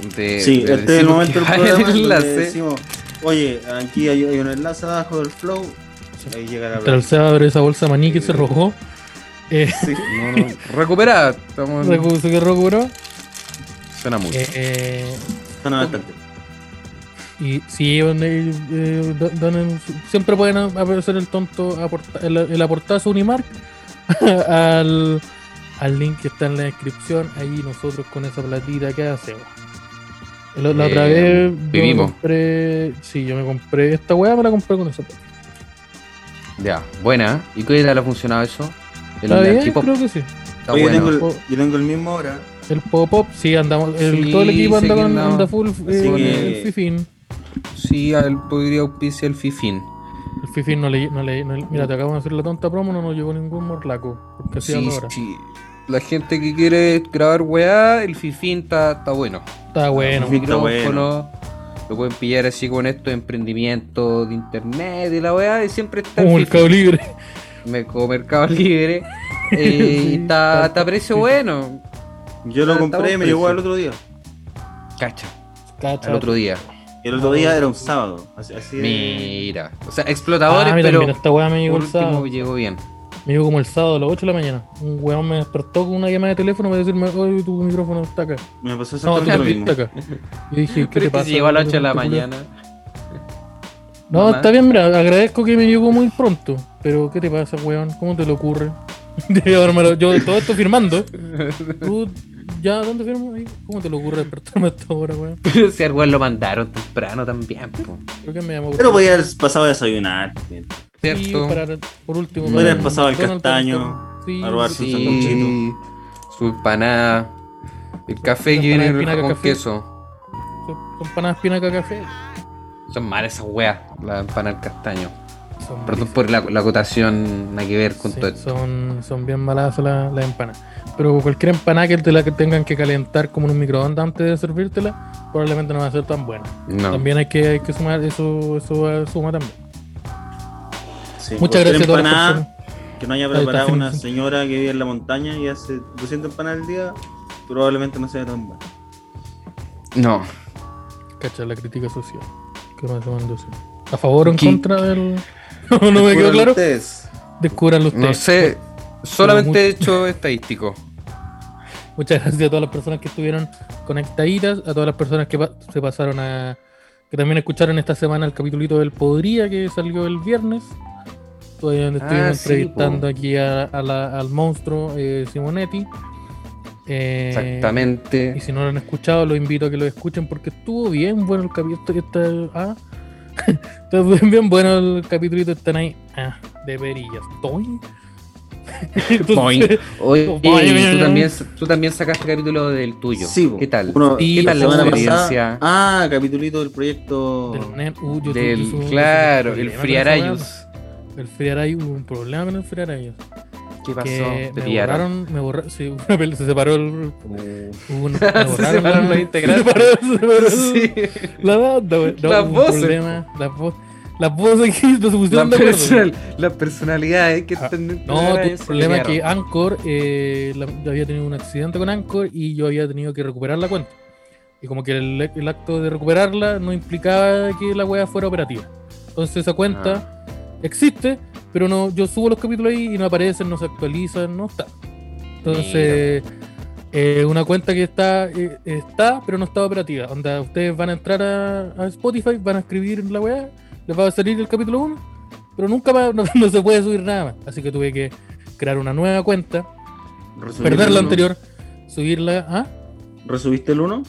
[SPEAKER 1] Donde
[SPEAKER 3] Sí,
[SPEAKER 1] les
[SPEAKER 3] este es el
[SPEAKER 1] Eh, decimos
[SPEAKER 3] momento del
[SPEAKER 1] que hagan
[SPEAKER 3] programa
[SPEAKER 1] el
[SPEAKER 3] donde
[SPEAKER 1] enlace.
[SPEAKER 3] decimos, oye, aquí hay, hay un enlace abajo del flow, ahí llega la
[SPEAKER 2] Mientras el Seba abre esa bolsa de maní que
[SPEAKER 3] Sí.
[SPEAKER 2] se rojó, eh,
[SPEAKER 3] Sí.
[SPEAKER 1] No, no, recuperada, estamos...
[SPEAKER 2] recu- se recuperó.
[SPEAKER 1] Suena mucho.
[SPEAKER 2] Eh, eh,
[SPEAKER 3] Suena bastante.
[SPEAKER 2] y sí, donde, eh, don- donen- siempre pueden aparecer el tonto, aporta- el, el aportazo Unimark al, al link que está en la descripción. Ahí nosotros con esa platita que hacemos. La, la otra
[SPEAKER 1] Eh,
[SPEAKER 2] vez yo me
[SPEAKER 1] vivimos.
[SPEAKER 2] compré, sí, yo me compré esta weá, me la compré con esa plata.
[SPEAKER 1] Ya, buena. ¿Y qué tal ha funcionado eso? El
[SPEAKER 2] Está bien,
[SPEAKER 1] equipo
[SPEAKER 2] creo que sí.
[SPEAKER 1] está
[SPEAKER 3] Oye,
[SPEAKER 1] bueno.
[SPEAKER 3] tengo el-
[SPEAKER 2] Oh.
[SPEAKER 3] yo tengo el mismo ahora.
[SPEAKER 2] El pop-up, sí, andamos, el,
[SPEAKER 1] Sí,
[SPEAKER 2] todo el equipo
[SPEAKER 1] sé
[SPEAKER 2] anda,
[SPEAKER 1] que
[SPEAKER 2] con,
[SPEAKER 1] andamos.
[SPEAKER 2] anda full eh,
[SPEAKER 3] Así
[SPEAKER 2] con
[SPEAKER 3] que-
[SPEAKER 2] el Fifin.
[SPEAKER 1] Sí, a él podría auspiciar el Fifín.
[SPEAKER 2] El Fifín no le, no le, no le- Mira, te acabo de hacer la tonta promo, no nos llegó ningún morlaco. Porque así
[SPEAKER 1] Sí,
[SPEAKER 2] hablo ahora.
[SPEAKER 1] sí. La gente que quiere grabar weá, el Fifín está está bueno.
[SPEAKER 2] Está bueno.
[SPEAKER 3] Fifín. está
[SPEAKER 1] Lo pueden pillar así con estos emprendimientos de internet y la weá, y siempre está
[SPEAKER 2] Como
[SPEAKER 1] el
[SPEAKER 2] Uh, el cabo
[SPEAKER 1] Fifín.
[SPEAKER 2] libre.
[SPEAKER 1] Me- como Mercado Libre. eh, y
[SPEAKER 2] Sí,
[SPEAKER 1] está,
[SPEAKER 2] está-
[SPEAKER 1] está a precio
[SPEAKER 2] sí.
[SPEAKER 1] bueno.
[SPEAKER 3] Yo
[SPEAKER 1] Ah,
[SPEAKER 3] lo
[SPEAKER 1] está
[SPEAKER 3] compré y
[SPEAKER 1] buen
[SPEAKER 3] me llegó
[SPEAKER 1] precio.
[SPEAKER 3] al otro día.
[SPEAKER 1] Cacha,
[SPEAKER 2] Cacha.
[SPEAKER 1] al otro día.
[SPEAKER 3] Y el otro día era un sábado. Así, así de-
[SPEAKER 1] Mira. O sea,
[SPEAKER 2] Ah,
[SPEAKER 1] explotadores,
[SPEAKER 2] mira,
[SPEAKER 1] pero
[SPEAKER 2] mira, esta weá me llegó
[SPEAKER 1] por
[SPEAKER 2] el sábado.
[SPEAKER 1] último llegó bien.
[SPEAKER 2] Me llegó como el sábado a las 8 de la mañana. Un weón me despertó con una llamada de teléfono para decirme, oye, tu micrófono está acá.
[SPEAKER 3] me pasó
[SPEAKER 2] No,
[SPEAKER 3] exactamente
[SPEAKER 2] tu micrófono
[SPEAKER 3] lo
[SPEAKER 2] está
[SPEAKER 3] mismo.
[SPEAKER 2] acá. Yo dije, ¿qué
[SPEAKER 1] Pero
[SPEAKER 2] te
[SPEAKER 1] es que
[SPEAKER 2] pasa?
[SPEAKER 1] si llegó a las 8 de la
[SPEAKER 2] Este culiao.
[SPEAKER 1] mañana.
[SPEAKER 2] No,
[SPEAKER 1] Mamá.
[SPEAKER 2] está bien, mira, agradezco que me llegó muy pronto. Pero, ¿qué te pasa, weón? ¿Cómo te le ocurre? Debe llevármelo- yo todo esto firmando. Tú, ya, ¿dónde firmo? Ahí, ¿Cómo te le ocurre despertarme a esta hora, weón?
[SPEAKER 1] Pero si al weón lo mandaron temprano también, po.
[SPEAKER 2] Creo que me llamó.
[SPEAKER 3] Pero podía haber pasado a desayunar.
[SPEAKER 2] Y
[SPEAKER 1] Cierto.
[SPEAKER 2] para- por último.
[SPEAKER 1] No
[SPEAKER 2] para
[SPEAKER 1] hubieran
[SPEAKER 3] pasado al
[SPEAKER 2] Donald
[SPEAKER 3] castaño,
[SPEAKER 2] Trump. Sí,
[SPEAKER 3] a robar
[SPEAKER 2] sí.
[SPEAKER 3] su
[SPEAKER 1] Sí,
[SPEAKER 3] sanguchito.
[SPEAKER 1] su empanada. El café
[SPEAKER 2] Una
[SPEAKER 1] que
[SPEAKER 2] empanada de
[SPEAKER 1] viene
[SPEAKER 2] espinaca
[SPEAKER 1] con
[SPEAKER 2] café.
[SPEAKER 1] queso.
[SPEAKER 2] Son son panadas espinaca café.
[SPEAKER 1] Son malas esas weas, la empanada al castaño.
[SPEAKER 2] Son
[SPEAKER 1] Perdón por la, la acotación, nada que ver con
[SPEAKER 2] Sí,
[SPEAKER 1] todo esto.
[SPEAKER 2] son, son bien malas las las empanadas. Pero cualquier empanada que te la que tengan que calentar como en un microondas antes de servírtela, probablemente no va a ser tan buena.
[SPEAKER 1] No.
[SPEAKER 2] También hay que, hay que sumar, eso, eso eh, suma también.
[SPEAKER 3] Sí,
[SPEAKER 2] Muchas
[SPEAKER 3] cualquier
[SPEAKER 2] gracias a todas las
[SPEAKER 3] empanada
[SPEAKER 2] personas.
[SPEAKER 3] que no haya
[SPEAKER 2] Ahí está,
[SPEAKER 3] preparado
[SPEAKER 2] sí,
[SPEAKER 3] una
[SPEAKER 2] sí.
[SPEAKER 3] señora que vive en la montaña y hace 200 empanadas al día, probablemente no sea tan buena.
[SPEAKER 1] No.
[SPEAKER 2] Cacha la crítica social. ¿Qué más se mandó, sí? ¿A favor o en
[SPEAKER 1] ¿Qué-
[SPEAKER 2] contra del.? No, no me quedó
[SPEAKER 3] Descubran
[SPEAKER 2] claro.
[SPEAKER 3] ustedes.
[SPEAKER 2] Descúbranlo ustedes.
[SPEAKER 1] No sé. Solamente
[SPEAKER 2] mucho.
[SPEAKER 1] hecho estadístico.
[SPEAKER 2] Muchas gracias a todas las personas que estuvieron conectaditas, a todas las personas que pa- se pasaron a. que también escucharon esta semana el capitulito del Podría que salió el viernes. Todavía donde
[SPEAKER 1] Ah,
[SPEAKER 2] estuvimos
[SPEAKER 1] sí,
[SPEAKER 2] entrevistando
[SPEAKER 1] po.
[SPEAKER 2] aquí a- a la- al monstruo eh, Simonetti. Eh,
[SPEAKER 1] Exactamente.
[SPEAKER 2] Y si no lo han escuchado, los invito a que lo escuchen porque estuvo bien bueno el capítulo. Está, ah, está bien, bien bueno el capítulo. Están ahí ah, de perillas. Toin. Entonces,
[SPEAKER 1] Boing. Oye,
[SPEAKER 2] Boing, boing,
[SPEAKER 1] tú,
[SPEAKER 2] boing.
[SPEAKER 1] también, tú también sacaste capítulo del tuyo.
[SPEAKER 3] Sí, bo.
[SPEAKER 1] ¿Qué tal?
[SPEAKER 3] Uno-
[SPEAKER 1] ¿Qué
[SPEAKER 2] Sí,
[SPEAKER 1] tal la
[SPEAKER 2] la semana
[SPEAKER 1] experiencia?
[SPEAKER 3] Ah, capitulito del proyecto.
[SPEAKER 2] del Nen- uh, yo tuve- yo
[SPEAKER 1] del,
[SPEAKER 2] tuve-
[SPEAKER 1] claro,
[SPEAKER 2] yo tuve
[SPEAKER 1] el
[SPEAKER 2] un problema con esa
[SPEAKER 1] Friarayus.
[SPEAKER 2] weá. El Friarayus, hubo un problema con el Friarayus.
[SPEAKER 1] ¿Qué pasó?
[SPEAKER 2] Que
[SPEAKER 1] Te
[SPEAKER 2] me
[SPEAKER 1] pillaron.
[SPEAKER 2] borraron, me borraron, sí, una pel- se separó el. hubo un- me borraron
[SPEAKER 1] separaron
[SPEAKER 2] la-
[SPEAKER 1] los integrantes.
[SPEAKER 2] Se separó, se separó
[SPEAKER 1] Sí.
[SPEAKER 2] la banda, güey. No,
[SPEAKER 1] Las
[SPEAKER 2] hubo un
[SPEAKER 1] voces,
[SPEAKER 2] problema, las voces. Las voces que no se
[SPEAKER 1] La,
[SPEAKER 2] pusieron de acuerdo.
[SPEAKER 1] personal, la personalidad es que
[SPEAKER 2] Ah,
[SPEAKER 1] ten-
[SPEAKER 2] No,
[SPEAKER 1] Friarayus
[SPEAKER 2] tuve
[SPEAKER 1] se
[SPEAKER 2] un problema es que
[SPEAKER 1] pelearon.
[SPEAKER 2] Anchor, eh, la- yo había tenido un accidente con Anchor y yo había tenido que recuperar la cuenta. Y como que el, el acto de recuperarla no implicaba que la wea fuera operativa. Entonces esa cuenta existe, pero no, yo subo los capítulos ahí y no aparecen, no se actualizan, no está. Entonces, eh, una cuenta que está, eh, está, pero no está operativa. Onda, ustedes van a entrar a, a Spotify, van a escribir en la wea, les va a salir el capítulo 1, pero nunca va- no, no se puede subir nada más. Así que tuve que crear una nueva cuenta,
[SPEAKER 3] ¿Resubiste
[SPEAKER 2] perder
[SPEAKER 3] el
[SPEAKER 2] la
[SPEAKER 3] uno?
[SPEAKER 2] anterior, subirla a.
[SPEAKER 3] ¿Resubiste el 1?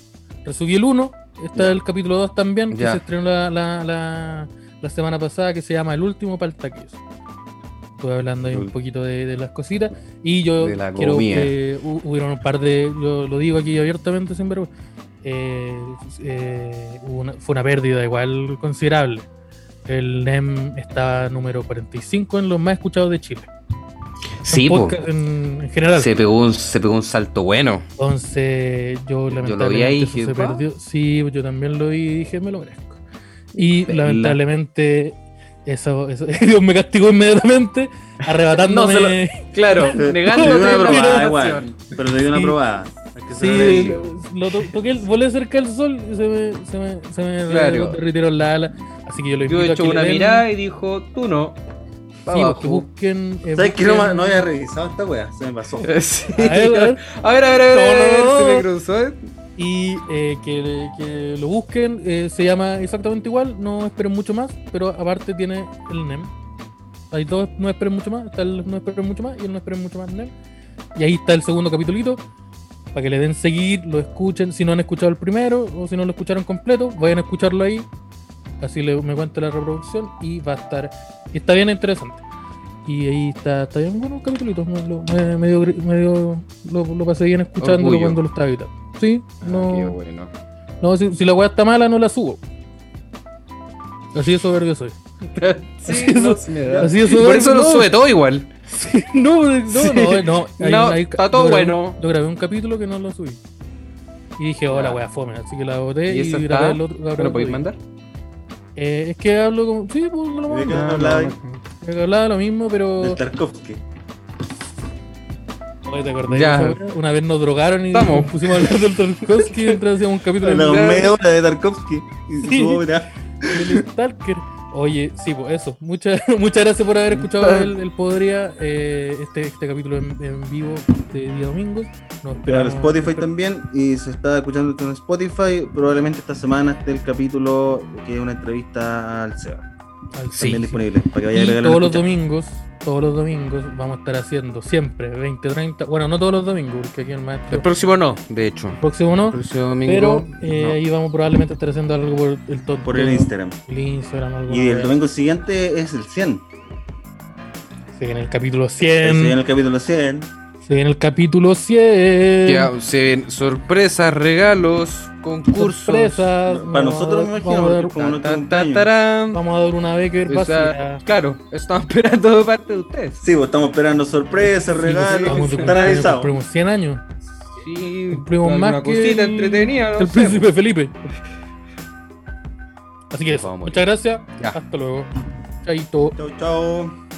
[SPEAKER 2] Resubí el 1, está el capítulo 2 también, que
[SPEAKER 1] Ya.
[SPEAKER 2] se estrenó la, la, la, la semana pasada, que se llama El último paltaqueso. Estuve hablando ahí un
[SPEAKER 1] Ul-
[SPEAKER 2] poquito de, de las cositas. Y yo
[SPEAKER 1] De la
[SPEAKER 2] quiero
[SPEAKER 1] comida.
[SPEAKER 2] que hu- hubieron un par de. Yo lo digo aquí abiertamente, sin vergüenza. eh, eh, hubo una- fue una pérdida igual considerable. El NEM estaba número 45 en los más escuchados de Chile. En
[SPEAKER 1] Sí, po.
[SPEAKER 2] podcast en, en general.
[SPEAKER 1] se pegó, un, se pegó un salto bueno.
[SPEAKER 2] Entonces, yo
[SPEAKER 1] vi
[SPEAKER 2] lamentablemente
[SPEAKER 1] ahí,
[SPEAKER 2] eso
[SPEAKER 1] dije,
[SPEAKER 2] se
[SPEAKER 1] "Pa".
[SPEAKER 2] perdió. Sí, yo también lo vi y dije, me lo merezco. Y
[SPEAKER 1] Pela.
[SPEAKER 2] lamentablemente, eso, eso- Dios me castigó inmediatamente, arrebatándome.
[SPEAKER 1] No Claro,
[SPEAKER 3] Te
[SPEAKER 1] negando
[SPEAKER 3] dio
[SPEAKER 1] la
[SPEAKER 3] una probada, igual.
[SPEAKER 1] información.
[SPEAKER 3] Pero te dio una
[SPEAKER 2] Sí.
[SPEAKER 3] probada. Hay que saber
[SPEAKER 2] Sí,
[SPEAKER 3] elegir.
[SPEAKER 2] lo, lo to- toqué, el- volé cerca del sol y se me, se me, se me
[SPEAKER 1] Claro.
[SPEAKER 2] derritieron las alas. Así que yo lo invito
[SPEAKER 1] Yo he
[SPEAKER 2] a
[SPEAKER 1] hecho
[SPEAKER 2] que le
[SPEAKER 1] una
[SPEAKER 2] den-
[SPEAKER 1] mirada y dijo, tú no. Pa'
[SPEAKER 2] sí, pues, que
[SPEAKER 1] abajo.
[SPEAKER 2] busquen. eh,
[SPEAKER 3] ¿Sabes que no, ma-
[SPEAKER 2] busquen-
[SPEAKER 3] no había revisado esta wea? Se me pasó.
[SPEAKER 1] Sí.
[SPEAKER 2] A ver, a ver.
[SPEAKER 1] A ver, a ver, a ver, a ver,
[SPEAKER 2] No, no,
[SPEAKER 1] se
[SPEAKER 2] no.
[SPEAKER 1] me cruzó.
[SPEAKER 2] y eh, que, que lo busquen. eh, se llama exactamente igual, no esperen mucho más, pero aparte tiene el NEM. Hay dos, no esperen mucho más, está el no esperen mucho más y el no esperen mucho más NEM. Y ahí está el segundo capitulito, para que le den seguir, lo escuchen. Si no han escuchado el primero o si no lo escucharon completo, vayan a escucharlo ahí. Así le, me cuenta la reproducción y va a estar... y está bien interesante. Y ahí está, está bien bueno el capitulito. Me, lo, me- me dio gri- me dio- lo, lo pasé bien escuchándolo
[SPEAKER 1] Orgullo.
[SPEAKER 2] cuando lo estaba editando. Sí, no...
[SPEAKER 1] Ah, Qué bueno.
[SPEAKER 2] No, si, si la weá está mala, no la subo. Así de soberbio soy.
[SPEAKER 1] Sí,
[SPEAKER 2] Así
[SPEAKER 1] no
[SPEAKER 2] es-
[SPEAKER 1] se me da.
[SPEAKER 2] así es,
[SPEAKER 1] Por eso lo
[SPEAKER 2] no.
[SPEAKER 1] sube todo igual.
[SPEAKER 2] No, no,
[SPEAKER 1] Sí.
[SPEAKER 2] no, eh, no. hay-
[SPEAKER 1] No,
[SPEAKER 2] hay-
[SPEAKER 1] está todo
[SPEAKER 2] yo grabé-
[SPEAKER 1] bueno.
[SPEAKER 2] Yo grabé un capítulo que no lo subí. Y dije, oh, la
[SPEAKER 1] Ya.
[SPEAKER 2] weá fome, así que la boté
[SPEAKER 1] Ah. ¿Y
[SPEAKER 2] y,
[SPEAKER 1] esa
[SPEAKER 2] grabé
[SPEAKER 1] está?
[SPEAKER 2] el otro. grabé
[SPEAKER 1] ¿Me lo
[SPEAKER 2] otro
[SPEAKER 1] podéis
[SPEAKER 2] día.
[SPEAKER 1] mandar?
[SPEAKER 2] Eh, es que hablo como. Sí, pues lo
[SPEAKER 3] ¿De qué
[SPEAKER 2] mando.
[SPEAKER 3] hablaba?
[SPEAKER 2] Me hablaba lo mismo, pero.
[SPEAKER 3] Del Tarkovsky.
[SPEAKER 2] Oye, ¿Te acordás?
[SPEAKER 1] Ya.
[SPEAKER 2] de esa weá? Una vez nos drogaron y
[SPEAKER 1] Estamos.
[SPEAKER 2] nos pusimos a hablar del Tarkovsky y entonces hacíamos un capítulo
[SPEAKER 3] Hablaba
[SPEAKER 1] Claro.
[SPEAKER 3] media hora de Tarkovsky y
[SPEAKER 2] Sí.
[SPEAKER 3] su obra.
[SPEAKER 2] del Stalker. Oye, sí, pues eso. Muchas muchas gracias por haber escuchado el, el Podría, eh, este, este capítulo en, en vivo de día domingo. Nos
[SPEAKER 3] Para
[SPEAKER 2] esperamos-
[SPEAKER 3] Spotify también. Y se está escuchando esto en Spotify. Probablemente esta semana esté el capítulo que es una entrevista al Seba.
[SPEAKER 2] al-
[SPEAKER 1] Sí.
[SPEAKER 3] También disponible. Para que vaya a
[SPEAKER 2] Y
[SPEAKER 3] agregarlo a
[SPEAKER 2] todos los
[SPEAKER 3] escuchar.
[SPEAKER 2] domingos, todos los domingos vamos a estar haciendo siempre 20, 30. Bueno, no todos los domingos, porque aquí el maestro.
[SPEAKER 1] El próximo no, de hecho.
[SPEAKER 2] próximo no,
[SPEAKER 1] El próximo domingo.
[SPEAKER 2] pero eh,
[SPEAKER 1] no.
[SPEAKER 2] ahí vamos probablemente a estar haciendo algo por el tonto.
[SPEAKER 3] Por el Instagram.
[SPEAKER 2] el Instagram, algo.
[SPEAKER 3] Y el domingo siguiente es el 100.
[SPEAKER 2] Se viene el capítulo
[SPEAKER 3] Se
[SPEAKER 2] 100.
[SPEAKER 3] viene el capítulo 100.
[SPEAKER 2] Se viene el capítulo 100.
[SPEAKER 1] Ya, se ven sorpresas, regalos, concursos.
[SPEAKER 2] Sorpresas.
[SPEAKER 3] Para nosotros, me imagino,
[SPEAKER 2] Vamos a
[SPEAKER 3] porque
[SPEAKER 2] dar,
[SPEAKER 3] como no
[SPEAKER 1] Ta,
[SPEAKER 3] tengo
[SPEAKER 1] ta, tarán.
[SPEAKER 2] vamos a dar una Becker
[SPEAKER 1] O sea,
[SPEAKER 2] vacía.
[SPEAKER 1] claro, estamos esperando de parte de ustedes.
[SPEAKER 3] Sí, pues estamos esperando sorpresas,
[SPEAKER 2] Sí, pues,
[SPEAKER 3] regalos.
[SPEAKER 2] estamos de
[SPEAKER 3] Están
[SPEAKER 2] cumpleaños,
[SPEAKER 3] avisados.
[SPEAKER 2] Cumplimos 100 años.
[SPEAKER 1] Sí,
[SPEAKER 2] Cumplimos
[SPEAKER 1] alguna
[SPEAKER 2] más que
[SPEAKER 1] cosita
[SPEAKER 2] el-
[SPEAKER 1] entretenida, no
[SPEAKER 2] el
[SPEAKER 1] sé.
[SPEAKER 2] príncipe Felipe. Así que eso.
[SPEAKER 1] Vamos a morir.
[SPEAKER 2] Muchas gracias.
[SPEAKER 1] Ya.
[SPEAKER 2] Hasta luego. Chaito.
[SPEAKER 3] Chau, chau.